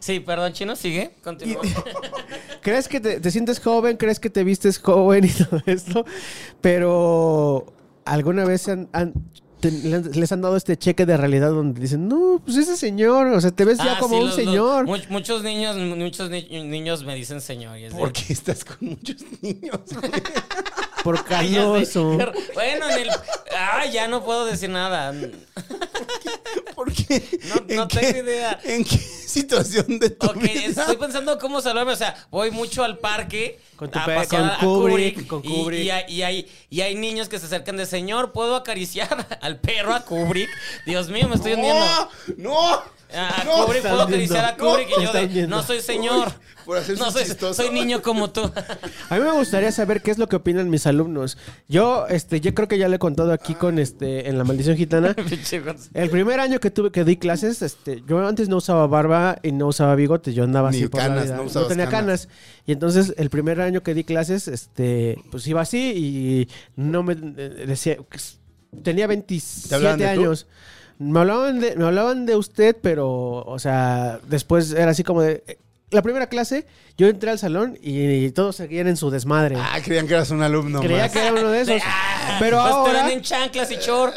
E: sí, perdón, chino, sigue. Continúa.
B: crees que te, te sientes joven, crees que te vistes joven y todo esto, pero alguna vez han- han- te- le han- les han dado este cheque de realidad donde dicen, no, pues ese señor, o sea, te ves ya
E: Ah,
B: como
E: sí,
B: un
E: los- los-
B: señor.
E: much- muchos niños, muchos ni- niños me dicen señor. y es de-
D: ¿Por qué estás con muchos niños? güey?
B: Por
E: Ay, ya sé.
B: canoso.
E: Bueno, en el. Ah, ya no puedo decir nada.
D: ¿Por qué?
E: No- no
D: ¿En
E: tengo
D: qué-
E: idea.
D: ¿En qué situación de tu
E: Ok,
D: vida?
E: estoy pues, pensando cómo saludarme. O sea, voy mucho al parque.
B: Con tu
E: a
B: pe-
E: pasear
B: con
E: a
B: Kubrick, con
E: y-
B: Kubrick.
E: Y, hay, y hay- y hay niños que se acercan de señor, ¿puedo acariciar al perro a Kubrick? Dios mío, me estoy Ah, hundiendo.
D: ¡No! ¡No!
E: A, a
D: no.
E: Kubrick,
B: están
E: ¿puedo acariciar a
B: viendo.
E: Kubrick?
B: No,
E: y yo
B: están
E: de,
B: viendo.
E: no soy señor.
D: Uy, por hacerse
E: no soy,
D: chistoso.
E: soy niño como tú.
B: A mí me gustaría saber qué es lo que opinan mis alumnos. Yo, este, yo creo que ya le he contado aquí con este en la maldición gitana.
E: Pinche Gonz-
B: El primer año que tuve que di clases, este, yo antes no usaba barba y no usaba bigote, yo andaba
D: Ni
B: así por la
D: canas,
B: vida.
D: no
B: No,
D: usabas
B: tenía
D: canas.
B: canas. Y entonces el primer año que di clases, este, pues iba así y no me eh, decía tenía
D: hablaban
B: 27
D: de tú?
B: años. Me hablaban de me hablaban de usted, pero o sea, después era así como de eh, la primera clase, yo entré al salón y, todos seguían en su desmadre.
D: Ah, creían que eras un alumno
B: Creía
D: más.
B: que era uno de esos.
E: Ah,
B: Pero
E: pues te
B: ahora
E: ven en chanclas y chor.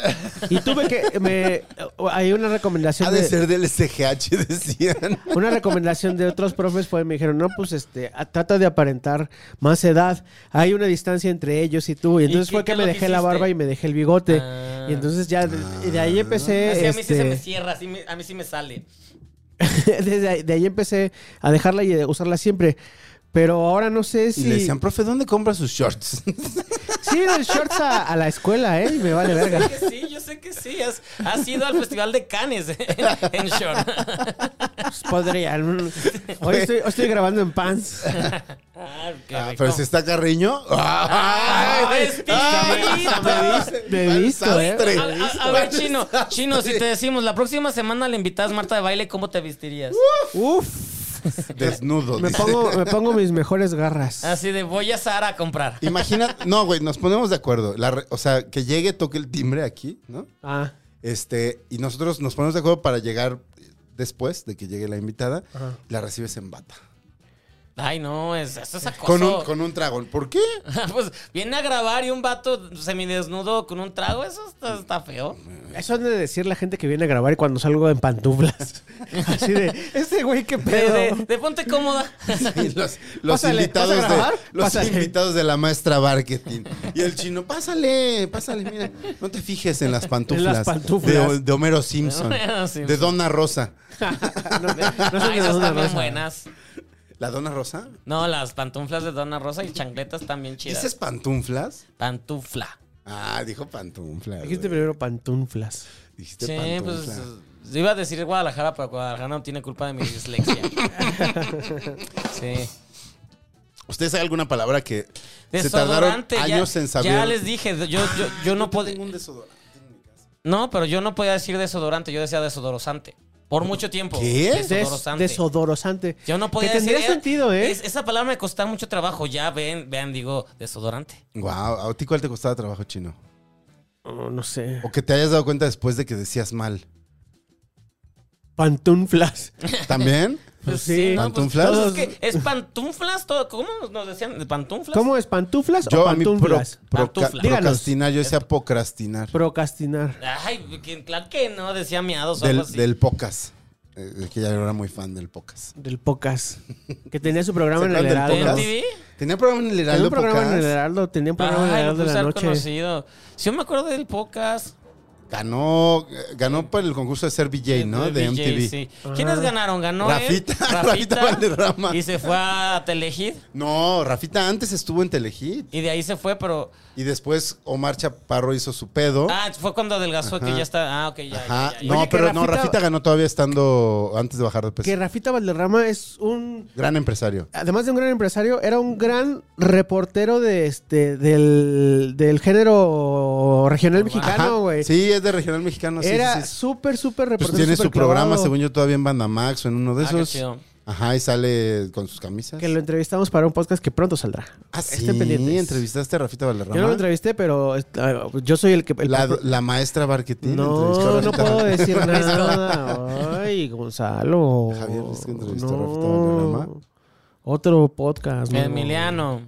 B: y tuve que me hay una recomendación
D: Ha de
B: de-
D: ser del SGH, decían.
B: Una recomendación de otros profes fue, me dijeron, no, pues este, a- trata de aparentar más edad. Hay una distancia entre ellos y tú. Y entonces
E: qué-
B: fue
E: qué
B: que
E: es
B: me
E: lo que
B: dejé la barba
E: hiciste?
B: y me dejé el bigote.
E: Ah.
B: Y entonces ya de, y de ahí empecé.
E: Así a mí sí se me
B: este,
E: cierra, así me- a mí sí me sale.
B: desde ahí- de ahí empecé a dejarla y a usarla siempre. Pero ahora no sé
D: Y le
B: si.
D: decían, profe, ¿dónde compra sus shorts?
B: Sí, los shorts a, a la escuela, ¿eh? Y me vale verga.
E: Yo sé que sí, yo sé que sí. Has, has ido al Festival de Cannes eh, en, en short.
B: Pues podría. ¿no? Hoy estoy, hoy estoy grabando en pants.
E: Ah, qué
D: Ah,
E: rico.
D: pero si está Carriño. ¡Ay!
E: Ah, es pistolito.
B: Me he visto,
D: Pa'l
B: ¿eh?
D: sastre.
E: A, a- a ver, chino, chino, si te decimos la próxima semana le invitas Marta de baile, ¿cómo te vestirías?
B: Uf.
D: Desnudo.
B: Me
D: dice.
B: pongo, me pongo mis mejores garras.
E: Así de voy a Sara a comprar.
D: Imagina, no, güey, nos ponemos de acuerdo. La re- o sea, que llegue, toque el timbre aquí, ¿no?
B: Ah,
D: Este, y nosotros nos ponemos de acuerdo para llegar después de que llegue la invitada,
B: Ajá.
D: la recibes en bata.
E: Ay, no, es, eso es acoso.
D: Con un, con un trago. ¿Por qué?
E: pues viene a grabar y un vato semidesnudo con un trago, eso está, está feo.
B: eso es de decir la gente que viene a grabar y cuando salgo en pantuflas. Así de, este güey, qué
E: De,
B: pedo.
E: de- de ponte cómoda.
D: Y los, los
B: Pásale,
D: invitados
B: ¿vas a grabar?
D: de los
B: Pásale.
D: invitados de la maestra marketing y el chino pásale pásale mira no te fijes en las pantuflas,
B: pantuflas.
D: De, de Homero Simpson
E: De Homero Simpson.
D: de Donna Rosa
B: No, no son de
E: Ay,
B: Dona
E: esas están bien
B: Rosa.
E: buenas.
D: la Donna Rosa
E: No, las pantuflas de Dona Rosa y chancletas también chidas.
D: dices pantuflas
E: Pantufla.
D: ah dijo pantuflas
B: Dijiste
D: güey.
B: primero pantuflas.
D: dijiste
E: Sí, pues
D: pantuflas
E: eh, iba a decir Guadalajara, pero Guadalajara no tiene culpa de mi dislexia. sí.
D: ustedes hay alguna palabra que se tardaron
E: Desodorante. ya-
D: años en saber
E: Ya les dije, yo, yo, yo no podía.
D: tengo un desodorante en mi casa.
E: No, pero yo no podía decir desodorante, yo decía desodorosante. Por mucho tiempo.
D: ¿Qué?
E: Desodorosante.
B: Desodorosante.
E: yo no podía
B: Que tendría
E: decir. eh,
B: sentido, ¿eh?
E: es- esa palabra me costaba mucho trabajo. Ya ven, vean, digo, desodorante.
D: Guau, ¿a ti cuál te costaba trabajo chino?
B: Oh, no sé.
D: O que te hayas dado cuenta después de que decías mal.
B: Pantuflas.
D: ¿También?
B: Pues sí.
E: no, pues,
D: ¿Pantuflas?
E: pues, es, que, es pantuflas todo. ¿Cómo nos decían? ¿De ¿Pantuflas?
B: ¿Cómo es? ¿Pantuflas o
D: Yo a mí pro-
B: pantuflas?
D: proca-
E: Pantuflas.
D: procrastinar, yo decía procrastinar.
B: Procrastinar.
E: Ay, que- claro que no, decía miados o algo
D: Del,
E: así.
D: del Pocas. Eh, que ya era muy fan del Pocas.
B: Del Pocas. Que tenía su programa
D: ¿Se
B: en el
D: acuerdan
B: Heraldo.
D: del
E: ¿De
D: Pocas?
E: MTV?
D: Tenía programa en el
B: Tenía
D: Heraldo
B: un programa en el
D: Pocas.
B: Heraldo. Tenía un programa en el
E: Ay, lo
B: Heraldo de
E: puse
B: la
E: al
B: noche.
E: conocido. Si yo me acuerdo del podcast.
D: Ganó, eh, ganó por el concurso de ser VJ, ¿no? De,
E: VJ,
D: MTV.
E: sí. ¿Quiénes ganaron? Ganó
D: Rafita,
E: él,
D: Rafita Valderrama.
E: Y se fue a Telehit.
D: No, Rafita antes estuvo en Telehit.
E: Y de ahí se fue, pero.
D: Y después Omar Chaparro hizo su pedo.
E: Ah, fue cuando adelgazó que
D: ¿Oh? Ajá.
E: ya está. Ah, ok, ya. ya,
D: Ajá.
E: ya, ya.
D: No,
B: Oye, que
D: pero no,
B: Rafita-
D: Rafita ganó todavía estando antes de bajar de peso.
B: Que Rafita Valderrama es un
D: Gran empresario.
B: además de un gran empresario, era un gran reportero de este del, del género regional
D: Ajá.
B: mexicano, güey.
D: Sí, es de regional mexicano. sí, sí,
B: Era
D: sí, sí.
B: súper, súper
D: Pues
B: reportero.
D: tiene
B: súper
D: su programa,
B: clavado,
D: según yo, todavía en Banda Max o en uno de
E: Ah, qué
D: esos.
E: chido.
D: Ajá, y sale con sus camisas.
B: Que lo entrevistamos para un podcast que pronto saldrá.
D: Ah, sí,
B: Estén pendientes.
D: entrevistaste a Rafita Valderrama.
B: Yo no lo entrevisté, pero eh, yo soy el que... el-
D: la, la maestra Barquetín. entrevistó
B: no, no
D: a Rafita
B: puedo
D: Valderrama.
B: decir nada. Ay, Gonzalo.
D: Javier Risco entrevistó a Rafita Valderrama.
B: no. Otro
D: pues,
B: podcast. nuevo.
E: Emiliano.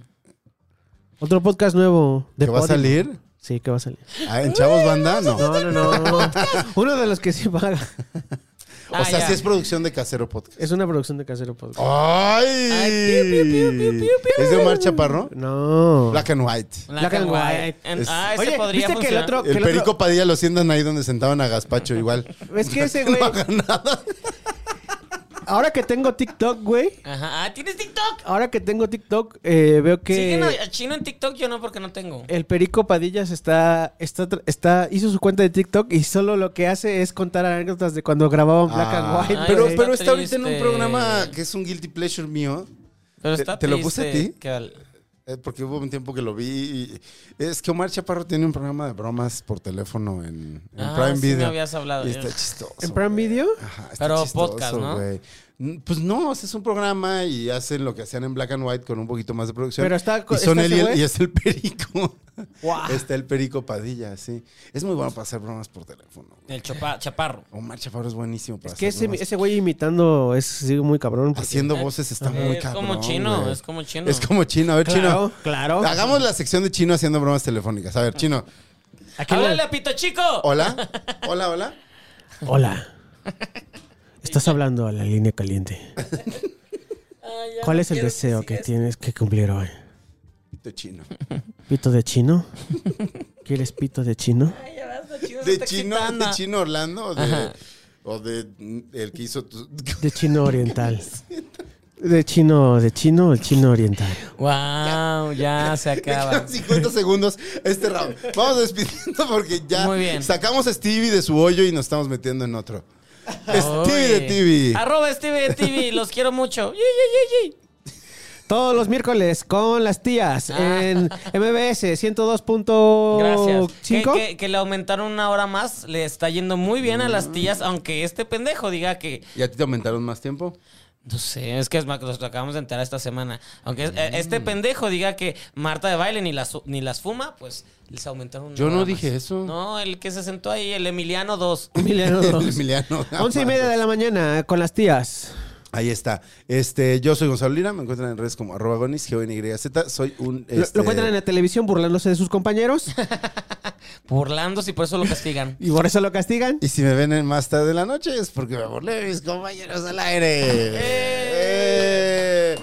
B: Otro podcast nuevo. de
D: ¿Que va a
B: Podimo.
D: salir?
B: Sí, que va a salir.
D: Ah, ¿En Chavos Banda? No.
B: No, no, no. Uno de los que sí paga.
D: O sea,
E: Ah, ya.
D: sí es producción de Casero Podcast.
B: Es una producción de Casero Podcast.
D: Oh. ¡Ay!
E: Ay, piu, piu, piu, piu, piu.
D: ¿Es de Omar Chaparro?
B: No.
D: Black and White.
E: Black and White. En- Ah, ese
B: Oye,
E: podría
B: ¿viste que el
E: funcionar.
B: otro... que
D: El
B: el otro-
D: Perico Padilla lo sientan ahí donde sentaban a Gaspacho igual.
B: Es que ese
D: No
B: güey...
D: hagan nada.
B: Ahora que tengo TikTok, güey.
E: Ajá. Ah, ¿tienes TikTok?
B: Ahora que tengo TikTok, eh, veo
E: Siguen
B: que...
E: a Chino en TikTok, yo no, porque no tengo.
D: Eh,
B: El Perico Padillas está, está, tra- está, hizo su cuenta de TikTok y solo lo que hace es contar anécdotas de cuando grababan Black and
D: Ah,
B: White.
E: Ay,
D: pero
B: güey.
D: pero está ahorita en un
E: triste.
D: programa que es un guilty pleasure mío.
E: Pero
D: ¿Te-
E: está
D: te lo puse a
E: triste
D: ti?
E: que al-
D: Eh, Porque hubo un tiempo que lo vi. y- es que Omar Chaparro tiene un programa de bromas por teléfono en, en
E: Ah,
D: Prime
E: sí
D: Video.
E: me habías hablado.
D: Y está chistoso.
B: ¿En Prime
D: güey.
B: Video?
D: Ajá, está
E: Pero
D: chistoso,
E: podcast, ¿no?
D: güey. N- Pues no, o sea, es un programa y hacen lo que hacían en Black and White con un poquito más de producción.
B: Pero está-
D: y son
B: está
D: él
B: ese
D: y, el,
B: güey.
D: y está el perico.
B: Guau.
D: Está el perico Padilla, sí. Es muy bueno para hacer bromas por teléfono. güey.
E: El chopa- chaparro.
D: Omar Chaparro es buenísimo para
B: Es que
D: hacer
B: ese,
D: bromas.
B: ese güey imitando es sí, muy cabrón. porque-
D: Haciendo voces está muy
E: Eh, es
D: cabrón.
E: como chino,
D: güey.
E: es como chino.
D: Es como chino. A ver,
B: Claro,
D: chino.
B: claro.
D: Hagamos la sección de chino haciendo bromas telefónicas. A ver, chino.
B: Aquí
E: ¡Háblale
B: la-
E: a Pito Chico!
D: Hola. Hola, hola.
B: Hola. Estás hablando a la línea caliente.
E: Ay, Ah, ya
B: ¿Cuál
E: no
B: es el
E: quiero
B: deseo que
E: sigas.
B: tienes que cumplir hoy?
D: Pito chino.
B: ¿Pito de chino? ¿Quieres pito de chino?
E: Ay, ya basta, Chino, se
D: ¿De
E: está
D: chino,
E: excitando.
D: de chino Orlando o de, o de mm, el que hizo tu-
B: De chino oriental. De chino, de chino, el chino oriental.
E: Wow, ya se
D: Me
E: acaba.
D: quedan 50 segundos este round. Vamos despidiendo porque ya
E: Muy bien.
D: sacamos a Stevie de su hoyo y nos estamos metiendo en otro. Stevie de
E: Oye.
D: TV.
E: Arroba Stevie de TV, los quiero mucho. Yi, yi, yi, yi.
B: Todos los miércoles con las tías en MBS
E: Gracias. Que,
B: 102.5.
E: que- que le aumentaron una hora más,
D: Mm.
E: le está yendo muy bien a las tías, aunque este pendejo diga que
D: ¿Y a ti te aumentaron más tiempo?
E: No sé, es que es- nos acabamos de enterar esta semana. Aunque es- eh, este
D: Mm.
E: pendejo diga que Marta de baile ni las, ni las fuma, pues les aumentaron. una
D: Yo no
E: hora
D: dije eso.
E: No, el que se sentó ahí, el Emiliano 2.
B: Emiliano
D: El
B: dos.
D: Emiliano.
B: Once y media de la mañana con las tías.
D: Ahí está. Este, yo soy Gonzalo Lira, me encuentran en redes como arroba gonis, g o n y z Soy un.
B: Lo-
D: este,
B: Lo encuentran en la televisión burlándose de sus compañeros
E: Burlándose y por eso lo castigan.
B: y por eso lo castigan.
D: Y si me ven en más tarde de la noche es porque me burlé de mis compañeros al aire. Eh.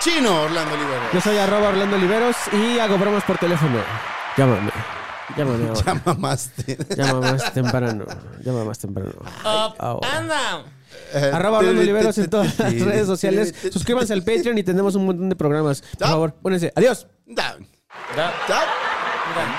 D: Chino Orlando Libero.
B: Yo soy arroba Orlando Oliveros y hago bromas por teléfono. Llámame. Llámame ahora.
D: Ya mamaste.
B: Llama más temprano. Llama más temprano.
E: Up,
B: Ahora.
E: ¡Anda!
B: Arroba Orlando Oliveros en todas las redes sociales. Suscríbanse al Patreon y tenemos un montón de programas. Por
D: Ah.
B: favor, pónganse. Adiós.
D: Down.
E: Da-
D: Down. Down.